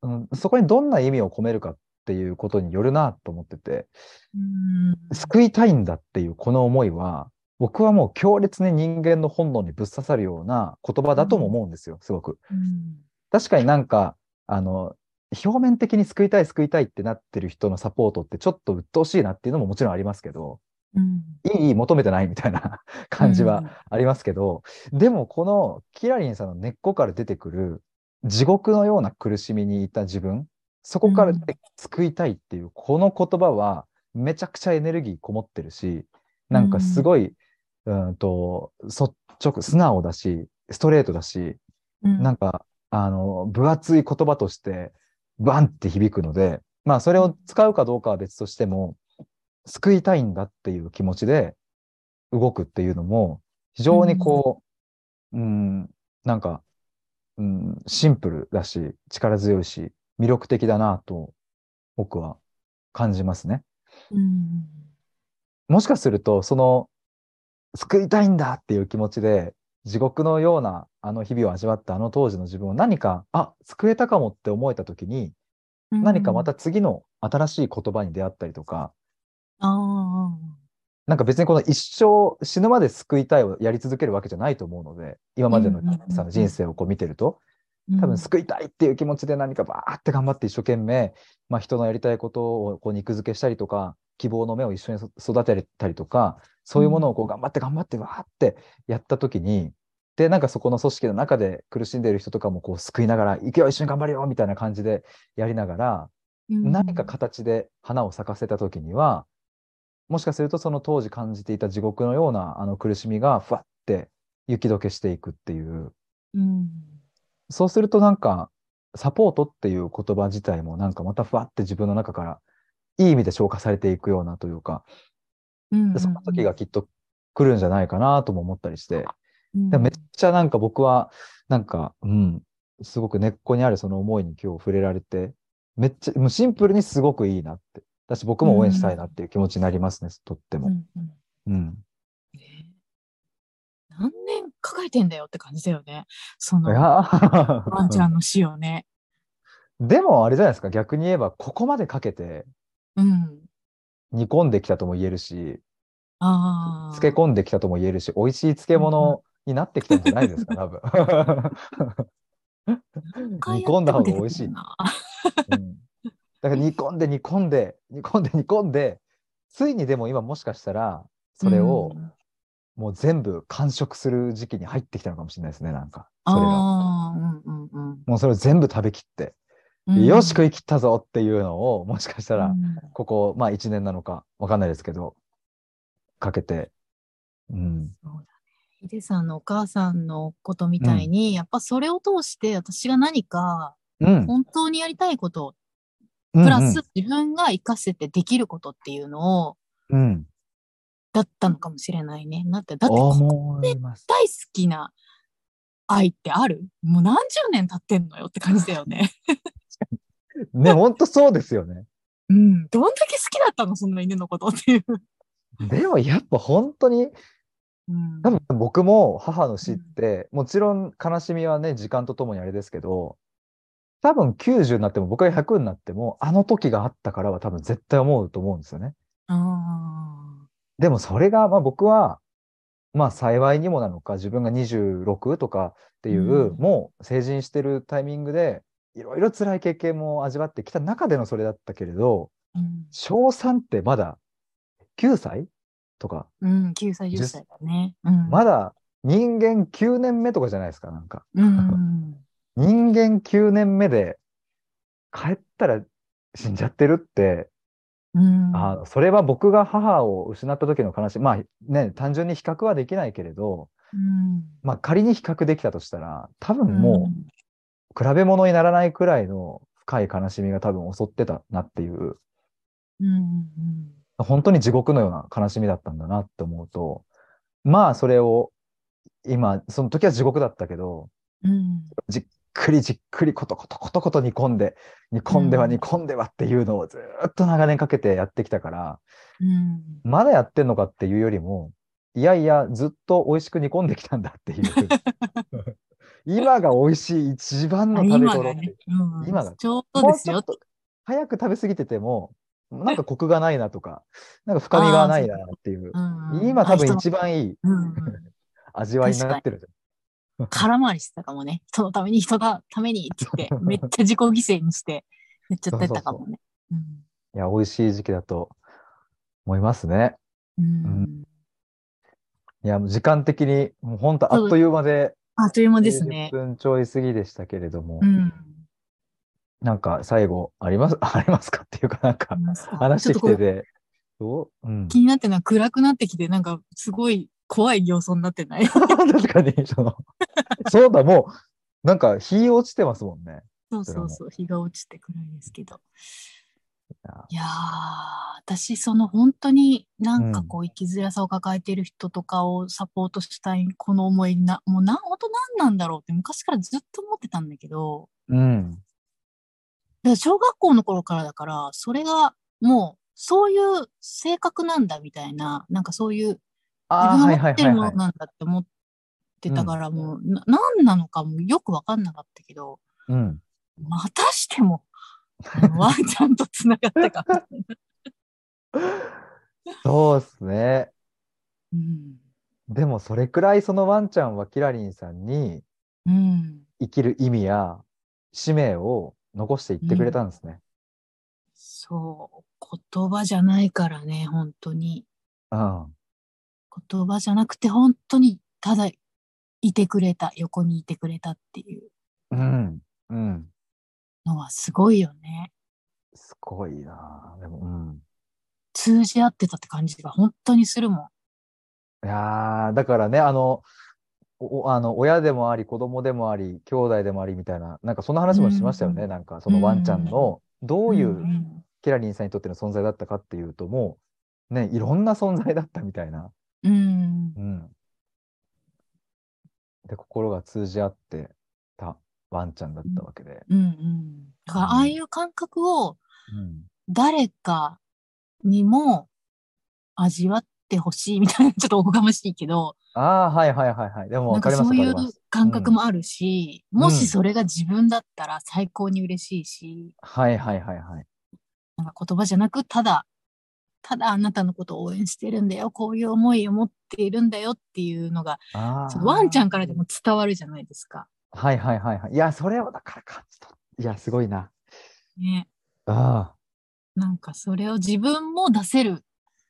S1: うん、そこにどんな意味を込めるかっっていうことによるなと思ってて、
S2: うん
S1: 救いたいんだっていうこの思いは、僕はもう強烈に人間の本能にぶっ刺さるような言葉だとも思うんですよ、すごく。
S2: うん
S1: 確かになんか、あの、表面的に救いたい救いたいってなってる人のサポートってちょっと鬱陶しいなっていうのももちろんありますけど、
S2: うん
S1: いいいい求めてないみたいな 感じはありますけど、でもこのキラリンさんの根っこから出てくる地獄のような苦しみにいた自分、そこから出て救いたいっていうこの言葉はめちゃくちゃエネルギーこもってるし、なんかすごい、うんと、率直、素直だし、ストレートだし、
S2: うん
S1: なんか、あの、分厚い言葉として、バンって響くので、まあ、それを使うかどうかは別としても、救いたいんだっていう気持ちで動くっていうのも、非常にこう、うん、なんか、うん、シンプルだし、力強いし、魅力的だなと、僕は感じますね。
S2: うん
S1: もしかすると、その、救いたいんだっていう気持ちで、地獄のようなあの日々を味わったあの当時の自分を何か、あ、救えたかもって思えた時に、
S2: うん
S1: 何かまた次の新しい言葉に出会ったりとか、
S2: あ
S1: なんか別にこの一生死ぬまで救いたいをやり続けるわけじゃないと思うので、今までの
S2: うんうんうん
S1: さんの人生をこう見てると、
S2: あ
S1: 多分救いたいっていう気持ちで何かバーって頑張って一生懸命、まあ、人のやりたいことをこう肉付けしたりとか希望の目を一緒にそ育てたりとかそういうものをこう頑張って頑張ってわーってやった時に、でなんかそこの組織の中で苦しんでいる人とかもこう救いながら「行けよ一緒に頑張れよ」みたいな感じでやりながら
S2: うん
S1: 何か形で花を咲かせた時には、もしかするとその当時感じていた地獄のようなあの苦しみがふわって雪解けしていくっていう。
S2: うん
S1: そうするとなんか、サポートっていう言葉自体もなんかまたふわって自分の中からいい意味で消化されていくようなというか、
S2: うん
S1: その時がきっと来るんじゃないかなとも思ったりして、
S2: うん
S1: でもめっちゃなんか僕はなんか、うん、すごく根っこにあるその思いに今日触れられて、めっちゃ、もうシンプルにすごくいいなって、だし僕も応援したいなっていう気持ちになりますね、とって
S2: う
S1: も。
S2: んうん
S1: うん。
S2: ね何年抱えてんだよって感じだよね。そ
S1: い
S2: の
S1: や
S2: ワンちゃんの死をね。
S1: でもあれじゃないですか、逆に言えばここまでかけて
S2: うん。
S1: 煮込んできたとも言えるし、
S2: ああ。
S1: 漬け込んできたとも言えるし、美味しい漬物になってきたんじゃないですか、 多分。煮込んだ方が美味しい。うん
S2: な。
S1: だから煮込んで煮込んで、煮込んで煮込んで、ついにでも今もしかしたら、それを
S2: うん
S1: もう全部完食する時期に入ってきたのかもしれないですね、なんか。それが。
S2: ああ、うんうん
S1: もうそれを全部食べきって、
S2: うん。
S1: よし食い切ったぞっていうのを、もしかした
S2: た
S1: ら、ここ、まあ1年なのか、わかんないですけど、かけて、うん、
S2: ヒデさんのお母さんのことみたいに、やっぱそれを通して私が何か
S1: うん。
S2: 本当にやりたいこと、
S1: プ
S2: プラス、自分が活かせてできることっていうのを、
S1: うん。
S2: だったのかもしれないね。だって、だってこ
S1: 思います。
S2: 大好きな愛ってあるもう何十年経ってんのよって感じだよね。
S1: ね、ほんとそうですよね。
S2: うん。どんだけ好きだったのそんな犬のことっていう。
S1: でもやっぱ本当に、
S2: うん
S1: 多分僕も母の死って、もちろん悲しみはね、時間とともにあれですけど、多分90になっても、僕が100になっても、あの時があったからは多分絶対思うと思うんですよね。
S2: あ
S1: でもそれが、まあ僕は、まあ幸いにもなのか、自分が26とかっていう、
S2: うん
S1: もう成人してるタイミングで、いろいろ辛い経験も味わってきた中でのそれだったけれど、
S2: ーうん
S1: 小3ってまだ9歳とか、
S2: うん、9歳、10歳だね。うん、
S1: まだ人間9年目とかじゃないですか、なんか。
S2: うん、
S1: 人間9年目で帰ったら死んじゃってるって、
S2: うん、
S1: あのそれは僕が母を失った時の悲しみ、まあね、単純に比較はできないけれど、
S2: うん、
S1: まあ仮に比較できたとしたら、多分もう比べ物にならないくらいの深い悲しみが多分襲ってたなっていう、
S2: うん、うん、
S1: 本当に地獄のような悲しみだったんだなって思うと、まあそれを今、その時は地獄だったけど、
S2: うん、
S1: じっくりじっくりコトコトコトコト煮込んで、煮込んでは
S2: うん
S1: 煮込んではっていうのをずーっと長年かけてやってきたから、
S2: うん、
S1: まだやってんのかっていうよりも、いやいや、ずっと美味しく煮込んできたんだっていう。 今が美味しい一番の食べ
S2: 今
S1: 頃
S2: が
S1: ってい
S2: ね
S1: う。、
S2: うん、
S1: 今が
S2: ちょうど
S1: も
S2: で
S1: う
S2: す
S1: ちょ
S2: よ
S1: っ。と早く食べ過ぎてても、なんかコクがないなとか、なんか深みがないなっていう。
S2: うん
S1: 今多分
S2: あ人の
S1: 一番いい
S2: うんうん
S1: 味わいになってるじ
S2: 空回りしてたかもね。人のために、人がためにって言って、めっちゃ自己犠牲にして、やっちゃってたかもね。うん
S1: ゃん。いや、美味しい時期だと思いますね。
S2: うん
S1: いや、もう時間的に、もう本当あっという間で、
S2: あっという間ですね
S1: 20。分ちょい過ぎでしたけれども、
S2: うん。
S1: なんか最後、あります、 ありますかっていうかなんか、話
S2: ちょ
S1: しき
S2: ってとこう
S1: てて、どううん。
S2: 気になってるのは暗くなってきて、なんかすごい怖い形相になってな い
S1: 確かに、その、そうだ、もう、なんか、日落ちてますもんね。
S2: そうそうそう、日が落ちてくるんですけど。いやー、私、その本当になんかこう、生きづらさを抱えている人とかをサポートしたい、この思いな、もうな、本当何なんだろうって昔からずっと思ってたんだけど、
S1: うん。
S2: だから小学校の頃からだから、それがもう、そういう性格なんだみたいな、なんかそういう
S1: あ
S2: 自
S1: あ、は
S2: 分
S1: い
S2: が持
S1: は
S2: っ
S1: い
S2: て
S1: は
S2: る
S1: い
S2: も
S1: は
S2: の
S1: い。
S2: なんだって思ってたから、もう、な何なのかもよくわかんなかったけど、
S1: うん。
S2: またして も、あのワンちゃんとつながったかった、
S1: そうですね。
S2: うん。
S1: でも、それくらいそのワンちゃんはキラリンさんに
S2: うん。
S1: 生きる意味や使命を残していってくれたんですね。
S2: そう。言葉じゃないからね、本当に。
S1: うん。
S2: 言葉じゃなくて、本当に、ただ、いてくれた、横にいてくれたっていう
S1: うん。うん。
S2: のはすごいよね。
S1: すごいなあでも、うん。
S2: 通じ合ってたって感じが本当にするもん。
S1: いやーだからね、あの、おおあの親でもあり、子供でもあり、兄弟でもありみたいな、なんかそんな話もしましたよね、
S2: うん
S1: なんかそのワンちゃんの、どうい
S2: ん
S1: うキラリンさんにとっての存在だったかっていうと、もう、ね、いろんな存在だったみたいな。
S2: うん。
S1: うん。で、心が通じ合ってたワンちゃんだったわけで。
S2: うんうん。だから、ああいう感覚を
S1: うん。
S2: 誰かにも味わってほしいみたいな、ちょっとおこがましいけど、
S1: ああ、はいはいはいはい。でも分
S2: なん
S1: かり
S2: か
S1: ま
S2: そ
S1: す
S2: うい
S1: 分
S2: う
S1: かります。
S2: 感覚もあるし、
S1: う
S2: も
S1: ん
S2: しそれが自分だったら最高に嬉しいし、
S1: はいはいはいはい。
S2: なんか言葉じゃなく、ただ、ただあなたのことを応援してるんだよ、こういう思いを持っているんだよっていうのが、
S1: あ
S2: そ
S1: あ。
S2: のワンちゃんからでも伝わるじゃないですか。
S1: はいはいはいはい。いや、それをだから感じ取っいや、すごいな。
S2: ね。
S1: ああ。
S2: なんかそれを自分も出せる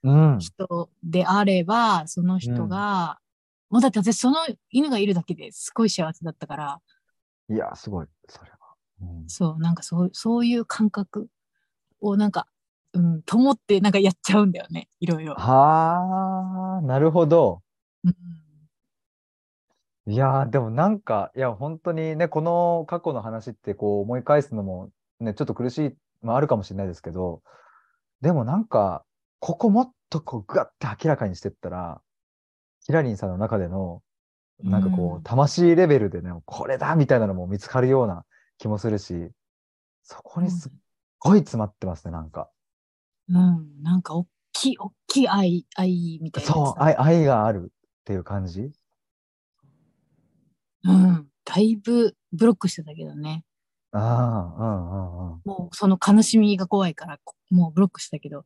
S1: うん。
S2: 人であれば、その人が、もうだって私その犬がいるだけですごい幸せだったから、
S1: いや、すごい、それは。うん
S2: そう、なんかそうそういう感覚をなんか、うん、と思ってなんかやっちゃうんだよね、いろいろ。
S1: はあ、なるほど。
S2: うん
S1: いやー、でもなんか、いや、本当にね、この過去の話ってこう思い返すのも、ね、ちょっと苦しい、まああるかもしれないですけど、でもなんか、ここもっとこう、ぐわって明らかにしてったら、ヒラリンさんの中での、なんかこ
S2: う
S1: う、
S2: ん
S1: 魂レベルでね、これだみたいなのも見つかるような気もするし、そこにすっごい詰まってますね、なんか。
S2: うん、なんか大きい、大きい愛、愛みたいなやつだ。
S1: そう、愛、愛があるっていう感じ。
S2: うん、だいぶブロックしてたけどね。
S1: ああ、うんうんうん。
S2: もうその悲しみが怖いから、こもうブロックしてたけど、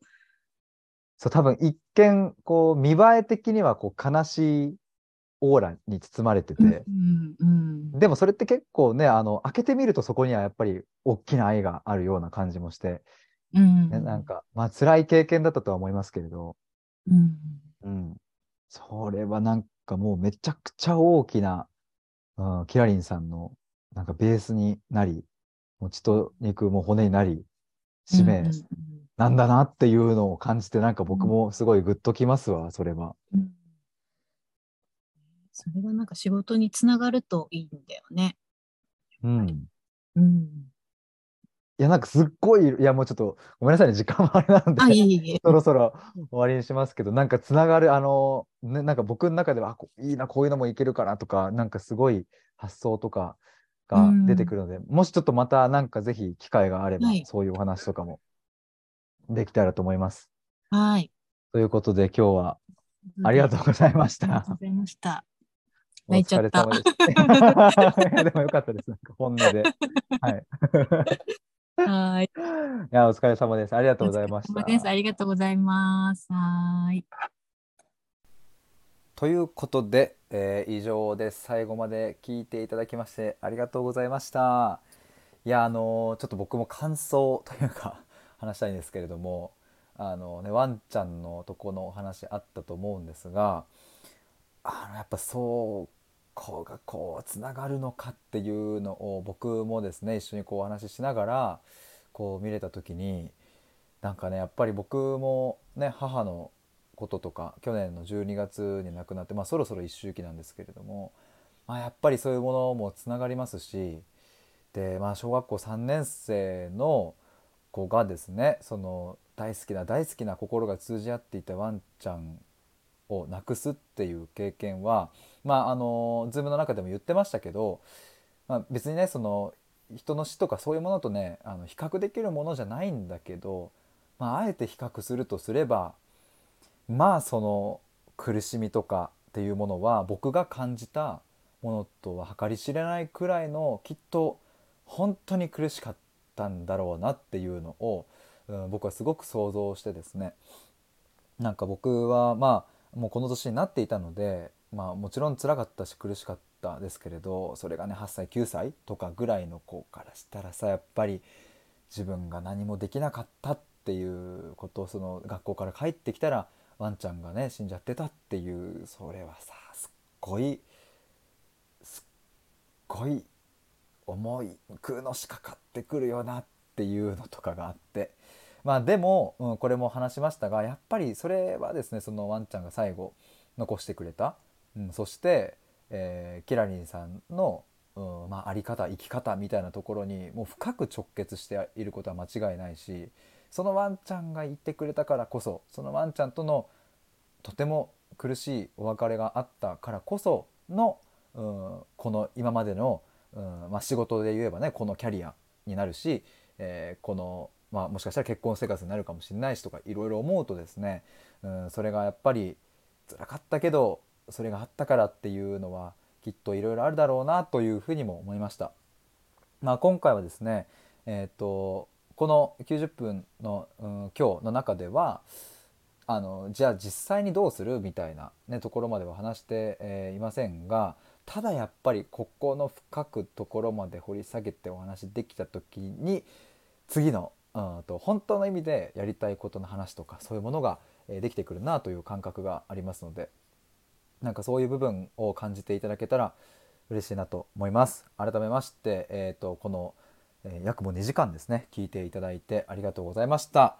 S1: そう、多分一見、こう、見栄え的には、こう、悲しいオーラに包まれて
S2: うん
S1: て、
S2: うん、うん。
S1: でもそれって結構ね、あの、開けてみるとそこにはやっぱり大きな愛があるような感じもして、
S2: うん
S1: ね、なん、か、まあ、辛い経験だったとは思いますけれど、
S2: うん、
S1: うん。それはなんかもうめちゃくちゃ大きな、うん、キラリンさんの、なんかベースになり、もう血と肉も骨になり、使
S2: うん
S1: 命
S2: うんうん
S1: なんだなっていうのを感じて、なんか僕もすごいグッときますわ、それは。
S2: うんそれがなんか仕事につながるといいんだよね。
S1: うん。
S2: うん、
S1: いや、なんかすっごい、いや、もうちょっと、ごめんなさいね、時間もあれなんで、
S2: あ、いえいえ。
S1: そろそろ終わりにしますけど、なんかつながる、あの、ね、なんか僕の中では、あ、こいいな、こういうのもいけるかなとか、なんかすごい発想とかが出てくるので、もしちょっとまた、なんかぜひ機会があれば、
S2: はい
S1: そういうお話とかもできたらと思います。
S2: はい。
S1: ということで、今日はありがとうございまし
S2: ありが
S1: た
S2: とう。ございました。
S1: お
S2: 泣いちゃ
S1: 疲れ
S2: った
S1: 様 でした。でもよかったです、なんか本音で。はい。
S2: はい。
S3: や、お疲れ様です。ありがとうございまし
S2: お疲
S3: た
S2: れ。様ですありがとうございます。はい。
S1: ということで、えー以上です最後まで聞いていただきましてありがとうございましたいやあのーちょっと僕も感想というか 話したいんですけれどもあのねワンちゃんのとこのお話あったと思うんですがあのやっぱそうこうがこうつながるのかっていうのを僕もですね一緒にこうお話ししながらこう見れた時になんかねやっぱり僕もね母のこととか去年の12月に亡くなって、まあ、そろそろ一周期なんですけれども、まあ、やっぱりそういうものもつながりますしで、まあ、小学校3年生の子がですねその大好きな大好きな心が通じ合っていたワンちゃんを亡くすっていう経験はまああのズームの中でも言ってましたけど、まあ、別にねその人の死とかそういうものとねあの比較できるものじゃないんだけど、まあ、あえて比較するとすればまあその苦しみとかっていうものは僕が感じたものとは計り知れないくらいのきっと本当に苦しかったんだろうなっていうのを、うん、僕はすごく想像してですねなんか僕はまあもうこの年になっていたので、まあ、もちろん辛かったし苦しかったですけれどそれがね8歳9歳とかぐらいの子からしたらさやっぱり自分が何もできなかったっていうことをその学校から帰ってきたらワンちゃんがね死んじゃってたっていうそれはさすっごいすっごい重い苦のしかかってくるよなっていうのとかがあってまあでも、うん、これも話しましたがやっぱりそれはですねそのワンちゃんが最後残してくれた、うん、そして、えーキラリンさんの、うんまあ、あり方生き方みたいなところにもう深く直結していることは間違いないしそのワンちゃんがいてくれたからこそそのワンちゃんとのとても苦しいお別れがあったからこその、うん、この今までの、うんまあ、仕事で言えばねこのキャリアになるし、えーこの、まあ、もしかしたら結婚生活になるかもしれないしとかいろいろ思うとですね、うん、それがやっぱり辛かったけどそれがあったからっていうのはきっといろいろあるだろうなというふうにも思いました。まあ、今回はですね、えー、とこの90分の、うん、今日の中ではあのじゃあ実際にどうするみたいな、ね、ところまでは話して、えーいませんがただやっぱりここの深くところまで掘り下げてお話できた時に次の、うん、と本当の意味でやりたいことの話とかそういうものが、えーできてくるなという感覚がありますのでなんかそういう部分を感じていただけたら嬉しいなと思います。改めまして、えー、とこのえー約もう2時間ですね聞いていただいてありがとうございました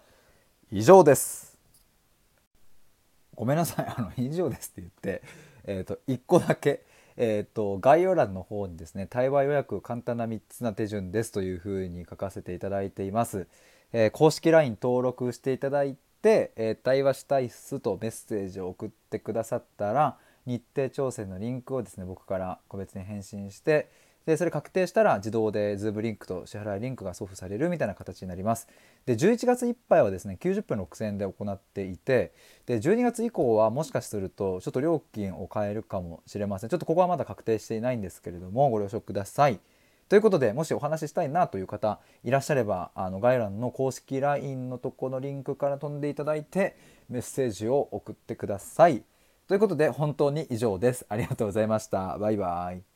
S1: 以上ですごめんなさい あの以上ですって言ってえっ、と1個だけえっ、と概要欄の方にですね対話予約簡単な3つな手順ですというふうに書かせていただいています、えー公式 LINE 登録していただいて、えー対話したいっすとメッセージを送ってくださったら日程調整のリンクをですね僕から個別に返信してでそれ確定したら自動で Zoom リンクと支払いリンクが送付されるみたいな形になりますで11月いっぱいはですね90分6000円で行っていてで12月以降はもしかするとちょっと料金を変えるかもしれませんちょっとここはまだ確定していないんですけれどもご了承くださいということでもしお話ししたいなという方いらっしゃればあの概要欄の公式 LINE のとこのリンクから飛んでいただいてメッセージを送ってくださいということで本当に以上ですありがとうございましたバイバイ